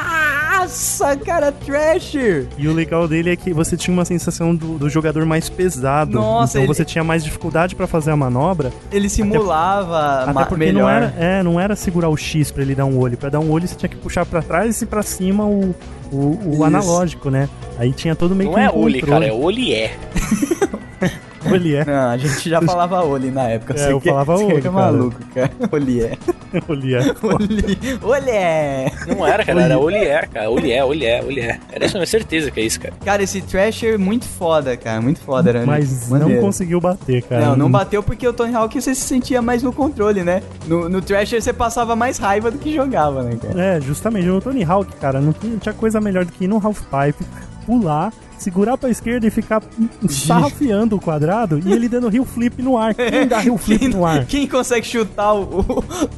[SPEAKER 2] Nossa, cara, Thrasher!
[SPEAKER 3] E o legal dele é que você tinha uma sensação do, do jogador mais pesado.
[SPEAKER 2] Nossa,
[SPEAKER 3] então
[SPEAKER 2] ele-
[SPEAKER 3] você tinha mais dificuldade pra fazer a manobra.
[SPEAKER 2] Ele simulava
[SPEAKER 3] Até
[SPEAKER 2] ma-
[SPEAKER 3] porque
[SPEAKER 2] melhor.
[SPEAKER 3] não era, é, não era segurar o X pra ele dar um olho. Pra dar um olho, você tinha que puxar pra trás e pra cima o, o,
[SPEAKER 2] Isso.
[SPEAKER 3] o analógico, né? Aí tinha todo meio
[SPEAKER 4] Não
[SPEAKER 3] que um
[SPEAKER 4] é Oli, cara,
[SPEAKER 3] controle.
[SPEAKER 4] é Olié.
[SPEAKER 3] *laughs* Oli é.
[SPEAKER 2] Não, a gente
[SPEAKER 3] *laughs*
[SPEAKER 2] já falava Oli na época.
[SPEAKER 3] É,
[SPEAKER 2] você
[SPEAKER 3] eu
[SPEAKER 2] que-
[SPEAKER 3] falava
[SPEAKER 2] você
[SPEAKER 3] Oli,
[SPEAKER 2] que é
[SPEAKER 3] cara.
[SPEAKER 2] maluco, cara.
[SPEAKER 3] *laughs*
[SPEAKER 2] Oli é.
[SPEAKER 3] Oli é.
[SPEAKER 2] Oli, Oli é.
[SPEAKER 4] Não era, cara, era Olier, cara. é, Olier, Olier, Olier. Era isso, eu tenho certeza que é isso, cara.
[SPEAKER 2] Cara, esse Thrasher muito foda, cara. Muito foda, era
[SPEAKER 3] Mas
[SPEAKER 2] É, maneiro.
[SPEAKER 3] não Hum. conseguiu bater, cara.
[SPEAKER 2] Não, não bateu porque o Tony Hawk você se sentia mais no controle, né? No, no Thrasher você passava mais raiva do que jogava, né, cara?
[SPEAKER 3] É, justamente. O Tony Hawk, cara, não tinha, não tinha coisa melhor do que ir no half pipe, pular, segurar pra esquerda e ficar sarrafiando o quadrado e ele dando heel flip no ar. Quem dá heel um flip
[SPEAKER 2] Quem,
[SPEAKER 3] no ar?
[SPEAKER 2] quem consegue chutar o,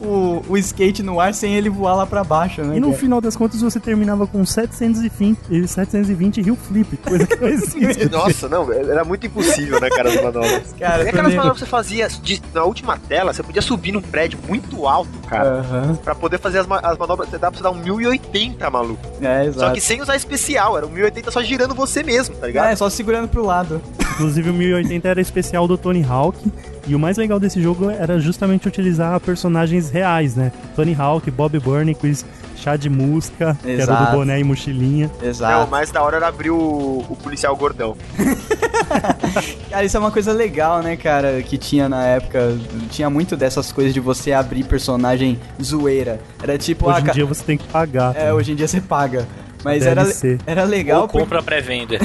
[SPEAKER 2] o, o- o skate no ar sem ele voar lá pra baixo, né?
[SPEAKER 3] E no
[SPEAKER 2] cara?
[SPEAKER 3] final das contas você terminava com 720, e 720 heel flip, coisa que não existe.
[SPEAKER 5] Nossa, não, é, era muito impossível, né, cara, as manobras.
[SPEAKER 2] *laughs*
[SPEAKER 3] é
[SPEAKER 2] Cara,
[SPEAKER 5] e aquelas
[SPEAKER 2] também-
[SPEAKER 5] manobras que você fazia de- na última tela, você podia subir num prédio muito alto, cara,
[SPEAKER 2] Aham.
[SPEAKER 5] pra poder fazer as, ma- as manobras. Dá pra você dar um 1080, maluco.
[SPEAKER 2] É,
[SPEAKER 5] Só
[SPEAKER 2] exato.
[SPEAKER 5] que sem usar especial, era um 1080 só girando você mesmo, tá ligado?
[SPEAKER 2] É, só segurando pro lado.
[SPEAKER 3] Inclusive o 1080 era especial do Tony Hawk. E o mais legal desse jogo era justamente utilizar personagens reais, né? Tony Hawk, Bob Burnquist, Chad Muska, que era o
[SPEAKER 2] Exato.
[SPEAKER 3] do boné e mochilinha.
[SPEAKER 5] Não,
[SPEAKER 2] Exato.
[SPEAKER 5] o mais da hora era abrir o, o policial gordão.
[SPEAKER 2] Cara, isso é uma coisa legal, né, cara, que tinha na época. Tinha muito dessas coisas de você abrir personagem zoeira. Era tipo, ah,
[SPEAKER 3] Hoje em
[SPEAKER 2] ca-
[SPEAKER 3] dia você tem que pagar.
[SPEAKER 2] É, hoje em dia você paga. Mas era,
[SPEAKER 3] DLC.
[SPEAKER 2] era legal
[SPEAKER 4] Ou
[SPEAKER 2] porque
[SPEAKER 4] compra pré-venda.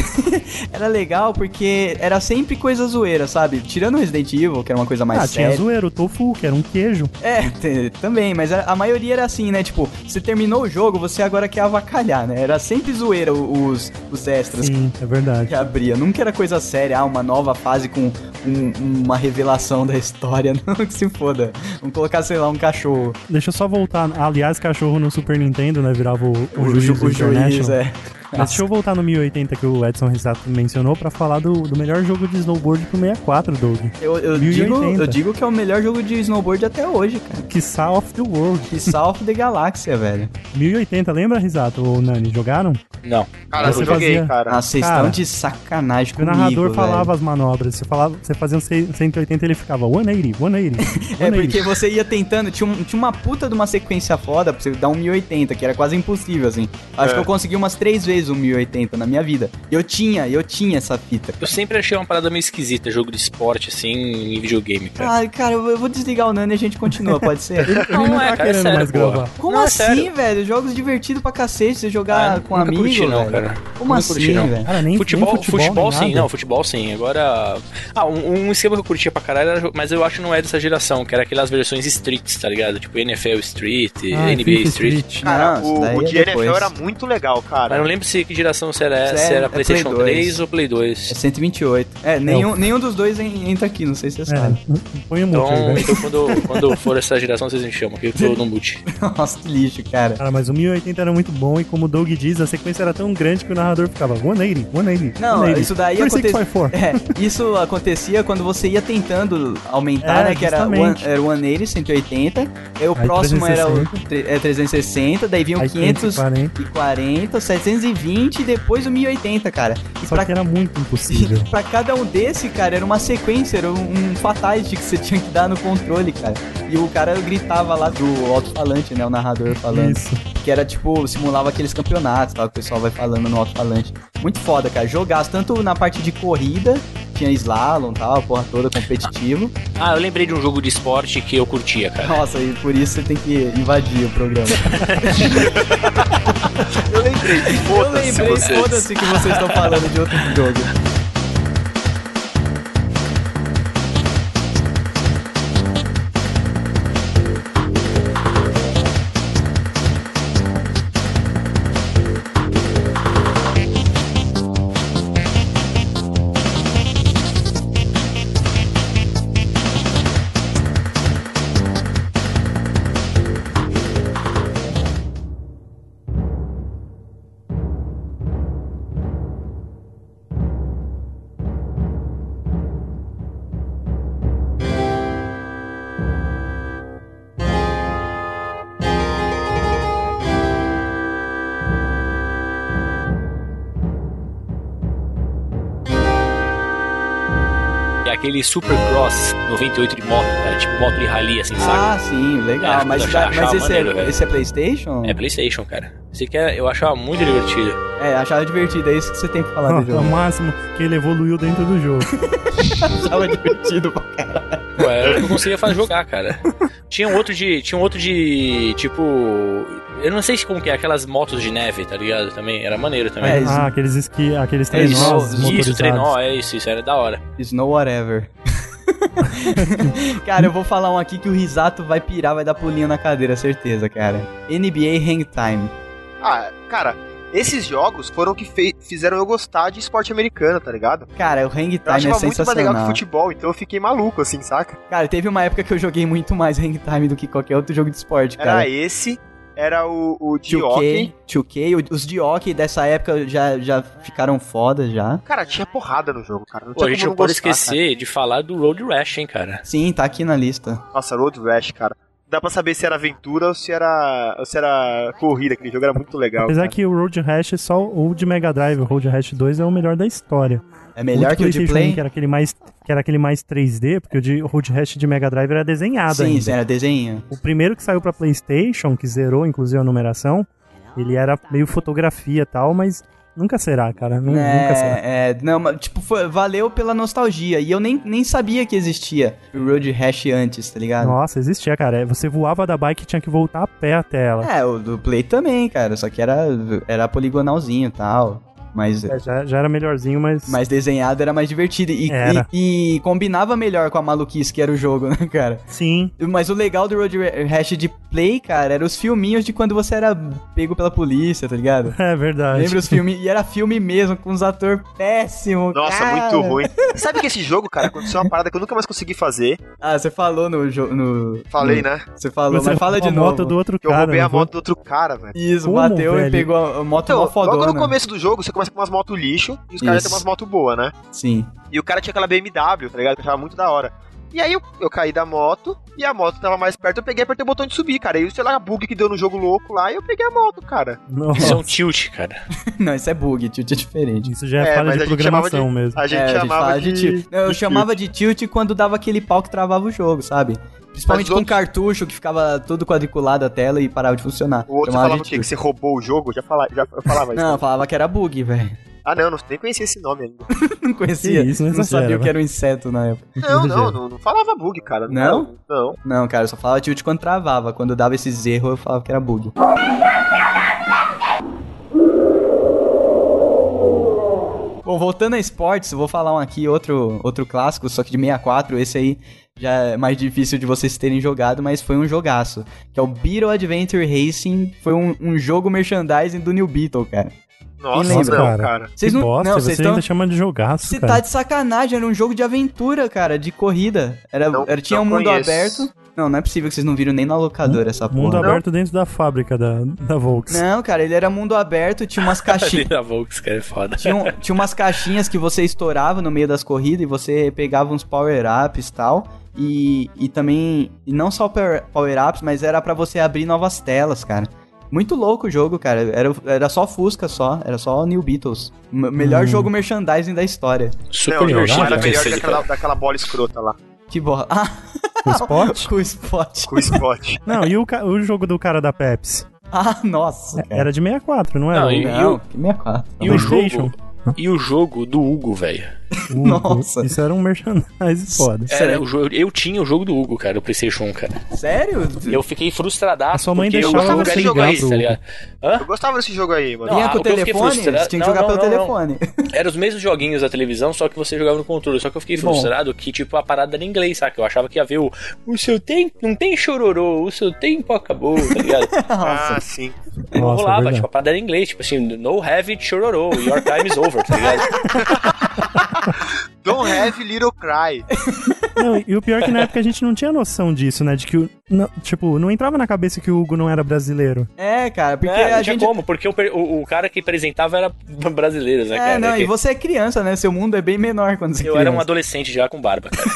[SPEAKER 2] era legal porque era sempre coisa zoeira, sabe? Tirando o Resident Evil, que era uma coisa é mais
[SPEAKER 3] ah, tinha
[SPEAKER 2] séria.
[SPEAKER 3] zoeiro, o tofu, que era um queijo.
[SPEAKER 2] É, *laughs* t- também, mas a, a maioria era assim, né? Tipo, você terminou o jogo, você agora quer avacalhar, né? Era sempre zoeira o- os, os extras
[SPEAKER 3] Sim, é verdade.
[SPEAKER 2] que abria. Nunca era coisa séria, ah, uma nova fase com um- uma revelação da história. *laughs* Não, que se foda. Vamos colocar, sei lá, um cachorro.
[SPEAKER 3] Deixa eu só voltar. Aliás, cachorro no Super Nintendo, né? Virava o, o,
[SPEAKER 2] ju-
[SPEAKER 3] juiz,
[SPEAKER 2] o
[SPEAKER 3] International.
[SPEAKER 2] é.
[SPEAKER 3] Mas deixa eu voltar no 1080 que o Edson Risato mencionou pra falar do, do melhor jogo de snowboard pro 64, Doug.
[SPEAKER 2] Eu, eu
[SPEAKER 3] 1080.
[SPEAKER 2] digo, eu digo que é o melhor jogo de snowboard até hoje, cara.
[SPEAKER 3] Que of the World.
[SPEAKER 2] Que South the Galáxia, velho.
[SPEAKER 3] 1080, lembra, Risato ou Nani? Jogaram?
[SPEAKER 4] Não.
[SPEAKER 5] Cara,
[SPEAKER 3] Você
[SPEAKER 5] eu joguei,
[SPEAKER 3] fazia-
[SPEAKER 5] cara.
[SPEAKER 2] Ah, vocês
[SPEAKER 3] Cara,
[SPEAKER 2] estão de sacanagem
[SPEAKER 3] Que o
[SPEAKER 2] comigo,
[SPEAKER 3] narrador
[SPEAKER 2] velho.
[SPEAKER 3] falava as manobras. Você, falava, você fazia um 100 180 ele ficava 180, 180.
[SPEAKER 2] *laughs* É
[SPEAKER 3] 180.
[SPEAKER 2] porque você ia tentando, tinha, um- tinha uma puta de uma sequência foda pra você dar um 1080, que era quase impossível, assim. Acho
[SPEAKER 5] É.
[SPEAKER 2] que eu consegui umas três vezes um 1080 na minha vida. Eu tinha, eu tinha essa fita.
[SPEAKER 4] Eu sempre achei uma parada meio esquisita, jogo de esporte, assim, em videogame, cara.
[SPEAKER 2] Ah, cara, eu eu vou desligar o Nani e a gente continua, pode
[SPEAKER 4] *laughs*
[SPEAKER 2] ser?
[SPEAKER 3] Ele
[SPEAKER 4] é,
[SPEAKER 3] não tá querendo mais
[SPEAKER 4] porra.
[SPEAKER 3] gravar.
[SPEAKER 2] Como
[SPEAKER 4] Não, é
[SPEAKER 2] assim,
[SPEAKER 4] sério.
[SPEAKER 2] velho? Jogos divertidos pra cacete, você jogar
[SPEAKER 4] Ah,
[SPEAKER 2] com
[SPEAKER 4] nunca
[SPEAKER 2] amigo,
[SPEAKER 4] curti, não,
[SPEAKER 2] velho.
[SPEAKER 4] cara.
[SPEAKER 2] Como
[SPEAKER 4] Nunca
[SPEAKER 2] assim,
[SPEAKER 4] curti, não.
[SPEAKER 2] velho?
[SPEAKER 3] Cara, nem nem
[SPEAKER 4] Futebol, futebol,
[SPEAKER 3] nem
[SPEAKER 4] sim,
[SPEAKER 3] nada.
[SPEAKER 4] não, futebol sim. Agora. Ah, um, um esquema que eu curtia pra caralho, era- mas eu acho que não é dessa geração, que era aquelas versões streets, tá ligado? Tipo NFL Street,
[SPEAKER 3] Ah,
[SPEAKER 4] NBA
[SPEAKER 3] FIFA
[SPEAKER 4] Street.
[SPEAKER 5] Cara,
[SPEAKER 2] Não, isso daí
[SPEAKER 5] o, o
[SPEAKER 2] é
[SPEAKER 5] de NFL
[SPEAKER 2] depois.
[SPEAKER 5] era um- muito legal,
[SPEAKER 4] Mas eu
[SPEAKER 5] cara.
[SPEAKER 4] não lembro se que geração se era,
[SPEAKER 2] Isso
[SPEAKER 4] se
[SPEAKER 2] é-
[SPEAKER 4] era
[SPEAKER 2] é Play
[SPEAKER 4] PlayStation
[SPEAKER 2] 2.
[SPEAKER 4] 3 ou Play 2.
[SPEAKER 2] É 128. É, nenhum, nenhum dos dois en- entra aqui, não sei se você sabe. *laughs*
[SPEAKER 3] É, põe o mute aí,
[SPEAKER 4] Então,
[SPEAKER 3] velho.
[SPEAKER 4] então quando, quando for essa geração, vocês me chamam, que eu tô no mute.
[SPEAKER 2] Nossa, que lixo, cara.
[SPEAKER 3] Cara, mas o 1080 era muito bom e como o Doug diz, a sequência era tão grande que o narrador ficava 180, 180,
[SPEAKER 2] Não,
[SPEAKER 3] 180.
[SPEAKER 2] isso daí
[SPEAKER 3] 364.
[SPEAKER 2] acontecia. É, isso acontecia quando você ia tentando aumentar,
[SPEAKER 3] É,
[SPEAKER 2] né? Que era
[SPEAKER 3] justamente.
[SPEAKER 2] one, era 180, 180. Aí é, o
[SPEAKER 3] Aí
[SPEAKER 2] próximo era o tre- é, 360, daí vinha o
[SPEAKER 3] Aí
[SPEAKER 2] 540,
[SPEAKER 3] 540.
[SPEAKER 2] 720 e depois o 1080, cara. *laughs* E
[SPEAKER 3] Só
[SPEAKER 2] pra,
[SPEAKER 3] que é era muito impossível.
[SPEAKER 2] pra cada um desse, cara, era uma sequência, era um, um fatality que você tinha que dar no controle, cara. E o cara gritava lá do alto-falante, né? O narrador *laughs* falando.
[SPEAKER 3] Isso.
[SPEAKER 2] Que era tipo, simulava aqueles campeonatos, tá? O pessoal vai falando no alto-falante. Muito foda, cara. Jogar tanto na parte de corrida, tinha slalom e tal, a porra toda
[SPEAKER 4] *laughs*
[SPEAKER 2] competitivo.
[SPEAKER 4] *laughs* Ah, eu lembrei de um jogo de esporte que eu curtia, *laughs* cara.
[SPEAKER 2] Nossa, e por isso você tem que invadir o
[SPEAKER 4] *laughs*
[SPEAKER 2] programa.
[SPEAKER 5] Eu lembrei,
[SPEAKER 2] Eu
[SPEAKER 5] foda-se
[SPEAKER 2] lembrei,
[SPEAKER 5] vocês.
[SPEAKER 2] foda-se que vocês estão falando de outro jogo.
[SPEAKER 4] É aquele Supercross 98 de moto, cara. Tipo moto de rally, assim, saca?
[SPEAKER 2] Ah, sim, legal.
[SPEAKER 4] É,
[SPEAKER 2] mas
[SPEAKER 4] achar-
[SPEAKER 2] mas
[SPEAKER 4] achar
[SPEAKER 2] esse,
[SPEAKER 4] maneiro,
[SPEAKER 2] é,
[SPEAKER 4] velho.
[SPEAKER 2] esse é Playstation?
[SPEAKER 4] É Playstation, cara. Esse que é- eu achava muito divertido.
[SPEAKER 2] É, achava divertido, é isso que você tem que
[SPEAKER 3] *laughs*
[SPEAKER 2] falar do
[SPEAKER 3] É o
[SPEAKER 2] jogo.
[SPEAKER 3] máximo que ele evoluiu dentro do jogo.
[SPEAKER 2] achava divertido pra caralho.
[SPEAKER 4] Pô, era o que eu conseguia fazer jogar, cara. Tinha um outro de. Tinha um outro de. Tipo. Eu não sei se como que é, aquelas motos de neve, tá ligado? Também. Era maneiro também.
[SPEAKER 2] É,
[SPEAKER 3] ah, aqueles esqui, aqueles
[SPEAKER 2] É isso,
[SPEAKER 3] trenós
[SPEAKER 4] isso,
[SPEAKER 3] motorizados.
[SPEAKER 4] trenó, é isso, isso era da hora.
[SPEAKER 2] Snow
[SPEAKER 5] *laughs*
[SPEAKER 2] whatever. cara, eu vou falar um aqui que o Risato vai pirar, vai dar pulinho na cadeira, certeza, cara. NBA Hang Time.
[SPEAKER 5] Ah, cara, esses jogos foram que fei- fizeram eu gostar de esporte americano, tá ligado?
[SPEAKER 2] Cara, o Hang
[SPEAKER 5] Eu
[SPEAKER 2] Time é
[SPEAKER 5] achava muito mais legal que
[SPEAKER 2] sensacional.
[SPEAKER 5] futebol, então eu fiquei maluco, assim, saca?
[SPEAKER 2] Cara, teve uma época que eu joguei muito mais Hang Time do que qualquer outro jogo de esporte,
[SPEAKER 5] Era
[SPEAKER 2] cara.
[SPEAKER 5] esse, era o, o de hockey.
[SPEAKER 2] 2K, 2K, o- os de hockey dessa época já, já ficaram foda já.
[SPEAKER 5] Cara, tinha porrada no jogo, cara. Não
[SPEAKER 4] Pô,
[SPEAKER 5] tinha
[SPEAKER 4] a gente
[SPEAKER 5] como
[SPEAKER 4] não pode
[SPEAKER 5] gostar,
[SPEAKER 4] esquecer de falar do Road Rash, hein, cara.
[SPEAKER 2] Sim, tá aqui na lista.
[SPEAKER 5] cara. Nossa, Road Rash, cara. Não Dá pra saber se era aventura ou se era, ou se era corrida, aquele jogo era muito legal.
[SPEAKER 3] Apesar
[SPEAKER 5] cara.
[SPEAKER 3] que o Road Rash, é só o de Mega Drive, o Road Rash 2 é o melhor da história.
[SPEAKER 2] É melhor
[SPEAKER 3] de
[SPEAKER 2] que o de
[SPEAKER 3] PlayStation um,
[SPEAKER 2] Play?
[SPEAKER 3] Que era, aquele mais, que era aquele mais 3D, porque o de Road Rash de Mega Drive era desenhado
[SPEAKER 2] Sim,
[SPEAKER 3] ainda.
[SPEAKER 2] sim, era desenho.
[SPEAKER 3] O primeiro que saiu pra PlayStation, que zerou inclusive a numeração, ele era meio fotografia e tal, mas Nunca será, cara.
[SPEAKER 2] É,
[SPEAKER 3] Nu- Hum, Nunca será.
[SPEAKER 2] é, não, mas, tipo, foi- valeu pela nostalgia. E eu nem, nem sabia que existia o Road Rash antes, tá ligado?
[SPEAKER 3] Nossa, existia, cara. É, Você voava da bike e tinha que voltar a pé até ela.
[SPEAKER 2] É, o do Play também, cara. Só que era, era poligonalzinho e tal. Mas,
[SPEAKER 3] É, já, já era melhorzinho, mas.
[SPEAKER 2] mas desenhado era mais divertido. E,
[SPEAKER 3] Era.
[SPEAKER 2] e- e combinava melhor com a maluquice que era o jogo, *laughs* né, cara?
[SPEAKER 3] Sim. *laughs*
[SPEAKER 2] Mas o legal do Road Ra- Rash de Play, cara, era os filminhos de quando você era pego pela polícia, tá ligado?
[SPEAKER 3] É verdade.
[SPEAKER 2] Lembra os filmes? E era filme mesmo, com uns atores péssimos.
[SPEAKER 5] Nossa,
[SPEAKER 2] cara.
[SPEAKER 5] muito ruim. Sabe que esse jogo, cara, aconteceu uma parada que eu nunca mais consegui fazer.
[SPEAKER 2] Ah, você falou no jogo. No...
[SPEAKER 5] Falei, né?
[SPEAKER 2] Você falou,
[SPEAKER 3] Você
[SPEAKER 2] mas fala de
[SPEAKER 3] roubou a
[SPEAKER 2] novo.
[SPEAKER 3] moto do outro
[SPEAKER 5] Que eu
[SPEAKER 3] cara.
[SPEAKER 5] roubei
[SPEAKER 3] não
[SPEAKER 5] a
[SPEAKER 3] foi?
[SPEAKER 5] moto do outro cara, velho.
[SPEAKER 2] Isso,
[SPEAKER 3] Como,
[SPEAKER 2] bateu e
[SPEAKER 3] velho?
[SPEAKER 2] pegou a a moto
[SPEAKER 5] Então,
[SPEAKER 2] mó fodona. né?
[SPEAKER 5] logo no começo do jogo, você começa com umas motos lixo e os caras já
[SPEAKER 2] Isso.
[SPEAKER 5] têm umas motos boas, né?
[SPEAKER 2] Sim. *laughs*
[SPEAKER 5] E o cara tinha aquela BMW, tá ligado? Que eu achava muito da hora. E aí eu, eu caí da moto e a moto tava mais perto, eu peguei e apertei o botão de subir, cara. E sei lá, a bug que deu no jogo louco lá e eu peguei a moto, cara.
[SPEAKER 4] Isso é um
[SPEAKER 3] Nossa,
[SPEAKER 4] tilt, cara.
[SPEAKER 2] Não, isso é bug, tilt é diferente.
[SPEAKER 3] *laughs* isso já é,
[SPEAKER 5] É,
[SPEAKER 3] falha
[SPEAKER 5] mas
[SPEAKER 3] de
[SPEAKER 5] a gente chamava
[SPEAKER 3] programação mesmo.
[SPEAKER 5] A gente
[SPEAKER 2] É,
[SPEAKER 5] chamava
[SPEAKER 2] fala
[SPEAKER 5] de.
[SPEAKER 2] tilt. Não, eu
[SPEAKER 5] de
[SPEAKER 2] chamava de tilt quando dava aquele pau que travava o jogo, sabe? Principalmente
[SPEAKER 5] Mas
[SPEAKER 2] com
[SPEAKER 5] os outros-
[SPEAKER 2] cartucho que ficava todo quadriculado a tela e parava de funcionar.
[SPEAKER 5] O outro
[SPEAKER 2] Chamava
[SPEAKER 5] falava o
[SPEAKER 2] de
[SPEAKER 5] quê? Que
[SPEAKER 2] tilt.
[SPEAKER 5] você roubou o jogo? Já, fala, já eu falava isso.
[SPEAKER 2] Não, falava que era bug, velho. *laughs*
[SPEAKER 5] Ah, não, não, nem conhecia esse nome ainda.
[SPEAKER 2] Não conhecia.
[SPEAKER 3] Que isso, né? não
[SPEAKER 2] não sabia
[SPEAKER 3] exagera,
[SPEAKER 2] o que era um inseto na época.
[SPEAKER 5] Não, não, não, não falava bug, cara.
[SPEAKER 2] Não?
[SPEAKER 5] Não.
[SPEAKER 2] Não, cara, eu só falava tilt quando travava. Quando dava esses erros, eu falava que era bug. Bom, voltando a esportes, eu vou falar um aqui, outro, outro clássico, só que de 64. Esse aí já é mais difícil de vocês terem jogado, mas foi um jogaço. Que é o Beetle Adventure Racing. Foi um, um jogo merchandising do New Beetle, cara.
[SPEAKER 5] Nossa,
[SPEAKER 2] lembra,
[SPEAKER 5] não,
[SPEAKER 3] cara?
[SPEAKER 5] cara.
[SPEAKER 2] Vocês
[SPEAKER 3] que
[SPEAKER 2] não-
[SPEAKER 3] bosta,
[SPEAKER 2] não,
[SPEAKER 3] você
[SPEAKER 2] vocês tão-
[SPEAKER 3] ainda chama de jogaço,
[SPEAKER 2] Você
[SPEAKER 3] cara.
[SPEAKER 2] tá de sacanagem, era um jogo de aventura, cara, de corrida. Era,
[SPEAKER 5] Não-
[SPEAKER 2] era- tinha
[SPEAKER 5] não
[SPEAKER 2] um mundo
[SPEAKER 5] conheço.
[SPEAKER 2] aberto. Não, não é possível que vocês não viram nem na locadora essa
[SPEAKER 3] Mundo
[SPEAKER 2] porra.
[SPEAKER 3] aberto dentro da fábrica da, da Volks.
[SPEAKER 2] Não, cara, ele era mundo aberto, tinha
[SPEAKER 5] *laughs*
[SPEAKER 2] umas caixinhas.
[SPEAKER 4] Da Volks, cara, é foda.
[SPEAKER 2] Tinha, um- tinha umas caixinhas que você estourava no meio das corridas e você pegava uns power-ups e tal. E, e também, e não só power- power-ups, mas era pra você abrir novas telas, cara. Muito louco o jogo, cara. Era, era só Fusca só, era só New Beatles. M- melhor
[SPEAKER 3] Hum.
[SPEAKER 2] jogo merchandising da história.
[SPEAKER 4] Super
[SPEAKER 5] não,
[SPEAKER 4] divertido.
[SPEAKER 5] não era
[SPEAKER 4] né,
[SPEAKER 5] melhor que
[SPEAKER 4] esse,
[SPEAKER 5] aquela,
[SPEAKER 4] cara.
[SPEAKER 5] daquela bola escrota lá,
[SPEAKER 2] Que bola. *laughs* Ah,
[SPEAKER 3] O Spot?
[SPEAKER 2] com o spot.
[SPEAKER 5] com o spot.
[SPEAKER 2] *laughs*
[SPEAKER 3] Não, e o, ca- o jogo do cara da Pepsi?
[SPEAKER 2] Ah, nossa. cara.
[SPEAKER 3] Era de 64, não era?
[SPEAKER 4] Não,
[SPEAKER 3] O-
[SPEAKER 4] e-
[SPEAKER 2] Não,
[SPEAKER 4] o-
[SPEAKER 2] que 64.
[SPEAKER 4] E o
[SPEAKER 3] é PlayStation?
[SPEAKER 4] jogo. E o jogo do Hugo, velho.
[SPEAKER 3] o-
[SPEAKER 2] Nossa.
[SPEAKER 3] Isso era um merchandise foda.
[SPEAKER 4] Era o jogo. Eu tinha o jogo do Hugo, cara, o PlayStation 1, cara.
[SPEAKER 2] Sério?
[SPEAKER 4] Eu fiquei frustradaço.
[SPEAKER 3] A sua mãe
[SPEAKER 4] porque eu
[SPEAKER 3] deixava
[SPEAKER 4] gostava
[SPEAKER 5] você
[SPEAKER 4] de
[SPEAKER 5] ligar
[SPEAKER 4] jogar
[SPEAKER 5] pro
[SPEAKER 4] isso, tá
[SPEAKER 3] Hugo.
[SPEAKER 4] ligado?
[SPEAKER 5] Eu gostava desse jogo aí, mano.
[SPEAKER 4] Não,
[SPEAKER 2] Vinha
[SPEAKER 4] ah,
[SPEAKER 2] com o
[SPEAKER 4] o que eu fiquei
[SPEAKER 2] telefone? Você
[SPEAKER 4] frustrado-
[SPEAKER 2] tinha que
[SPEAKER 4] Não,
[SPEAKER 2] jogar
[SPEAKER 4] não,
[SPEAKER 2] pelo
[SPEAKER 4] não, não.
[SPEAKER 2] telefone. *laughs*
[SPEAKER 4] Eram os mesmos joguinhos da televisão, só que você jogava no controle. Só que eu fiquei
[SPEAKER 2] Bom.
[SPEAKER 4] frustrado que, tipo, a parada era em inglês, saca? Eu achava que ia ver o. O seu tempo. Não tem chororô, o seu tempo acabou, tá ligado?
[SPEAKER 2] *laughs* Nossa.
[SPEAKER 5] Ah, sim.
[SPEAKER 2] um
[SPEAKER 4] Não
[SPEAKER 3] Nossa, é
[SPEAKER 4] rolava,
[SPEAKER 3] verdade.
[SPEAKER 4] tipo, a parada era em inglês, tipo assim, no have it, chororô, your time is over,
[SPEAKER 2] *laughs*
[SPEAKER 4] tá ligado?
[SPEAKER 5] Don't have little cry.
[SPEAKER 4] tipo.
[SPEAKER 3] Não, e o pior é que na época a gente não tinha noção disso, né? De que, o- não, tipo, não entrava na cabeça que o Hugo não era brasileiro.
[SPEAKER 2] É, cara, porque
[SPEAKER 4] É,
[SPEAKER 2] a
[SPEAKER 4] não tinha
[SPEAKER 2] gente.
[SPEAKER 4] como, porque o, per- o- o cara que apresentava era *laughs* brasileiro, né, cara?
[SPEAKER 2] É, não,
[SPEAKER 4] Que-
[SPEAKER 2] e você é criança, né? Seu mundo é bem menor quando você é
[SPEAKER 4] Eu
[SPEAKER 2] criança.
[SPEAKER 4] era um adolescente já com
[SPEAKER 2] *laughs*
[SPEAKER 4] barba, cara.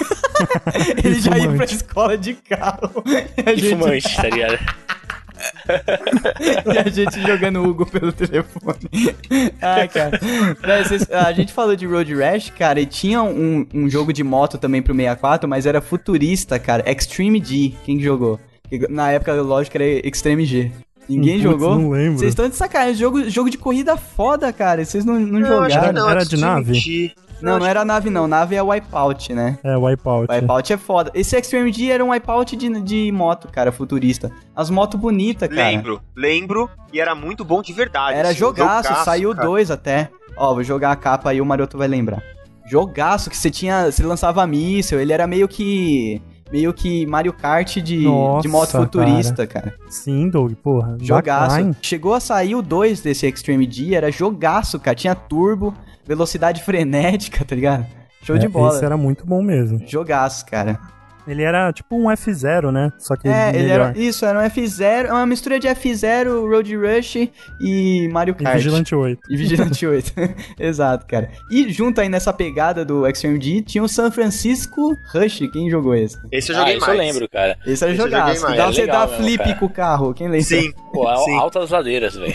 [SPEAKER 2] Ele já ia pra
[SPEAKER 3] fumante.
[SPEAKER 2] escola de carro. *laughs* E a,
[SPEAKER 4] E
[SPEAKER 2] gente,
[SPEAKER 4] fumante, tá ligado?
[SPEAKER 2] e a gente jogando Hugo pelo telefone. *laughs* Ah, cara. Mas vocês- a gente falou de Road Rash, cara, e tinha um, um jogo de moto também pro 64, mas era futurista, cara. Extreme G. Quem que jogou? Porque Na época, lógico, era Extreme G. Ninguém
[SPEAKER 3] Hum, Putz,
[SPEAKER 2] jogou?
[SPEAKER 3] não lembro.
[SPEAKER 2] Vocês estão de sacanagem. Jogo, jogo de corrida foda, cara. e Vocês não, não,
[SPEAKER 5] acho que
[SPEAKER 2] jogaram.
[SPEAKER 3] Era de
[SPEAKER 5] Extreme
[SPEAKER 3] nave?
[SPEAKER 5] G.
[SPEAKER 2] Não, não era nave, não. Nave é Wipeout, né?
[SPEAKER 3] É, Wipeout.
[SPEAKER 2] Wipeout é foda. Esse Extreme G era um wipeout de, de moto, cara, futurista. As motos bonitas, cara.
[SPEAKER 5] Lembro, lembro. E era muito bom de verdade.
[SPEAKER 2] Era
[SPEAKER 5] assim,
[SPEAKER 2] jogaço, saiu
[SPEAKER 5] cara.
[SPEAKER 2] dois até. Ó, vou jogar a capa aí, o Maroto vai lembrar. Jogaço que você tinha. Você lançava míssil, ele era meio que. Meio que Mario Kart de,
[SPEAKER 3] Nossa,
[SPEAKER 2] de moto
[SPEAKER 3] cara.
[SPEAKER 2] futurista, cara.
[SPEAKER 3] Sim, Doug, porra.
[SPEAKER 2] Jogaço.
[SPEAKER 3] Backline.
[SPEAKER 2] Chegou a sair o 2 desse Extreme G, era jogaço, cara. Tinha turbo, velocidade *laughs* frenética, tá ligado? Show de
[SPEAKER 3] É,
[SPEAKER 2] bola.
[SPEAKER 3] Esse era muito bom mesmo.
[SPEAKER 2] Jogaço, cara.
[SPEAKER 3] Ele era tipo um F0, né? Só que
[SPEAKER 2] É, ele
[SPEAKER 3] melhor.
[SPEAKER 2] era, isso, era um F0, é uma mistura de F0, Road Rush e Mario
[SPEAKER 3] E
[SPEAKER 2] Kart.
[SPEAKER 3] Vigilante 8. *laughs*
[SPEAKER 2] E Vigilante 8. *laughs* Exato, cara. E junto aí nessa pegada do Extreme G, tinha o San Francisco Rush. Quem jogou esse?
[SPEAKER 5] Esse eu
[SPEAKER 4] ah,
[SPEAKER 5] joguei
[SPEAKER 4] isso
[SPEAKER 5] mais.
[SPEAKER 4] eu lembro, cara.
[SPEAKER 2] Esse era
[SPEAKER 5] Esse eu joguei
[SPEAKER 2] jogaço.
[SPEAKER 5] mais.
[SPEAKER 2] Dá
[SPEAKER 4] Era
[SPEAKER 2] você
[SPEAKER 4] legal
[SPEAKER 2] dar
[SPEAKER 4] mesmo,
[SPEAKER 2] flip
[SPEAKER 4] cara.
[SPEAKER 2] com o carro. Quem lembra?
[SPEAKER 5] Sim,
[SPEAKER 4] Pô, é al-
[SPEAKER 5] sim.
[SPEAKER 4] altas ladeiras, velho.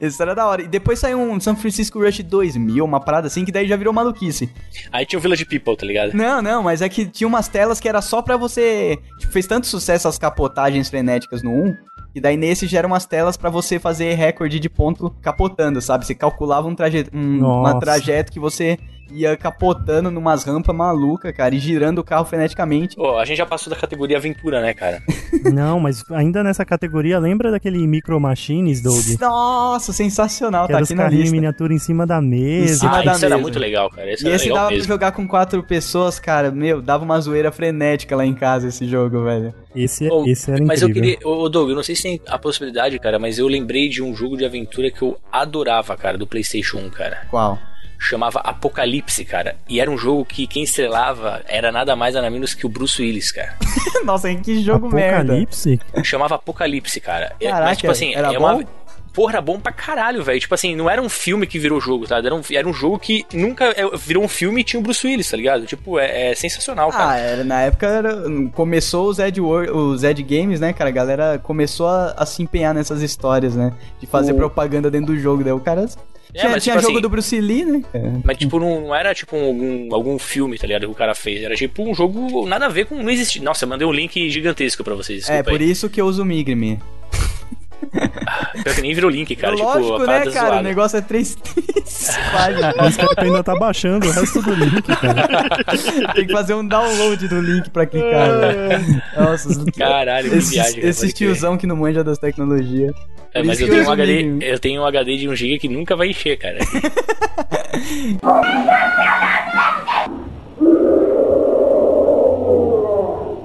[SPEAKER 2] Esse era da hora. E depois saiu um San Francisco Rush 2000, uma parada assim, que daí já virou maluquice.
[SPEAKER 4] Aí tinha o Village People, tá ligado?
[SPEAKER 2] *laughs* Não, não, mas é que tinha umas telas que era só pra você. Tipo, fez tanto sucesso as capotagens frenéticas no 1 E daí nesse gera umas telas pra você fazer recorde de ponto capotando, sabe? Você calculava um trajeto, um, uma
[SPEAKER 3] Nossa.
[SPEAKER 2] trajeto que você ia capotando numas rampas maluca, cara, e girando o carro freneticamente.
[SPEAKER 4] Ó, a gente já passou da categoria aventura, né, cara?
[SPEAKER 3] Não, mas ainda nessa categoria, lembra daquele Micro Machines, Doug?
[SPEAKER 2] Nossa, sensacional,
[SPEAKER 3] Que
[SPEAKER 2] tá
[SPEAKER 3] era os
[SPEAKER 2] aqui na
[SPEAKER 3] carrinhos em
[SPEAKER 2] lista.
[SPEAKER 3] miniatura em cima da
[SPEAKER 2] Em
[SPEAKER 3] mesa.
[SPEAKER 2] cima
[SPEAKER 4] Ah,
[SPEAKER 2] da
[SPEAKER 4] isso era
[SPEAKER 2] mesa.
[SPEAKER 4] muito legal, cara. Esse
[SPEAKER 2] E
[SPEAKER 4] era
[SPEAKER 2] esse
[SPEAKER 4] legal
[SPEAKER 2] dava pra
[SPEAKER 4] mesmo.
[SPEAKER 2] jogar com quatro pessoas, cara. Meu, dava uma zoeira frenética lá em casa esse jogo, velho.
[SPEAKER 3] Esse,
[SPEAKER 4] Oh,
[SPEAKER 3] esse era incrível.
[SPEAKER 4] Mas eu queria. Ô, ô, Doug, eu não sei se tem a possibilidade, cara, mas eu lembrei de um jogo de aventura que eu adorava, cara, do PlayStation 1, cara.
[SPEAKER 2] Qual? *laughs*
[SPEAKER 4] Chamava Apocalipse, cara. E era um jogo que quem estrelava era nada mais nada menos que o Bruce Willis, cara.
[SPEAKER 2] Nossa, que jogo merda.
[SPEAKER 3] Apocalipse?
[SPEAKER 4] Chamava Apocalipse, cara. É,
[SPEAKER 2] Caraca,
[SPEAKER 4] mas, tipo assim,
[SPEAKER 2] era
[SPEAKER 4] é uma.
[SPEAKER 2] bom?
[SPEAKER 4] Porra, era bom pra caralho, velho. Tipo assim, não era um filme que virou jogo, tá? Era um, era um jogo que nunca é, virou um filme e tinha o Bruce Willis, tá ligado? Tipo, é, é sensacional, cara.
[SPEAKER 2] Ah, era, na época era, começou o Zed, Wor- o Zed Games, né, cara? A galera começou a, a se empenhar nessas histórias, né? De fazer
[SPEAKER 4] O- propaganda
[SPEAKER 2] propaganda dentro do jogo. Daí o cara.
[SPEAKER 4] É,
[SPEAKER 2] tinha
[SPEAKER 4] mas,
[SPEAKER 2] tinha
[SPEAKER 4] tipo
[SPEAKER 2] jogo
[SPEAKER 4] assim,
[SPEAKER 2] do Bruce Lee, né? cara?
[SPEAKER 4] Mas, tipo, não, não era tipo um- algum, algum filme, tá ligado? Que o cara fez. Era tipo um jogo nada a ver com. Não existia. Nossa, eu mandei um link gigantesco pra vocês.
[SPEAKER 2] É,
[SPEAKER 4] Desculpa
[SPEAKER 2] por
[SPEAKER 4] aí.
[SPEAKER 2] isso que eu uso o Migrime.
[SPEAKER 4] Pior que nem virou link, cara. tipo, a
[SPEAKER 2] Lógico, né,
[SPEAKER 4] parada
[SPEAKER 2] cara? O
[SPEAKER 4] zoada.
[SPEAKER 2] negócio é três *laughs* páginas.
[SPEAKER 3] Esse cara ainda tá baixando o resto do link, cara.
[SPEAKER 2] Tem que fazer um download do link pra clicar.
[SPEAKER 4] *laughs*
[SPEAKER 2] né? Nossa, os-
[SPEAKER 4] Caralho, que é.
[SPEAKER 2] esses,
[SPEAKER 4] viagem. cara,
[SPEAKER 2] esses
[SPEAKER 4] pode crer.
[SPEAKER 2] tiozão que não manja das tecnologias.
[SPEAKER 4] É, mas
[SPEAKER 2] por isso
[SPEAKER 4] eu tenho, um
[SPEAKER 2] que eu
[SPEAKER 4] HD,
[SPEAKER 2] uso
[SPEAKER 4] eu tenho um HD de 1 GB que nunca vai encher, cara. Então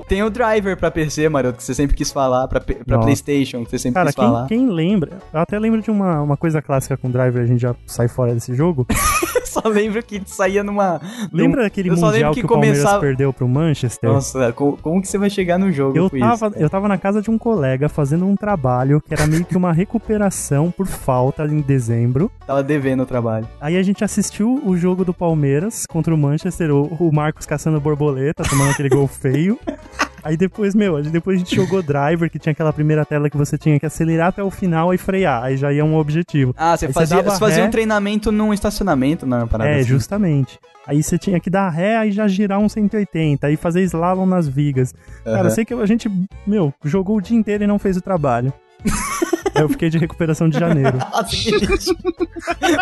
[SPEAKER 2] Tem o driver pra PC, maroto, que você sempre quis falar, pra, P- pra
[SPEAKER 3] Nossa.
[SPEAKER 2] PlayStation, que você sempre
[SPEAKER 3] Cara,
[SPEAKER 2] quis
[SPEAKER 3] quem,
[SPEAKER 2] falar.
[SPEAKER 3] quem lembra? Eu até lembro de uma, uma coisa clássica com driver, a gente já sai fora
[SPEAKER 2] *laughs*
[SPEAKER 3] desse jogo.
[SPEAKER 2] Só lembro que saía numa.
[SPEAKER 3] Lembra daquele
[SPEAKER 2] eu só lembro
[SPEAKER 3] mundial
[SPEAKER 2] que
[SPEAKER 3] que, o Palmeiras
[SPEAKER 2] começava-
[SPEAKER 3] perdeu pro Manchester?
[SPEAKER 2] Nossa, co- como que você vai chegar no jogo
[SPEAKER 3] Eu
[SPEAKER 2] com
[SPEAKER 3] tava, eu tava na casa de um colega fazendo um trabalho que era meio que uma recuperação por falta em dezembro.
[SPEAKER 2] isso? Tava devendo o trabalho.
[SPEAKER 3] Aí a gente assistiu o jogo do Palmeiras contra o Manchester, o, o Marcos caçando borboleta, tomando aquele gol feio. Aí depois, meu, aí depois a gente jogou driver, que tinha aquela primeira tela que você tinha que acelerar até o final e frear. Aí já ia um objetivo.
[SPEAKER 2] Ah, você
[SPEAKER 3] Aí você
[SPEAKER 2] fazia,
[SPEAKER 3] dava
[SPEAKER 2] você fazia
[SPEAKER 3] ré.
[SPEAKER 2] um treinamento num estacionamento, não é uma parada
[SPEAKER 3] É,
[SPEAKER 2] assim. *laughs*
[SPEAKER 3] justamente. Aí você tinha que dar ré, aí já girar um 180, aí fazer slalom nas vigas. Cara, eu sei que a gente, meu, jogou o dia inteiro e não fez o trabalho. Aí eu fiquei de recuperação
[SPEAKER 2] *laughs*
[SPEAKER 3] de janeiro.
[SPEAKER 2] Nossa, que lixo.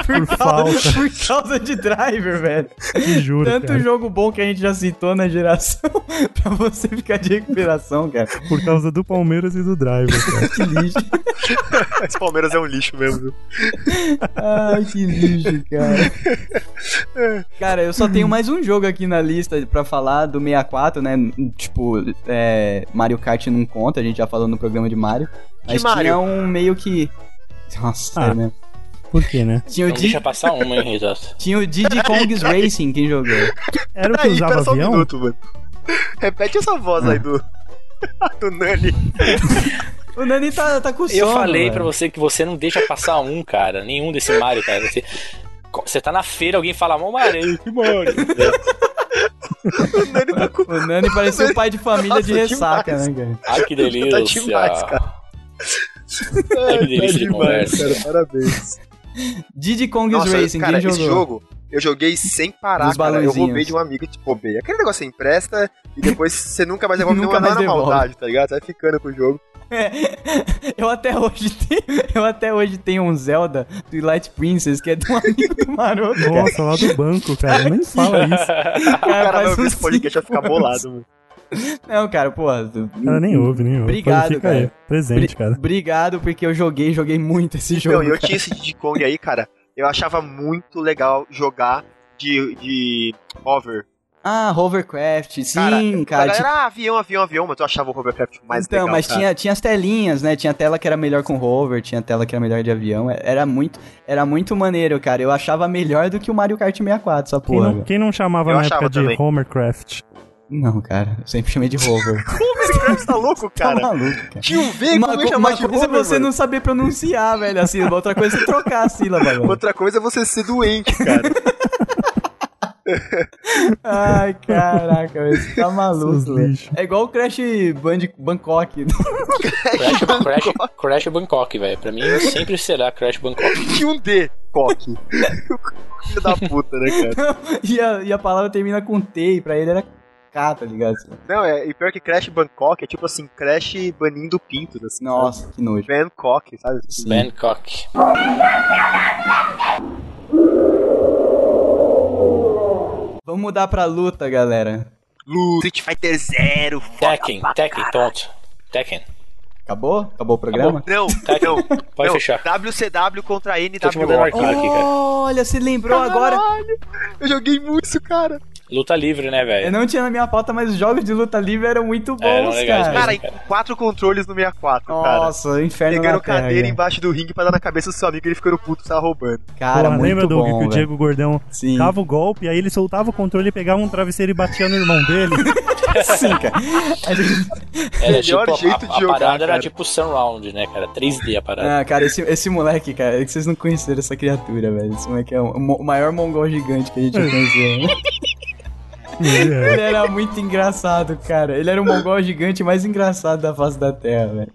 [SPEAKER 3] Por falta.
[SPEAKER 2] Ah, Por causa de driver, velho.
[SPEAKER 3] Te juro,
[SPEAKER 2] Tanto
[SPEAKER 3] cara.
[SPEAKER 2] jogo bom que a gente já citou na geração *laughs* pra você ficar de recuperação, cara.
[SPEAKER 3] Por causa do Palmeiras e do driver, cara.
[SPEAKER 2] Que lixo.
[SPEAKER 5] Esse Palmeiras é um lixo mesmo, viu?
[SPEAKER 2] Ai, que lixo, cara. *laughs* Cara, eu só tenho mais um jogo aqui na lista pra falar do 64, né? Tipo, é, Mario Kart não conta, a gente já falou no programa de Mario. Mas tinha
[SPEAKER 5] Mario?
[SPEAKER 2] um meio que. Nossa,
[SPEAKER 3] Ah.
[SPEAKER 2] sério, né?
[SPEAKER 3] Por quê, né?
[SPEAKER 2] Tinha o,
[SPEAKER 5] Então
[SPEAKER 4] Não deixa
[SPEAKER 2] Di...
[SPEAKER 4] passar uma,
[SPEAKER 2] *laughs*
[SPEAKER 4] hein, Rezato?
[SPEAKER 2] tinha o Diddy
[SPEAKER 5] *laughs*
[SPEAKER 2] Kong's Racing, quem jogou?
[SPEAKER 3] Era o que
[SPEAKER 5] Aí,
[SPEAKER 3] usava
[SPEAKER 5] pera só um
[SPEAKER 3] avião?
[SPEAKER 5] minuto, mano. Repete essa voz
[SPEAKER 2] Ah.
[SPEAKER 5] aí do. *laughs* do Nani.
[SPEAKER 2] O Nani tá, tá com sono.
[SPEAKER 4] Eu falei pra
[SPEAKER 2] velho.
[SPEAKER 4] você que você não deixa passar um, cara. Nenhum desse Mario, cara. Você, você tá na feira, alguém fala, mó Mario, que Mario.
[SPEAKER 5] O Nani tá com.
[SPEAKER 2] O Nani parecia o pai de família de
[SPEAKER 5] Nossa,
[SPEAKER 2] ressaca, né, cara? *laughs*
[SPEAKER 4] Ai, que delícia.
[SPEAKER 5] Tá demais, cara.
[SPEAKER 4] Ai, que delícia de conversa.
[SPEAKER 5] É, cara. Parabéns.
[SPEAKER 2] Diddy Kong's
[SPEAKER 5] Nossa,
[SPEAKER 2] Racing,
[SPEAKER 5] cara,
[SPEAKER 2] quem
[SPEAKER 5] esse
[SPEAKER 2] jogou?
[SPEAKER 5] jogo eu joguei sem parar,
[SPEAKER 2] Dos
[SPEAKER 5] cara. Eu
[SPEAKER 2] balãozinhos.
[SPEAKER 5] roubei de um amigo que te roubei. Aquele negócio que você empresta e depois você nunca
[SPEAKER 2] *laughs*
[SPEAKER 5] mais devolve.
[SPEAKER 2] Nunca
[SPEAKER 5] não,
[SPEAKER 2] mais
[SPEAKER 5] não era
[SPEAKER 2] devolve.
[SPEAKER 5] maldade, tá ligado? Você vai ficando com o jogo.
[SPEAKER 2] *laughs* Eu até hoje tenho, eu até hoje tenho um Zelda Twilight Princess que é de um *laughs* amigo do maroto. cara.
[SPEAKER 3] Nossa, lá do banco, cara. Nem fala isso.
[SPEAKER 2] O cara,
[SPEAKER 5] O cara vai
[SPEAKER 2] É, faz assim.
[SPEAKER 5] ouvir
[SPEAKER 2] uns
[SPEAKER 5] esse podcast vai ficar
[SPEAKER 2] cinco anos.
[SPEAKER 5] bolado, mano.
[SPEAKER 2] Não, cara, porra.
[SPEAKER 3] O cara nem ouve, nem ouve.
[SPEAKER 2] Obrigado,
[SPEAKER 3] Fica
[SPEAKER 2] cara.
[SPEAKER 3] aí, presente, cara.
[SPEAKER 2] Obrigado porque eu joguei, joguei muito esse *laughs*
[SPEAKER 5] Então,
[SPEAKER 2] jogo.
[SPEAKER 5] eu
[SPEAKER 2] cara.
[SPEAKER 5] tinha esse Diddy Kong aí, cara. Eu achava muito legal jogar de, de hover.
[SPEAKER 2] Ah, Hovercraft. Sim,
[SPEAKER 5] a
[SPEAKER 2] cara.
[SPEAKER 5] galera,
[SPEAKER 2] tinha-
[SPEAKER 5] ah, avião, avião, avião, mas eu achava o hovercraft mais
[SPEAKER 2] então,
[SPEAKER 5] legal.
[SPEAKER 2] mas
[SPEAKER 5] *laughs* cara.
[SPEAKER 2] tinha, tinha as telinhas, né? Tinha tela que era melhor com rover, tinha tela que era melhor de avião. É- Era muito, era muito maneiro, cara. Eu achava melhor do que o Mario Kart 64, essa
[SPEAKER 3] Quem
[SPEAKER 2] porra.
[SPEAKER 3] não, quem não chamava
[SPEAKER 5] Eu
[SPEAKER 3] na
[SPEAKER 5] achava
[SPEAKER 3] época de
[SPEAKER 5] também.
[SPEAKER 3] Homercraft?
[SPEAKER 2] Não, cara. Eu sempre chamei de rover.
[SPEAKER 5] Hovercraft tá louco,
[SPEAKER 2] tá
[SPEAKER 5] cara?
[SPEAKER 2] maluco, cara.
[SPEAKER 5] Tinha um V,
[SPEAKER 2] Uma,
[SPEAKER 5] como é
[SPEAKER 2] co-
[SPEAKER 5] chamar
[SPEAKER 2] uma
[SPEAKER 5] de
[SPEAKER 2] coisa é
[SPEAKER 5] hover,
[SPEAKER 2] você
[SPEAKER 5] mano?
[SPEAKER 2] não saber pronunciar, velho, a sílaba. Outra coisa é trocar a sílaba, velho.
[SPEAKER 5] Outra coisa é você ser
[SPEAKER 2] *laughs*
[SPEAKER 5] doente, cara.
[SPEAKER 2] Ai, caraca, velho, você tá
[SPEAKER 3] Seus
[SPEAKER 2] maluco, velho.
[SPEAKER 3] lixo.
[SPEAKER 2] É igual o Crash Bandic Bangkok. *laughs*
[SPEAKER 4] Crash, Crash, Crash Bangkok, velho. Pra mim sempre será Crash Bangkok.
[SPEAKER 5] Tinha um D, coque. Filho da puta, né, cara?
[SPEAKER 2] e, a, e a palavra termina com T, e pra ele era atacar, tá ligado?
[SPEAKER 5] Não, é, e pior que Crash Bangkok é tipo assim, Crash banindo pintos, assim.
[SPEAKER 2] Nossa, que nojo.
[SPEAKER 5] Bangkok, sabe? Assim,
[SPEAKER 2] Sim.
[SPEAKER 4] Bangkok.
[SPEAKER 2] Vamos mudar pra luta, galera.
[SPEAKER 5] Lu, Street Fighter Zero, foda
[SPEAKER 4] Tekken,
[SPEAKER 5] pra
[SPEAKER 4] Tekken,
[SPEAKER 5] caralho.
[SPEAKER 4] pronto.
[SPEAKER 2] Tá
[SPEAKER 4] Tekken.
[SPEAKER 2] Acabou? Acabou o programa?
[SPEAKER 5] Não,
[SPEAKER 2] Tá
[SPEAKER 5] não.
[SPEAKER 4] Pode
[SPEAKER 5] não,
[SPEAKER 4] fechar.
[SPEAKER 5] WCW contra
[SPEAKER 4] Tô te mandando um
[SPEAKER 5] NWO.
[SPEAKER 4] arquivo aqui, cara.
[SPEAKER 2] Olha, você lembrou agora.
[SPEAKER 5] Eu joguei muito isso, cara.
[SPEAKER 4] Luta livre, né,
[SPEAKER 2] Eu
[SPEAKER 4] velho?
[SPEAKER 2] não tinha na minha pauta, mas os jogos de luta livre eram muito bons,
[SPEAKER 4] eram legais
[SPEAKER 2] cara.
[SPEAKER 4] mesmo.
[SPEAKER 5] Cara, em quatro controles no 64, cara.
[SPEAKER 2] É, Nossa, inferno
[SPEAKER 5] Pegando
[SPEAKER 2] na terra,
[SPEAKER 5] cadeira
[SPEAKER 2] cara.
[SPEAKER 5] embaixo do ringue pra dar na cabeça do seu amigo e ele ficando puto, tá roubando.
[SPEAKER 2] Cara,
[SPEAKER 3] Porra,
[SPEAKER 2] muito
[SPEAKER 3] lembra, Doug,
[SPEAKER 2] bom,
[SPEAKER 3] que o
[SPEAKER 2] velho.
[SPEAKER 3] Diego Gordão
[SPEAKER 2] Sim.
[SPEAKER 3] dava o golpe, aí ele soltava o controle e pegava um travesseiro e batia no irmão dele?
[SPEAKER 2] *laughs* Sim, cara. A gente- é
[SPEAKER 4] Era tipo,
[SPEAKER 5] melhor
[SPEAKER 4] a,
[SPEAKER 5] jeito de
[SPEAKER 4] a
[SPEAKER 5] jogar,
[SPEAKER 4] parada era
[SPEAKER 5] cara.
[SPEAKER 4] tipo Sunround, né, cara? 3D a parada.
[SPEAKER 2] Ah, cara, esse, esse moleque, cara, é que vocês não conheceram essa criatura, velho. Esse moleque é o, mo- o maior mongol gigante que a gente já conheceu. né?
[SPEAKER 3] É.
[SPEAKER 2] Ele era muito engraçado, cara. Ele era o mongol gigante mais engraçado da face da Terra, velho.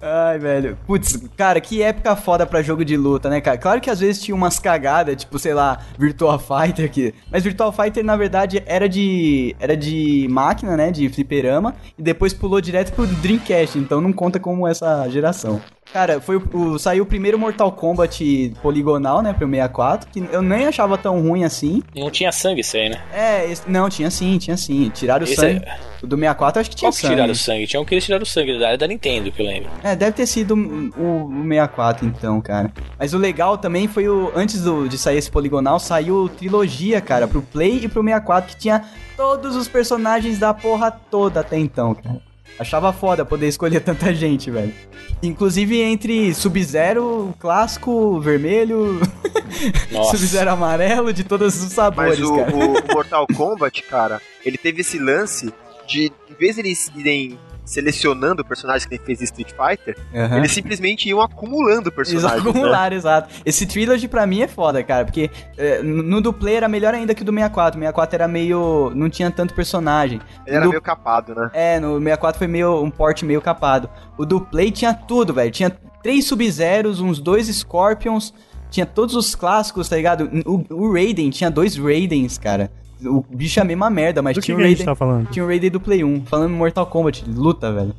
[SPEAKER 2] Ai, velho. Putz, cara, que época foda pra jogo de luta, né, cara? Claro que às vezes tinha umas cagadas, tipo, sei lá, Virtua Fighter que. Mas Virtua Fighter, na verdade, era de. era de máquina, né? De fliperama. E depois pulou direto pro Dreamcast, então não conta como essa geração. Cara, foi o, o- saiu o primeiro Mortal Kombat poligonal, né, pro 64, que eu nem achava tão ruim assim.
[SPEAKER 4] Não tinha sangue isso aí, né?
[SPEAKER 2] É, esse- não, tinha sim, tinha sim. Tiraram o
[SPEAKER 4] Esse é-
[SPEAKER 2] sangue. O do 64 eu acho que tinha
[SPEAKER 4] Qual que
[SPEAKER 2] sangue.
[SPEAKER 4] tiraram o sangue? Tinha um que eles tiraram o sangue, da área da Nintendo, que eu
[SPEAKER 2] *laughs*
[SPEAKER 4] lembro.
[SPEAKER 2] É, deve ter sido o, o- o 64 então, cara. Mas o legal também foi o. Antes do- de sair esse poligonal, saiu trilogia, cara, pro Play e pro 64, que tinha todos os personagens da porra toda até então, cara. Achava foda poder escolher tanta gente, velho. Inclusive entre Sub-Zero, clássico, vermelho, *laughs*
[SPEAKER 4] Nossa.
[SPEAKER 2] Sub-Zero amarelo, de todos os sabores,
[SPEAKER 5] Mas o,
[SPEAKER 2] cara. *laughs*
[SPEAKER 5] o- o Mortal Kombat, cara, ele teve esse lance de, em vez de eles irem selecionando personagens que nem fez em Street Fighter,
[SPEAKER 2] Aham.
[SPEAKER 5] eles simplesmente iam acumulando
[SPEAKER 2] Eles
[SPEAKER 5] personagens. né?
[SPEAKER 2] acumularam, exato. *laughs* Esse trilogy pra mim é foda, cara, porque é, no do Play era melhor ainda que o do 64. O 64 era meio. não tinha tanto personagem.
[SPEAKER 5] Ele era
[SPEAKER 2] No-
[SPEAKER 5] meio capado, né?
[SPEAKER 2] É, no 64 foi meio um porte meio capado. O do Play tinha tudo, velho. Tinha três Sub-Zeros, uns dois Scorpions, tinha todos os clássicos, tá ligado? O, o Raiden, tinha dois Raidens, cara. O bicho é a mesma merda, mas
[SPEAKER 3] Do que,
[SPEAKER 2] tinha
[SPEAKER 3] que
[SPEAKER 2] o
[SPEAKER 3] a gente
[SPEAKER 2] Raiden.
[SPEAKER 3] tá falando?
[SPEAKER 2] Tinha o Raiden do Play 1, falando em Mortal Kombat, luta, velho.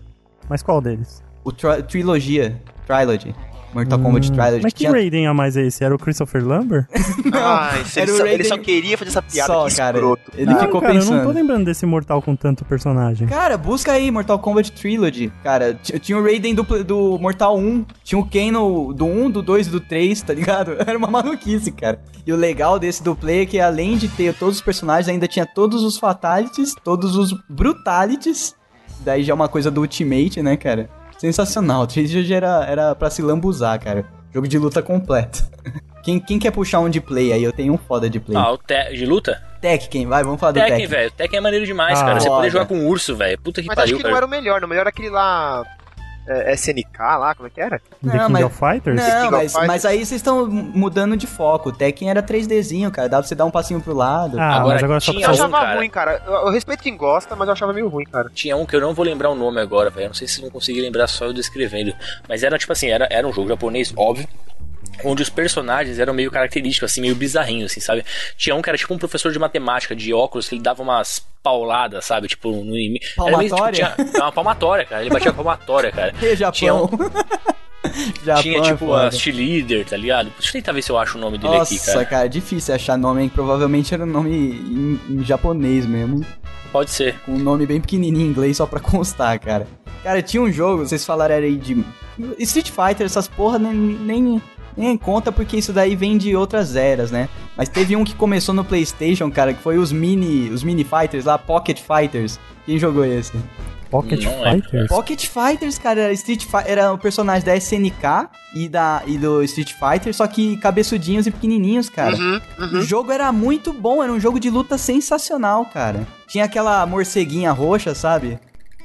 [SPEAKER 3] Mas qual deles?
[SPEAKER 2] O tri- trilogia, Trilogy. Mortal Kombat
[SPEAKER 3] Hum,
[SPEAKER 2] Trilogy.
[SPEAKER 3] Mas que
[SPEAKER 2] tinha
[SPEAKER 3] Raiden a mais é esse? Era o Christopher Lambert?
[SPEAKER 5] Ah, isso, ele,
[SPEAKER 2] era o
[SPEAKER 5] só, ele
[SPEAKER 2] Raiden-
[SPEAKER 5] só queria fazer essa piada
[SPEAKER 2] Só,
[SPEAKER 5] que
[SPEAKER 2] cara.
[SPEAKER 5] escroto. Ah,
[SPEAKER 2] Ele
[SPEAKER 3] Não,
[SPEAKER 2] ficou
[SPEAKER 3] cara, eu não tô
[SPEAKER 2] pensando.
[SPEAKER 3] lembrando desse Mortal com tanto personagem.
[SPEAKER 2] Cara, busca aí Mortal Kombat Trilogy. Cara, t- tinha o Raiden do, pl- do Mortal 1, tinha o Ken no, do 1, do 2 e do 3, tá ligado? *laughs* Era uma maluquice, cara. E o legal desse do play é que além de ter todos os personagens, ainda tinha todos os fatalities, todos os brutalities. Daí já é uma coisa do Ultimate, né, cara? Sensacional. O Trilogy era, era pra se lambuzar, cara. Jogo de luta completo. *laughs* Quem, quem quer puxar um de play aí? Eu tenho um foda de play.
[SPEAKER 4] Ah, o te... de luta?
[SPEAKER 2] Tekken, vai, vamos falar do
[SPEAKER 4] Tekken,
[SPEAKER 2] Tekken.
[SPEAKER 4] velho. Tekken é maneiro demais,
[SPEAKER 3] Ah,
[SPEAKER 4] cara. Você
[SPEAKER 2] foda.
[SPEAKER 4] poder jogar com um urso, velho. Puta que
[SPEAKER 5] Mas acho
[SPEAKER 4] pariu,
[SPEAKER 5] que não
[SPEAKER 4] cara.
[SPEAKER 5] era o melhor, não. O melhor era aquele lá. é, SNK lá, como é que era?
[SPEAKER 3] The
[SPEAKER 2] Não,
[SPEAKER 3] King
[SPEAKER 2] mas-
[SPEAKER 3] of Fighters?
[SPEAKER 5] King
[SPEAKER 2] Não,
[SPEAKER 5] of
[SPEAKER 2] mas,
[SPEAKER 5] Fighters.
[SPEAKER 2] mas aí vocês estão mudando de foco. O Tekken era 3Dzinho, cara. Dá pra você dar um passinho pro lado.
[SPEAKER 3] Ah,
[SPEAKER 4] Agora
[SPEAKER 3] mas agora só
[SPEAKER 4] tinha
[SPEAKER 5] Eu
[SPEAKER 4] Não,
[SPEAKER 3] precisa...
[SPEAKER 5] achava
[SPEAKER 4] um cara.
[SPEAKER 5] ruim, cara. Eu, eu respeito quem gosta, mas eu achava meio ruim, cara.
[SPEAKER 4] Tinha um que eu não vou lembrar o nome agora, velho. Eu Não sei se vão conseguir lembrar só eu descrevendo. Mas era tipo assim, era, era um jogo japonês, óbvio. Onde os personagens eram meio característicos, assim, meio bizarrinhos, assim, sabe? Tinha um que era tipo um professor de matemática, de óculos, que ele dava umas pauladas, sabe? Tipo, no inimigo. Era meio, tipo,
[SPEAKER 2] Palmatória?
[SPEAKER 4] *laughs* tinha- tinha uma palmatória, cara. Ele batia uma palmatória, cara.
[SPEAKER 2] *laughs* E Japão.
[SPEAKER 4] Tinha um-
[SPEAKER 2] *laughs* Japão
[SPEAKER 4] tinha,
[SPEAKER 2] é
[SPEAKER 4] tipo,
[SPEAKER 2] foda.
[SPEAKER 4] a cheerleader, tá ligado? Deixa eu tentar ver se eu acho o nome dele
[SPEAKER 2] Nossa,
[SPEAKER 4] aqui,
[SPEAKER 2] cara.
[SPEAKER 4] cara.
[SPEAKER 2] difícil achar nome, hein? Provavelmente era um nome em, em japonês mesmo.
[SPEAKER 4] Pode ser.
[SPEAKER 2] Com um nome bem pequenininho em inglês só pra constar, cara. Cara, tinha um jogo, vocês falaram aí de. Street Fighter, essas porra nem, nem, nem conta porque isso daí vem de outras eras, né? Mas teve um que começou no PlayStation, cara, que foi os mini, os mini fighters lá, Pocket Fighters. Quem jogou esse?
[SPEAKER 3] Pocket
[SPEAKER 4] Não é.
[SPEAKER 3] Fighters?
[SPEAKER 2] Pocket Fighters, cara, era, Street Fi- era o personagem da SNK e, da, e do Street Fighter, só que cabeçudinhos e pequenininhos, cara.
[SPEAKER 5] Uhum,
[SPEAKER 2] O jogo era muito bom, era um jogo de luta sensacional, cara. Tinha aquela morceguinha roxa, sabe?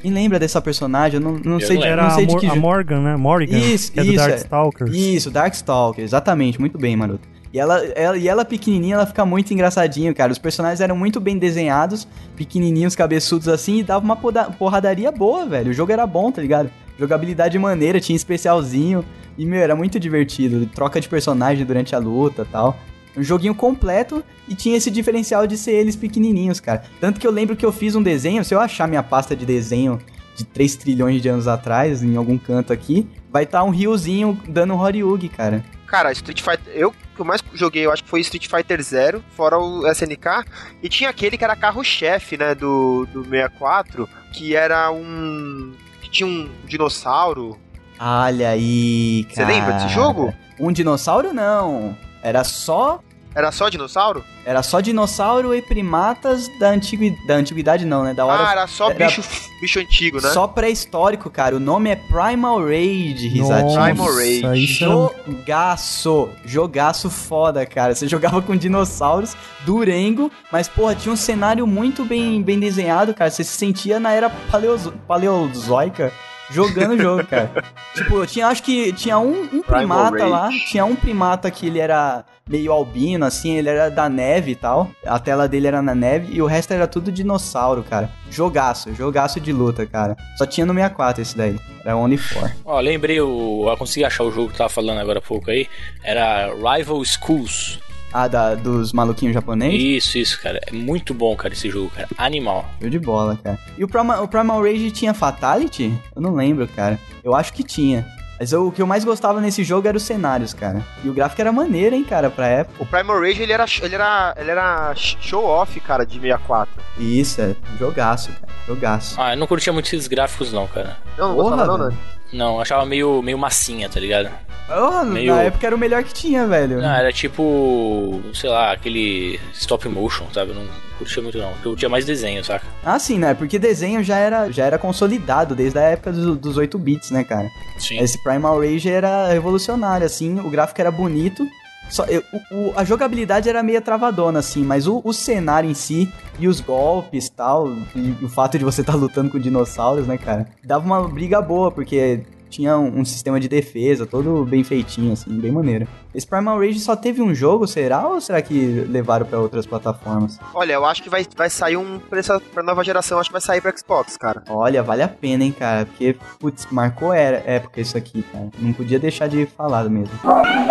[SPEAKER 2] Me lembra dessa personagem, eu não, não
[SPEAKER 4] Eu
[SPEAKER 2] sei,
[SPEAKER 4] não
[SPEAKER 2] de,
[SPEAKER 4] lembro.
[SPEAKER 3] Era
[SPEAKER 2] não
[SPEAKER 3] a,
[SPEAKER 2] sei de
[SPEAKER 3] Mor-
[SPEAKER 2] que
[SPEAKER 3] a
[SPEAKER 2] jo-
[SPEAKER 3] Morgan, né? Morgan,
[SPEAKER 2] Isso,
[SPEAKER 3] que é do
[SPEAKER 2] isso, é.
[SPEAKER 3] Darkstalkers.
[SPEAKER 2] Isso, Darkstalker, exatamente, muito bem, maroto. E ela, ela- e ela pequenininha, ela fica muito engraçadinho, cara. Os personagens eram muito bem desenhados, pequenininhos, cabeçudos assim, e dava uma poda- porradaria boa, velho. O jogo era bom, tá ligado? Jogabilidade maneira, tinha especialzinho. E, meu, era muito divertido. Troca de personagem durante a luta e tal. Um joguinho completo e tinha esse diferencial de ser eles pequenininhos, cara. Tanto que eu lembro que eu fiz um desenho, se eu achar minha pasta de desenho de 3 trilhões de anos atrás, em algum canto aqui, vai estar um riozinho dando um Horyugi, cara.
[SPEAKER 5] Cara, Street Fighter. Eu que eu mais joguei, eu acho que foi Street Fighter Zero, fora o SNK. E tinha aquele que era carro-chefe, né? Do, do 64, que era um. que tinha um dinossauro.
[SPEAKER 2] Olha aí,
[SPEAKER 5] Você
[SPEAKER 2] cara.
[SPEAKER 5] lembra desse jogo?
[SPEAKER 2] Um dinossauro não. Era só
[SPEAKER 5] Era só dinossauro?
[SPEAKER 2] era só dinossauro e primatas da, antigui, da antiguidade não, né? Da hora
[SPEAKER 5] ah, era só
[SPEAKER 2] era-
[SPEAKER 5] bicho, bicho antigo, né?
[SPEAKER 2] Só pré-histórico, cara. O nome é Primal Rage, risadinho.
[SPEAKER 5] Primal Rage.
[SPEAKER 3] Isso era um-
[SPEAKER 2] Jogaço. Jogaço foda, cara. Você jogava com dinossauros, Durengo, mas, porra, tinha um cenário muito bem, bem desenhado, cara. Você se sentia na era paleozo- paleozoica jogando o jogo, cara. tipo, eu tinha, acho que tinha um, um
[SPEAKER 5] Primal
[SPEAKER 2] primata lá,
[SPEAKER 5] Rage.
[SPEAKER 2] tinha um primata que ele era meio albino, assim, ele era da neve e tal. A tela dele era na neve e o resto era tudo dinossauro, cara. Jogaço, jogaço de luta, cara. Só tinha no 64 esse daí. Era Only 4.
[SPEAKER 4] Ó, lembrei, o, eu consegui achar o jogo que eu tava falando agora há pouco aí. Era Rival Schools.
[SPEAKER 2] Ah, da, dos maluquinhos japoneses?
[SPEAKER 4] Isso, isso, cara. É muito bom, cara, esse jogo, cara. Animal.
[SPEAKER 2] Show de bola, cara. E o Primal, o Primal Rage tinha Fatality? Eu não lembro, cara. Eu acho que tinha. Mas eu- o que eu mais gostava nesse jogo era os cenários, cara. E o gráfico era maneiro, hein, cara, pra época.
[SPEAKER 5] O Primal Rage, ele era, ele era, ele era show-off, cara, de 64.
[SPEAKER 2] E isso, é jogaço, cara. Jogaço.
[SPEAKER 4] Ah, eu não curtia muito esses gráficos, não, cara.
[SPEAKER 5] Eu não
[SPEAKER 2] Porra,
[SPEAKER 5] gostava, não,
[SPEAKER 2] velho.
[SPEAKER 5] né?
[SPEAKER 4] Não, eu achava meio, meio massinha, tá ligado?
[SPEAKER 2] Oh,
[SPEAKER 4] meio- Ah,
[SPEAKER 2] Na
[SPEAKER 4] é.
[SPEAKER 2] época era o melhor que tinha, velho.
[SPEAKER 4] Não, era tipo, sei lá, aquele stop motion, sabe? Eu não curtia muito, não. Eu curtia mais desenho, saca?
[SPEAKER 2] Ah, sim, né? Porque desenho já era, já era consolidado desde a época do- dos 8 bits, né, cara?
[SPEAKER 4] Sim.
[SPEAKER 2] Esse Primal Rage era revolucionário, assim, o gráfico era bonito. Só, eu- o- o- a jogabilidade era meio travadona, assim, mas o, o cenário em si e os golpes tal, e o fato de você estar lutando com dinossauros, né, cara, dava uma briga boa, porque tinha um, um sistema de defesa todo bem feitinho, assim, bem maneiro. Esse Primal Rage só teve um jogo, será? Ou será que levaram pra outras plataformas?
[SPEAKER 5] Olha, eu acho que vai, vai sair um pra, essa, pra nova geração, acho que vai sair pra Xbox, cara.
[SPEAKER 2] Olha, vale a pena, hein, cara, porque, putz, marcou era, época isso aqui, cara. Não podia deixar de falar mesmo. *laughs*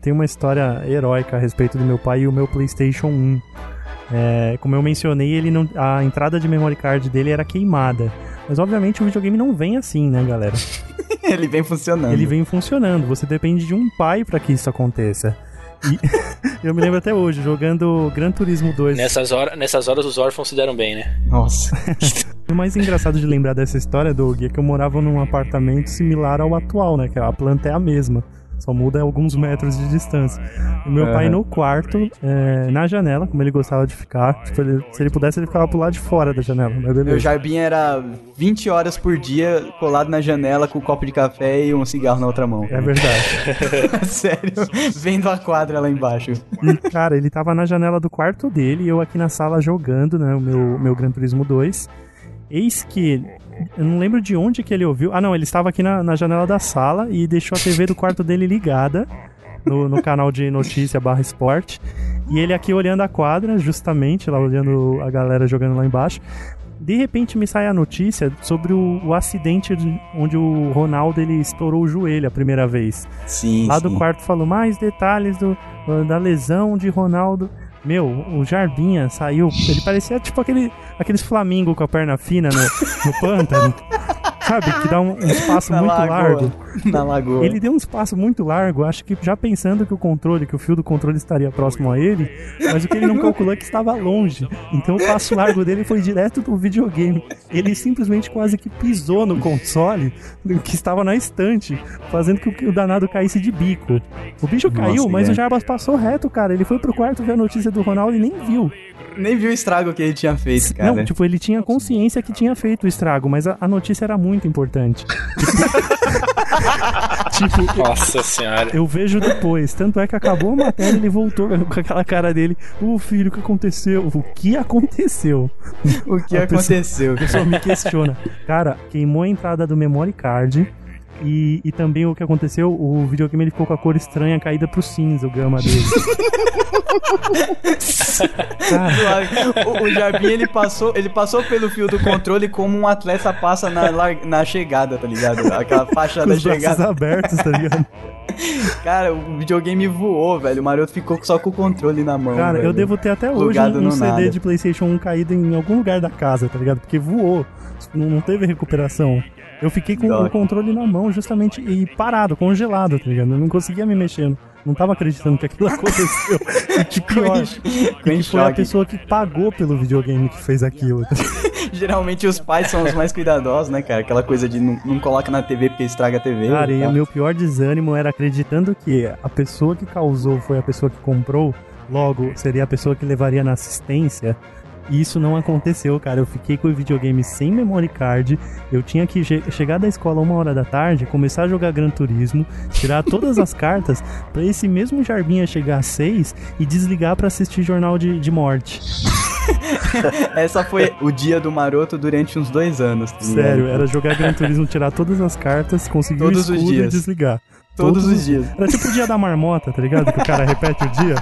[SPEAKER 3] Tem uma história heróica a respeito do meu pai e o meu PlayStation 1. É, como eu mencionei, ele não, a entrada de memory card dele era queimada. Mas obviamente o videogame não vem assim, né, galera?
[SPEAKER 2] Ele vem funcionando.
[SPEAKER 3] Ele vem funcionando. Você depende de um pai pra que isso aconteça. E *laughs* eu me lembro até hoje jogando Gran Turismo 2.
[SPEAKER 4] Nessas, horas, nessas horas os órfãos se deram bem, né?
[SPEAKER 2] Nossa.
[SPEAKER 3] O mais engraçado de lembrar dessa história, Doug, é que eu morava num apartamento similar ao atual, né? Que a planta é a mesma. Só muda alguns metros de distância. E meu pai no quarto, é, na janela, como ele gostava de ficar. Tipo, ele- se ele pudesse, ele ficava pro lado de fora da janela. Mas
[SPEAKER 2] *laughs* Meu
[SPEAKER 3] beleza.
[SPEAKER 2] Jarbinha era 20 horas por dia colado na janela com um copo de café e um cigarro na outra mão.
[SPEAKER 3] É
[SPEAKER 2] *laughs*
[SPEAKER 3] verdade.
[SPEAKER 2] Sério, vendo a quadra lá embaixo.
[SPEAKER 3] E, cara, ele tava na janela do quarto dele e eu aqui na sala jogando, né? O meu, meu Gran Turismo 2. Eis que. Eu não lembro de onde que ele ouviu. Ah, não, ele estava aqui na, na janela da sala e deixou a TV do quarto dele ligada no, no canal de notícia barra esporte. E ele aqui olhando a quadra, justamente, lá olhando a galera jogando lá embaixo. De repente me sai a notícia sobre o, o acidente de- onde o Ronaldo ele estourou o joelho a primeira vez.
[SPEAKER 2] Sim,
[SPEAKER 3] Lá
[SPEAKER 2] sim.
[SPEAKER 3] do quarto falou mais detalhes do, da lesão de Ronaldo. Meu, o Jarbinha saiu. Ele parecia tipo aquele, aqueles Flamingo com a perna fina no,
[SPEAKER 2] *laughs*
[SPEAKER 3] no pântano. Sabe? Que dá um, um espaço
[SPEAKER 2] Na
[SPEAKER 3] muito
[SPEAKER 2] lagoa.
[SPEAKER 3] largo.
[SPEAKER 2] Na lagoa.
[SPEAKER 3] Ele deu um espaço muito largo, acho que já pensando que o controle, que o fio do controle estaria próximo a ele, mas o que ele não calculou é que estava longe. Então o passo largo dele foi direto do videogame. Ele simplesmente quase que pisou no console que estava na estante, fazendo com que o danado caísse de bico. O bicho
[SPEAKER 2] Nossa,
[SPEAKER 3] caiu, mas
[SPEAKER 2] Guilherme.
[SPEAKER 3] o Jarbas passou reto, cara. Ele foi pro quarto ver a notícia do Ronaldo e nem viu.
[SPEAKER 2] Nem viu o estrago que ele tinha feito, cara.
[SPEAKER 3] Não, tipo, ele tinha consciência que tinha feito o estrago, mas a, a notícia era muito importante. Tipo, tipo
[SPEAKER 4] Nossa senhora.
[SPEAKER 3] eu vejo depois. Tanto é que acabou a matéria ele voltou com aquela cara dele. Ô filho, o que aconteceu? O que aconteceu?
[SPEAKER 2] o que
[SPEAKER 3] a pessoa-
[SPEAKER 2] aconteceu?
[SPEAKER 3] A pessoa me questiona. Cara, queimou a entrada do memory card. E, e também o que aconteceu, o videogame ele ficou com a cor estranha caída pro cinza, o gama
[SPEAKER 2] *laughs*
[SPEAKER 3] dele. Cara,
[SPEAKER 2] Suave. O, o Jarbin, ele passou, ele passou pelo fio do controle como um atleta passa na, lar- na chegada, tá ligado? Aquela faixa
[SPEAKER 3] com
[SPEAKER 2] da
[SPEAKER 3] os braços
[SPEAKER 2] chegada.
[SPEAKER 3] abertos, tá ligado?
[SPEAKER 2] Cara, o videogame voou, velho. O Maroto ficou só com o controle na mão.
[SPEAKER 3] Cara,
[SPEAKER 2] Então,
[SPEAKER 3] eu
[SPEAKER 2] velho.
[SPEAKER 3] devo ter até hoje
[SPEAKER 2] Plugado
[SPEAKER 3] um, um
[SPEAKER 2] no
[SPEAKER 3] CD
[SPEAKER 2] nada.
[SPEAKER 3] de PlayStation 1 caído em algum lugar da casa, tá ligado? Porque voou, não, não teve recuperação. Eu fiquei com
[SPEAKER 2] Dó.
[SPEAKER 3] o controle na mão, justamente, e parado, congelado, tá ligado? Eu não conseguia me mexer. Não tava acreditando que aquilo *laughs* aconteceu.
[SPEAKER 2] *laughs*
[SPEAKER 3] E que pior,
[SPEAKER 2] Ficou em
[SPEAKER 3] foi a
[SPEAKER 2] choque.
[SPEAKER 3] pessoa que pagou pelo videogame que fez aquilo.
[SPEAKER 2] Geralmente os pais são os mais cuidadosos, né, cara? Aquela coisa de não, não coloca na TV porque estraga a TV.
[SPEAKER 3] Cara, e
[SPEAKER 2] tá?
[SPEAKER 3] o meu pior desânimo era acreditando que a pessoa que causou foi a pessoa que comprou, logo seria a pessoa que levaria na assistência. E isso não aconteceu, cara. Eu fiquei com o videogame sem memory card. Eu tinha que che- chegar da escola uma hora da tarde, começar a jogar Gran Turismo, tirar todas as *laughs* cartas, pra esse mesmo Jarbinha chegar às seis e desligar pra assistir Jornal de, de Morte.
[SPEAKER 2] Essa foi o dia do Maroto durante uns dois anos. tá ligado?
[SPEAKER 3] Sério, era jogar Gran Turismo, tirar todas as cartas, conseguir
[SPEAKER 2] Todos
[SPEAKER 3] o
[SPEAKER 2] os
[SPEAKER 3] escudo e
[SPEAKER 2] dias.
[SPEAKER 3] desligar.
[SPEAKER 2] Todos os dias.
[SPEAKER 3] Era tipo o dia da marmota, tá ligado? Que o cara repete o dia.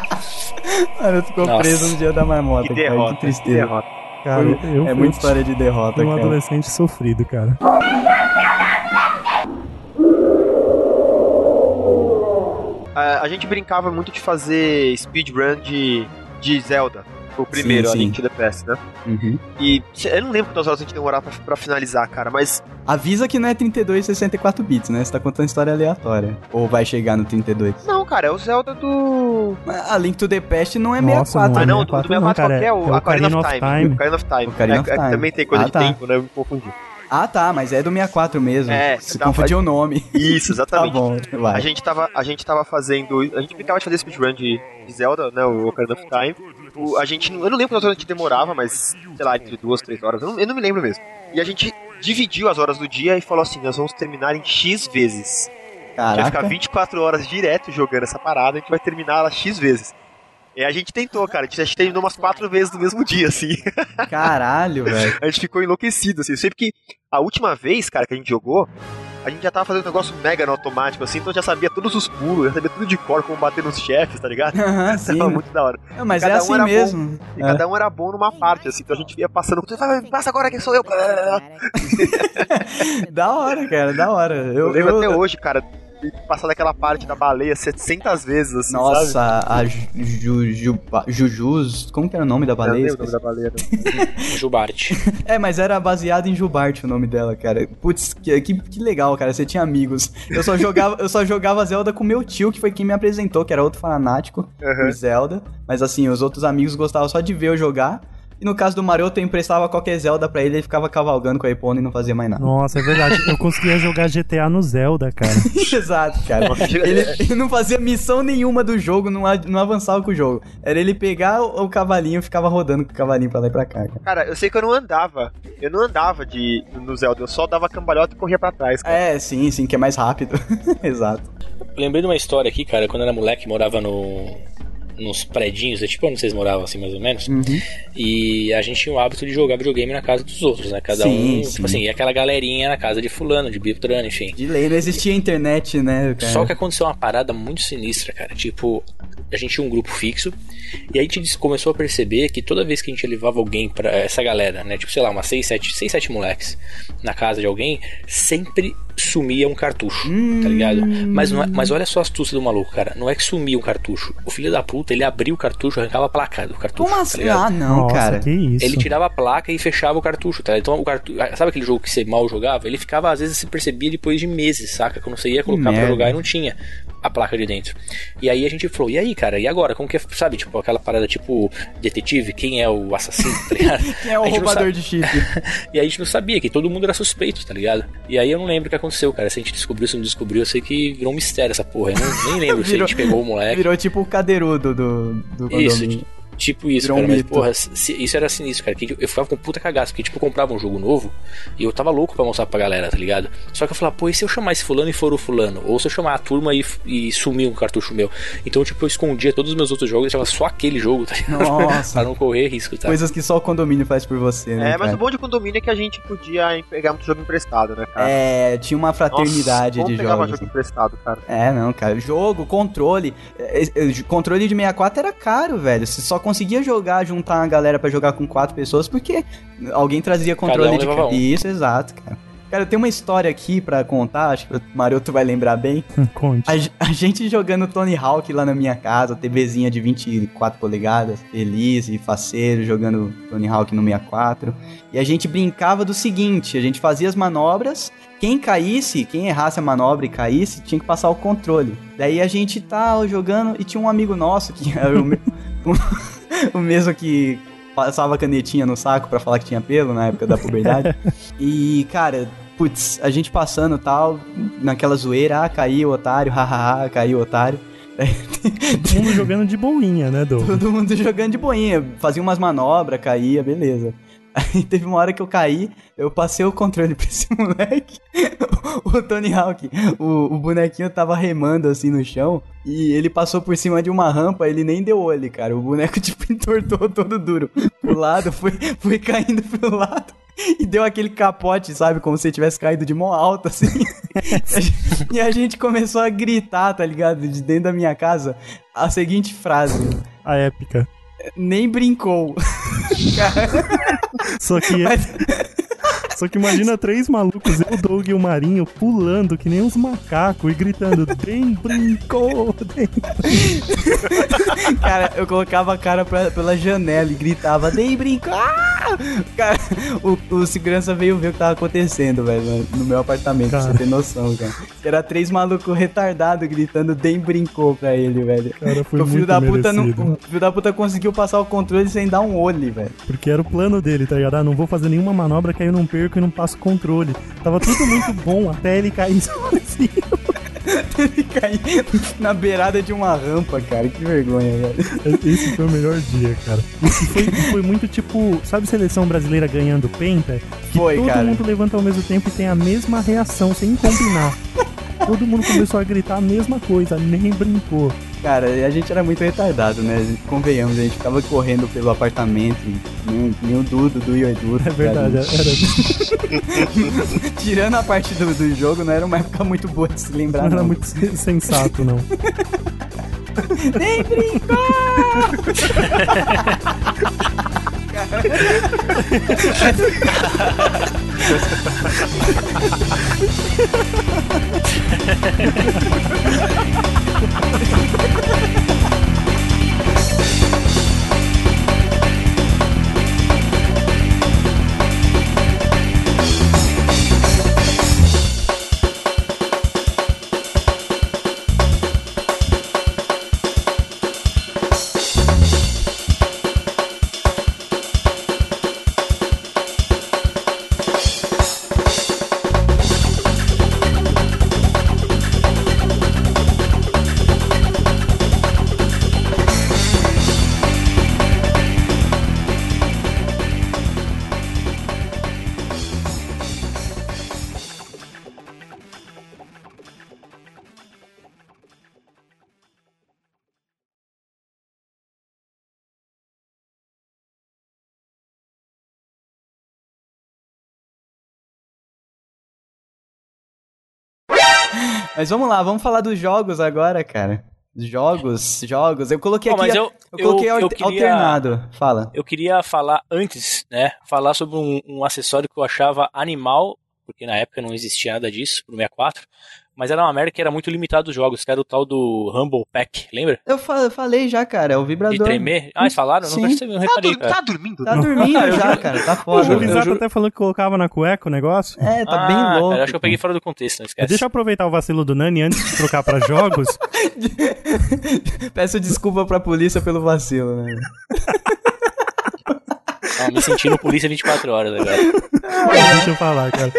[SPEAKER 2] O Maroto ficou
[SPEAKER 4] Nossa.
[SPEAKER 2] preso no dia da marmota,
[SPEAKER 5] Que
[SPEAKER 2] cara.
[SPEAKER 5] derrota,
[SPEAKER 2] que
[SPEAKER 5] que
[SPEAKER 2] tristeza.
[SPEAKER 5] derrota.
[SPEAKER 3] Cara, eu
[SPEAKER 2] é
[SPEAKER 3] fui
[SPEAKER 2] muita história de derrota,
[SPEAKER 3] um
[SPEAKER 2] cara.
[SPEAKER 3] adolescente sofrido, cara.
[SPEAKER 5] A, a gente brincava muito de fazer speedrun de, de Zelda, o primeiro,
[SPEAKER 9] Sim,
[SPEAKER 5] a
[SPEAKER 9] sim.
[SPEAKER 5] Link to the Past, né?
[SPEAKER 9] Uhum.
[SPEAKER 5] E se- eu não lembro quantas horas a gente demorava pra, pra finalizar, cara, mas
[SPEAKER 2] Avisa que não é 32 e 64 bits, né? Você tá contando história aleatória. Ou vai chegar no 32.
[SPEAKER 5] não, cara, é o Zelda do...
[SPEAKER 2] Mas A Link to the Past não é
[SPEAKER 3] Nossa,
[SPEAKER 2] 64.
[SPEAKER 5] Ah,
[SPEAKER 3] Não,
[SPEAKER 5] não, do,
[SPEAKER 3] 64
[SPEAKER 5] do 64
[SPEAKER 3] não, cara,
[SPEAKER 5] qual que é
[SPEAKER 3] é
[SPEAKER 5] o
[SPEAKER 3] o
[SPEAKER 5] Ocarina
[SPEAKER 3] Ocarina of
[SPEAKER 5] of Time.
[SPEAKER 3] Time.
[SPEAKER 5] Ocarina of Time.
[SPEAKER 2] Ocarina
[SPEAKER 5] É,
[SPEAKER 2] of
[SPEAKER 5] é que
[SPEAKER 2] Time.
[SPEAKER 5] também tem coisa
[SPEAKER 2] Ah,
[SPEAKER 5] de
[SPEAKER 2] tá.
[SPEAKER 5] tempo, né? Eu me confundi.
[SPEAKER 2] Ah, tá, mas é do 64 mesmo.
[SPEAKER 5] É,
[SPEAKER 2] Se
[SPEAKER 5] tá,
[SPEAKER 2] confundiu o nome.
[SPEAKER 5] Isso,
[SPEAKER 2] Tá
[SPEAKER 5] exatamente.
[SPEAKER 2] bom,
[SPEAKER 5] A
[SPEAKER 2] vai.
[SPEAKER 5] gente, tava, a gente tava fazendo. A gente brincava de fazer speedrun de, de Zelda, né? O Ocarina of Time. O- a gente, não- eu não lembro quantas horas a gente demorava, mas sei lá, entre duas, três horas. Eu não, eu não me lembro mesmo. E a gente dividiu as horas do dia e falou assim: nós vamos terminar em X vezes. A gente vai ficar
[SPEAKER 2] Caraca.
[SPEAKER 5] 24 horas direto jogando essa parada, a gente vai terminar ela X vezes. E a gente tentou, cara. A gente, a gente terminou umas quatro vezes no mesmo dia, assim.
[SPEAKER 2] Caralho, velho.
[SPEAKER 5] *laughs* A gente ficou enlouquecido, assim. Eu sei porque a última vez, cara, que a gente jogou, a gente já tava fazendo um negócio mega no automático, assim, então já sabia todos os pulos, já sabia tudo de cor, como bater nos chefes,
[SPEAKER 2] *laughs*
[SPEAKER 5] tá ligado?
[SPEAKER 2] Aham,
[SPEAKER 5] Isso
[SPEAKER 2] sim.
[SPEAKER 5] tava muito da hora.
[SPEAKER 2] Não, mas é
[SPEAKER 5] Cada um
[SPEAKER 2] assim
[SPEAKER 5] era bom.
[SPEAKER 2] mesmo.
[SPEAKER 5] E
[SPEAKER 2] É.
[SPEAKER 5] cada um era bom numa parte, assim, então a gente ia passando. Vai, vai, Passa agora que sou eu.
[SPEAKER 2] Da hora, cara, da hora.
[SPEAKER 5] Eu
[SPEAKER 2] Eu,
[SPEAKER 5] lembro
[SPEAKER 2] eu-
[SPEAKER 5] até hoje, cara, de passar daquela parte da baleia 700 vezes, assim, sabe?
[SPEAKER 2] Nossa, a Ju- Ju- Ju- Jujus. Como que era o nome da
[SPEAKER 5] Eu não
[SPEAKER 2] baleia?
[SPEAKER 5] lembro o nome da baleia. não. *laughs*
[SPEAKER 4] Jubarte.
[SPEAKER 2] É, mas era baseado em Jubarte o nome dela, cara. Putz, que, que, que legal, cara. Você tinha amigos. Eu só jogava, eu só jogava Zelda com meu tio, que foi quem me apresentou, que era outro fanático por Zelda. Mas assim, os outros amigos gostavam só de ver eu jogar. E no caso do Maroto, eu emprestava qualquer Zelda pra ele, ele ficava cavalgando com a Epona e não fazia mais nada.
[SPEAKER 3] Nossa, é verdade. Eu conseguia jogar GTA no Zelda, cara.
[SPEAKER 2] Exato, cara. Ele, *laughs* ele não fazia missão nenhuma do jogo, não, a- não avançava com o jogo. Era ele pegar o, o cavalinho e ficava rodando com o cavalinho pra lá e pra cá, cara.
[SPEAKER 5] Cara, eu sei que eu não andava. Eu não andava de, no Zelda, eu só dava cambalhota e corria pra trás, cara.
[SPEAKER 2] É, sim, sim, que é mais rápido. *laughs* Exato.
[SPEAKER 4] Lembrei de uma história aqui, cara, quando eu era moleque, morava no. Nos predinhos, é tipo onde vocês moravam, assim, mais ou menos.
[SPEAKER 2] Uhum.
[SPEAKER 4] E a gente tinha o hábito de jogar videogame na casa dos outros, né? Cada
[SPEAKER 2] Sim,
[SPEAKER 4] um,
[SPEAKER 2] sim.
[SPEAKER 4] tipo assim, e aquela galerinha na casa de fulano, de Bitrano, enfim.
[SPEAKER 2] De lei, não existia internet, né, cara?
[SPEAKER 4] Só que aconteceu uma parada muito sinistra, cara. Tipo, a gente tinha um grupo fixo, e aí a gente começou a perceber que toda vez que a gente levava alguém pra essa galera, né? Tipo, sei lá, umas 6, 7, seis, sete moleques na casa de alguém, sempre sumia um cartucho, tá
[SPEAKER 2] Hum.
[SPEAKER 4] ligado? Mas, não é- mas olha só a astúcia do maluco, cara. Não é que sumia um cartucho. O filho da puta, ele abriu o cartucho, arrancava a placa do cartucho.
[SPEAKER 2] Como
[SPEAKER 4] tá
[SPEAKER 2] assim?
[SPEAKER 4] ligado?
[SPEAKER 2] ah, *laughs* não,
[SPEAKER 3] Nossa,
[SPEAKER 2] cara.
[SPEAKER 3] que isso.
[SPEAKER 4] Ele tirava a placa e fechava o cartucho, tá? Então o cartucho. Sabe aquele jogo que você mal jogava? Ele ficava, às vezes, se percebia depois de meses, saca? Quando você ia colocar pra
[SPEAKER 2] merda.
[SPEAKER 4] jogar e não tinha a placa de dentro. E aí a gente falou, e aí, cara, e agora? Como que é? Sabe, tipo, aquela parada tipo detetive, quem é o assassino, tá ligado?
[SPEAKER 2] *laughs* Quem é o
[SPEAKER 4] A gente não
[SPEAKER 2] roubador de *laughs* chip?
[SPEAKER 4] E aí a gente não sabia que todo mundo era suspeito, tá ligado? E aí eu não lembro o que aconteceu, cara. Se a gente descobriu, se não descobriu, eu sei que virou um mistério essa porra. Eu não- nem lembro se a
[SPEAKER 2] Virou-
[SPEAKER 4] gente pegou o moleque.
[SPEAKER 2] Virou tipo o cadeirudo do, do
[SPEAKER 4] Isso,
[SPEAKER 2] condomínio.
[SPEAKER 4] Tipo isso,
[SPEAKER 2] Virou um
[SPEAKER 4] cara. mas,
[SPEAKER 2] mito.
[SPEAKER 4] porra, se- isso era sinistro, cara. Que eu ficava com puta cagaço, porque, tipo, eu comprava um jogo novo e eu tava louco pra mostrar pra galera, tá ligado? Só que eu falava, pô, e se eu chamar esse fulano e for o fulano? Ou se eu chamar a turma e, e sumir um cartucho meu? Então, tipo, eu escondia todos os meus outros jogos e deixava só aquele jogo, tá ligado?
[SPEAKER 2] *laughs* Nossa.
[SPEAKER 4] pra não correr risco, tá?
[SPEAKER 2] Coisas que só o condomínio faz por você, né?
[SPEAKER 5] É, mas
[SPEAKER 2] cara?
[SPEAKER 5] o bom de condomínio é que a gente podia em- pegar muito jogo emprestado, né, cara?
[SPEAKER 2] É, tinha uma fraternidade
[SPEAKER 5] Nossa, como
[SPEAKER 2] de
[SPEAKER 5] pegava
[SPEAKER 2] jogos.
[SPEAKER 5] jogo emprestado, cara.
[SPEAKER 2] É, não, cara. Jogo, controle. É, é, Controle de 64 era caro, velho. Você só conseguia jogar, juntar uma galera pra jogar com quatro pessoas porque alguém trazia controle
[SPEAKER 4] um
[SPEAKER 2] de ca-
[SPEAKER 4] levava um.
[SPEAKER 2] Isso, exato, cara. Cara, tem uma história aqui pra contar, acho que o Maroto vai lembrar bem.
[SPEAKER 3] *laughs* Conte.
[SPEAKER 2] A, ge- a gente jogando Tony Hawk lá na minha casa, TVzinha de 24 polegadas, feliz e faceiro, jogando Tony Hawk no 64. E a gente brincava do seguinte: a gente fazia as manobras, quem caísse, quem errasse a manobra e caísse, tinha que passar o controle. Daí a gente tava jogando e tinha um amigo nosso, que *laughs* era o, me- o *laughs* mesmo que passava a canetinha no saco pra falar que tinha pelo na época da puberdade. e, cara. Putz, a gente passando e tal, naquela zoeira, ah, caiu, otário, *laughs* hahaha, caiu, otário.
[SPEAKER 3] Todo mundo jogando de boinha, né, Douglas?
[SPEAKER 2] Todo mundo *laughs* jogando de boinha, fazia umas manobras, caía, beleza. *laughs* Aí teve uma hora que eu caí, eu passei o controle *laughs* pra esse moleque. O Tony Hawk, o, o bonequinho tava remando assim no chão e ele passou por cima de uma rampa, ele nem deu olho, cara. O boneco *laughs* tipo entortou todo duro pro lado, foi, foi caindo pro lado e deu aquele capote, sabe? Como se tivesse caído de mão alta, assim. *laughs* e a gente começou a gritar, tá ligado? De dentro da minha casa, a seguinte frase
[SPEAKER 3] A épica.
[SPEAKER 2] nem brincou. *laughs*
[SPEAKER 3] Só que,
[SPEAKER 2] Mas-
[SPEAKER 3] *laughs* só que imagina três malucos, eu, o Doug e o Marinho, pulando que nem uns macacos e gritando: Bem brincou! Dem
[SPEAKER 2] Cara, eu colocava a cara pra- pela janela e gritava, nem brincou. Ah! Cara, o, o segurança veio ver o que tava acontecendo, velho, no- no meu apartamento, pra
[SPEAKER 3] Cara.
[SPEAKER 2] você ter noção, cara. Era três malucos retardados gritando, nem brincou pra ele, velho.
[SPEAKER 3] Cara, foi
[SPEAKER 2] o filho
[SPEAKER 3] muito
[SPEAKER 2] da puta não,
[SPEAKER 3] merecido.
[SPEAKER 2] o filho da puta conseguiu passar o controle sem dar um olho, velho. *laughs*
[SPEAKER 3] Porque era o plano dele, tá ligado? Ah, não vou fazer nenhuma manobra que aí eu não perco e não passo controle. Tava tudo muito bom até ele cair *laughs* sozinho.
[SPEAKER 2] Ele caiu na beirada de uma rampa, cara. Que vergonha, velho.
[SPEAKER 3] Esse foi o melhor dia, cara. Esse foi, foi muito tipo, sabe seleção brasileira ganhando penta? Que
[SPEAKER 2] Foi,
[SPEAKER 3] todo
[SPEAKER 2] cara.
[SPEAKER 3] mundo levanta ao mesmo tempo e tem a mesma reação, sem combinar. todo mundo começou a gritar a mesma coisa, nem brincou.
[SPEAKER 2] Cara, a gente era muito retardado, né? Convenhamos, a gente ficava correndo pelo apartamento. e Nem, nem o Dudu, Dudu e o Edu.
[SPEAKER 3] É verdade,
[SPEAKER 2] cara.
[SPEAKER 3] era,
[SPEAKER 2] *laughs* Tirando a parte do, do jogo, não era uma época muito boa de se lembrar.
[SPEAKER 3] não era
[SPEAKER 2] não.
[SPEAKER 3] muito sen- sensato, não.
[SPEAKER 2] Nem brincou! Mas vamos lá, vamos falar dos jogos agora, cara. Jogos, jogos. é, Eu coloquei
[SPEAKER 4] Ó,
[SPEAKER 2] aqui.
[SPEAKER 4] mas eu-
[SPEAKER 2] eu coloquei
[SPEAKER 4] eu-
[SPEAKER 2] al-
[SPEAKER 4] eu queria-
[SPEAKER 2] alternado. Fala.
[SPEAKER 4] Eu queria falar antes, né? Falar sobre um, um acessório que eu achava animal, porque na época não existia nada disso, pro 64. Mas era uma merda que era muito limitada os jogos, que era o tal do Humble Pack, lembra?
[SPEAKER 2] Eu fa- eu falei já, cara, é o
[SPEAKER 4] De
[SPEAKER 2] vibrador.
[SPEAKER 4] tremer. Ah, eles falaram?
[SPEAKER 2] Sim.
[SPEAKER 4] Não percebi, não
[SPEAKER 5] Tá,
[SPEAKER 4] reparei,
[SPEAKER 5] dur-
[SPEAKER 4] cara.
[SPEAKER 5] tá dormindo?
[SPEAKER 2] Tá
[SPEAKER 5] Não.
[SPEAKER 2] *laughs* dormindo já, cara, tá
[SPEAKER 3] O
[SPEAKER 2] foda. velho.
[SPEAKER 3] Lizato até falou que colocava na cueca o negócio.
[SPEAKER 2] É, tá bem
[SPEAKER 4] Ah,
[SPEAKER 2] louco. É,
[SPEAKER 4] Cara, acho que
[SPEAKER 2] *laughs*
[SPEAKER 4] eu peguei fora do contexto, não esquece.
[SPEAKER 3] Deixa eu aproveitar o vacilo do Nani antes de trocar pra jogos.
[SPEAKER 2] Peço desculpa pra polícia pelo vacilo, né?
[SPEAKER 4] Ah, me sentindo polícia 24 horas agora.
[SPEAKER 3] Deixa eu falar, cara.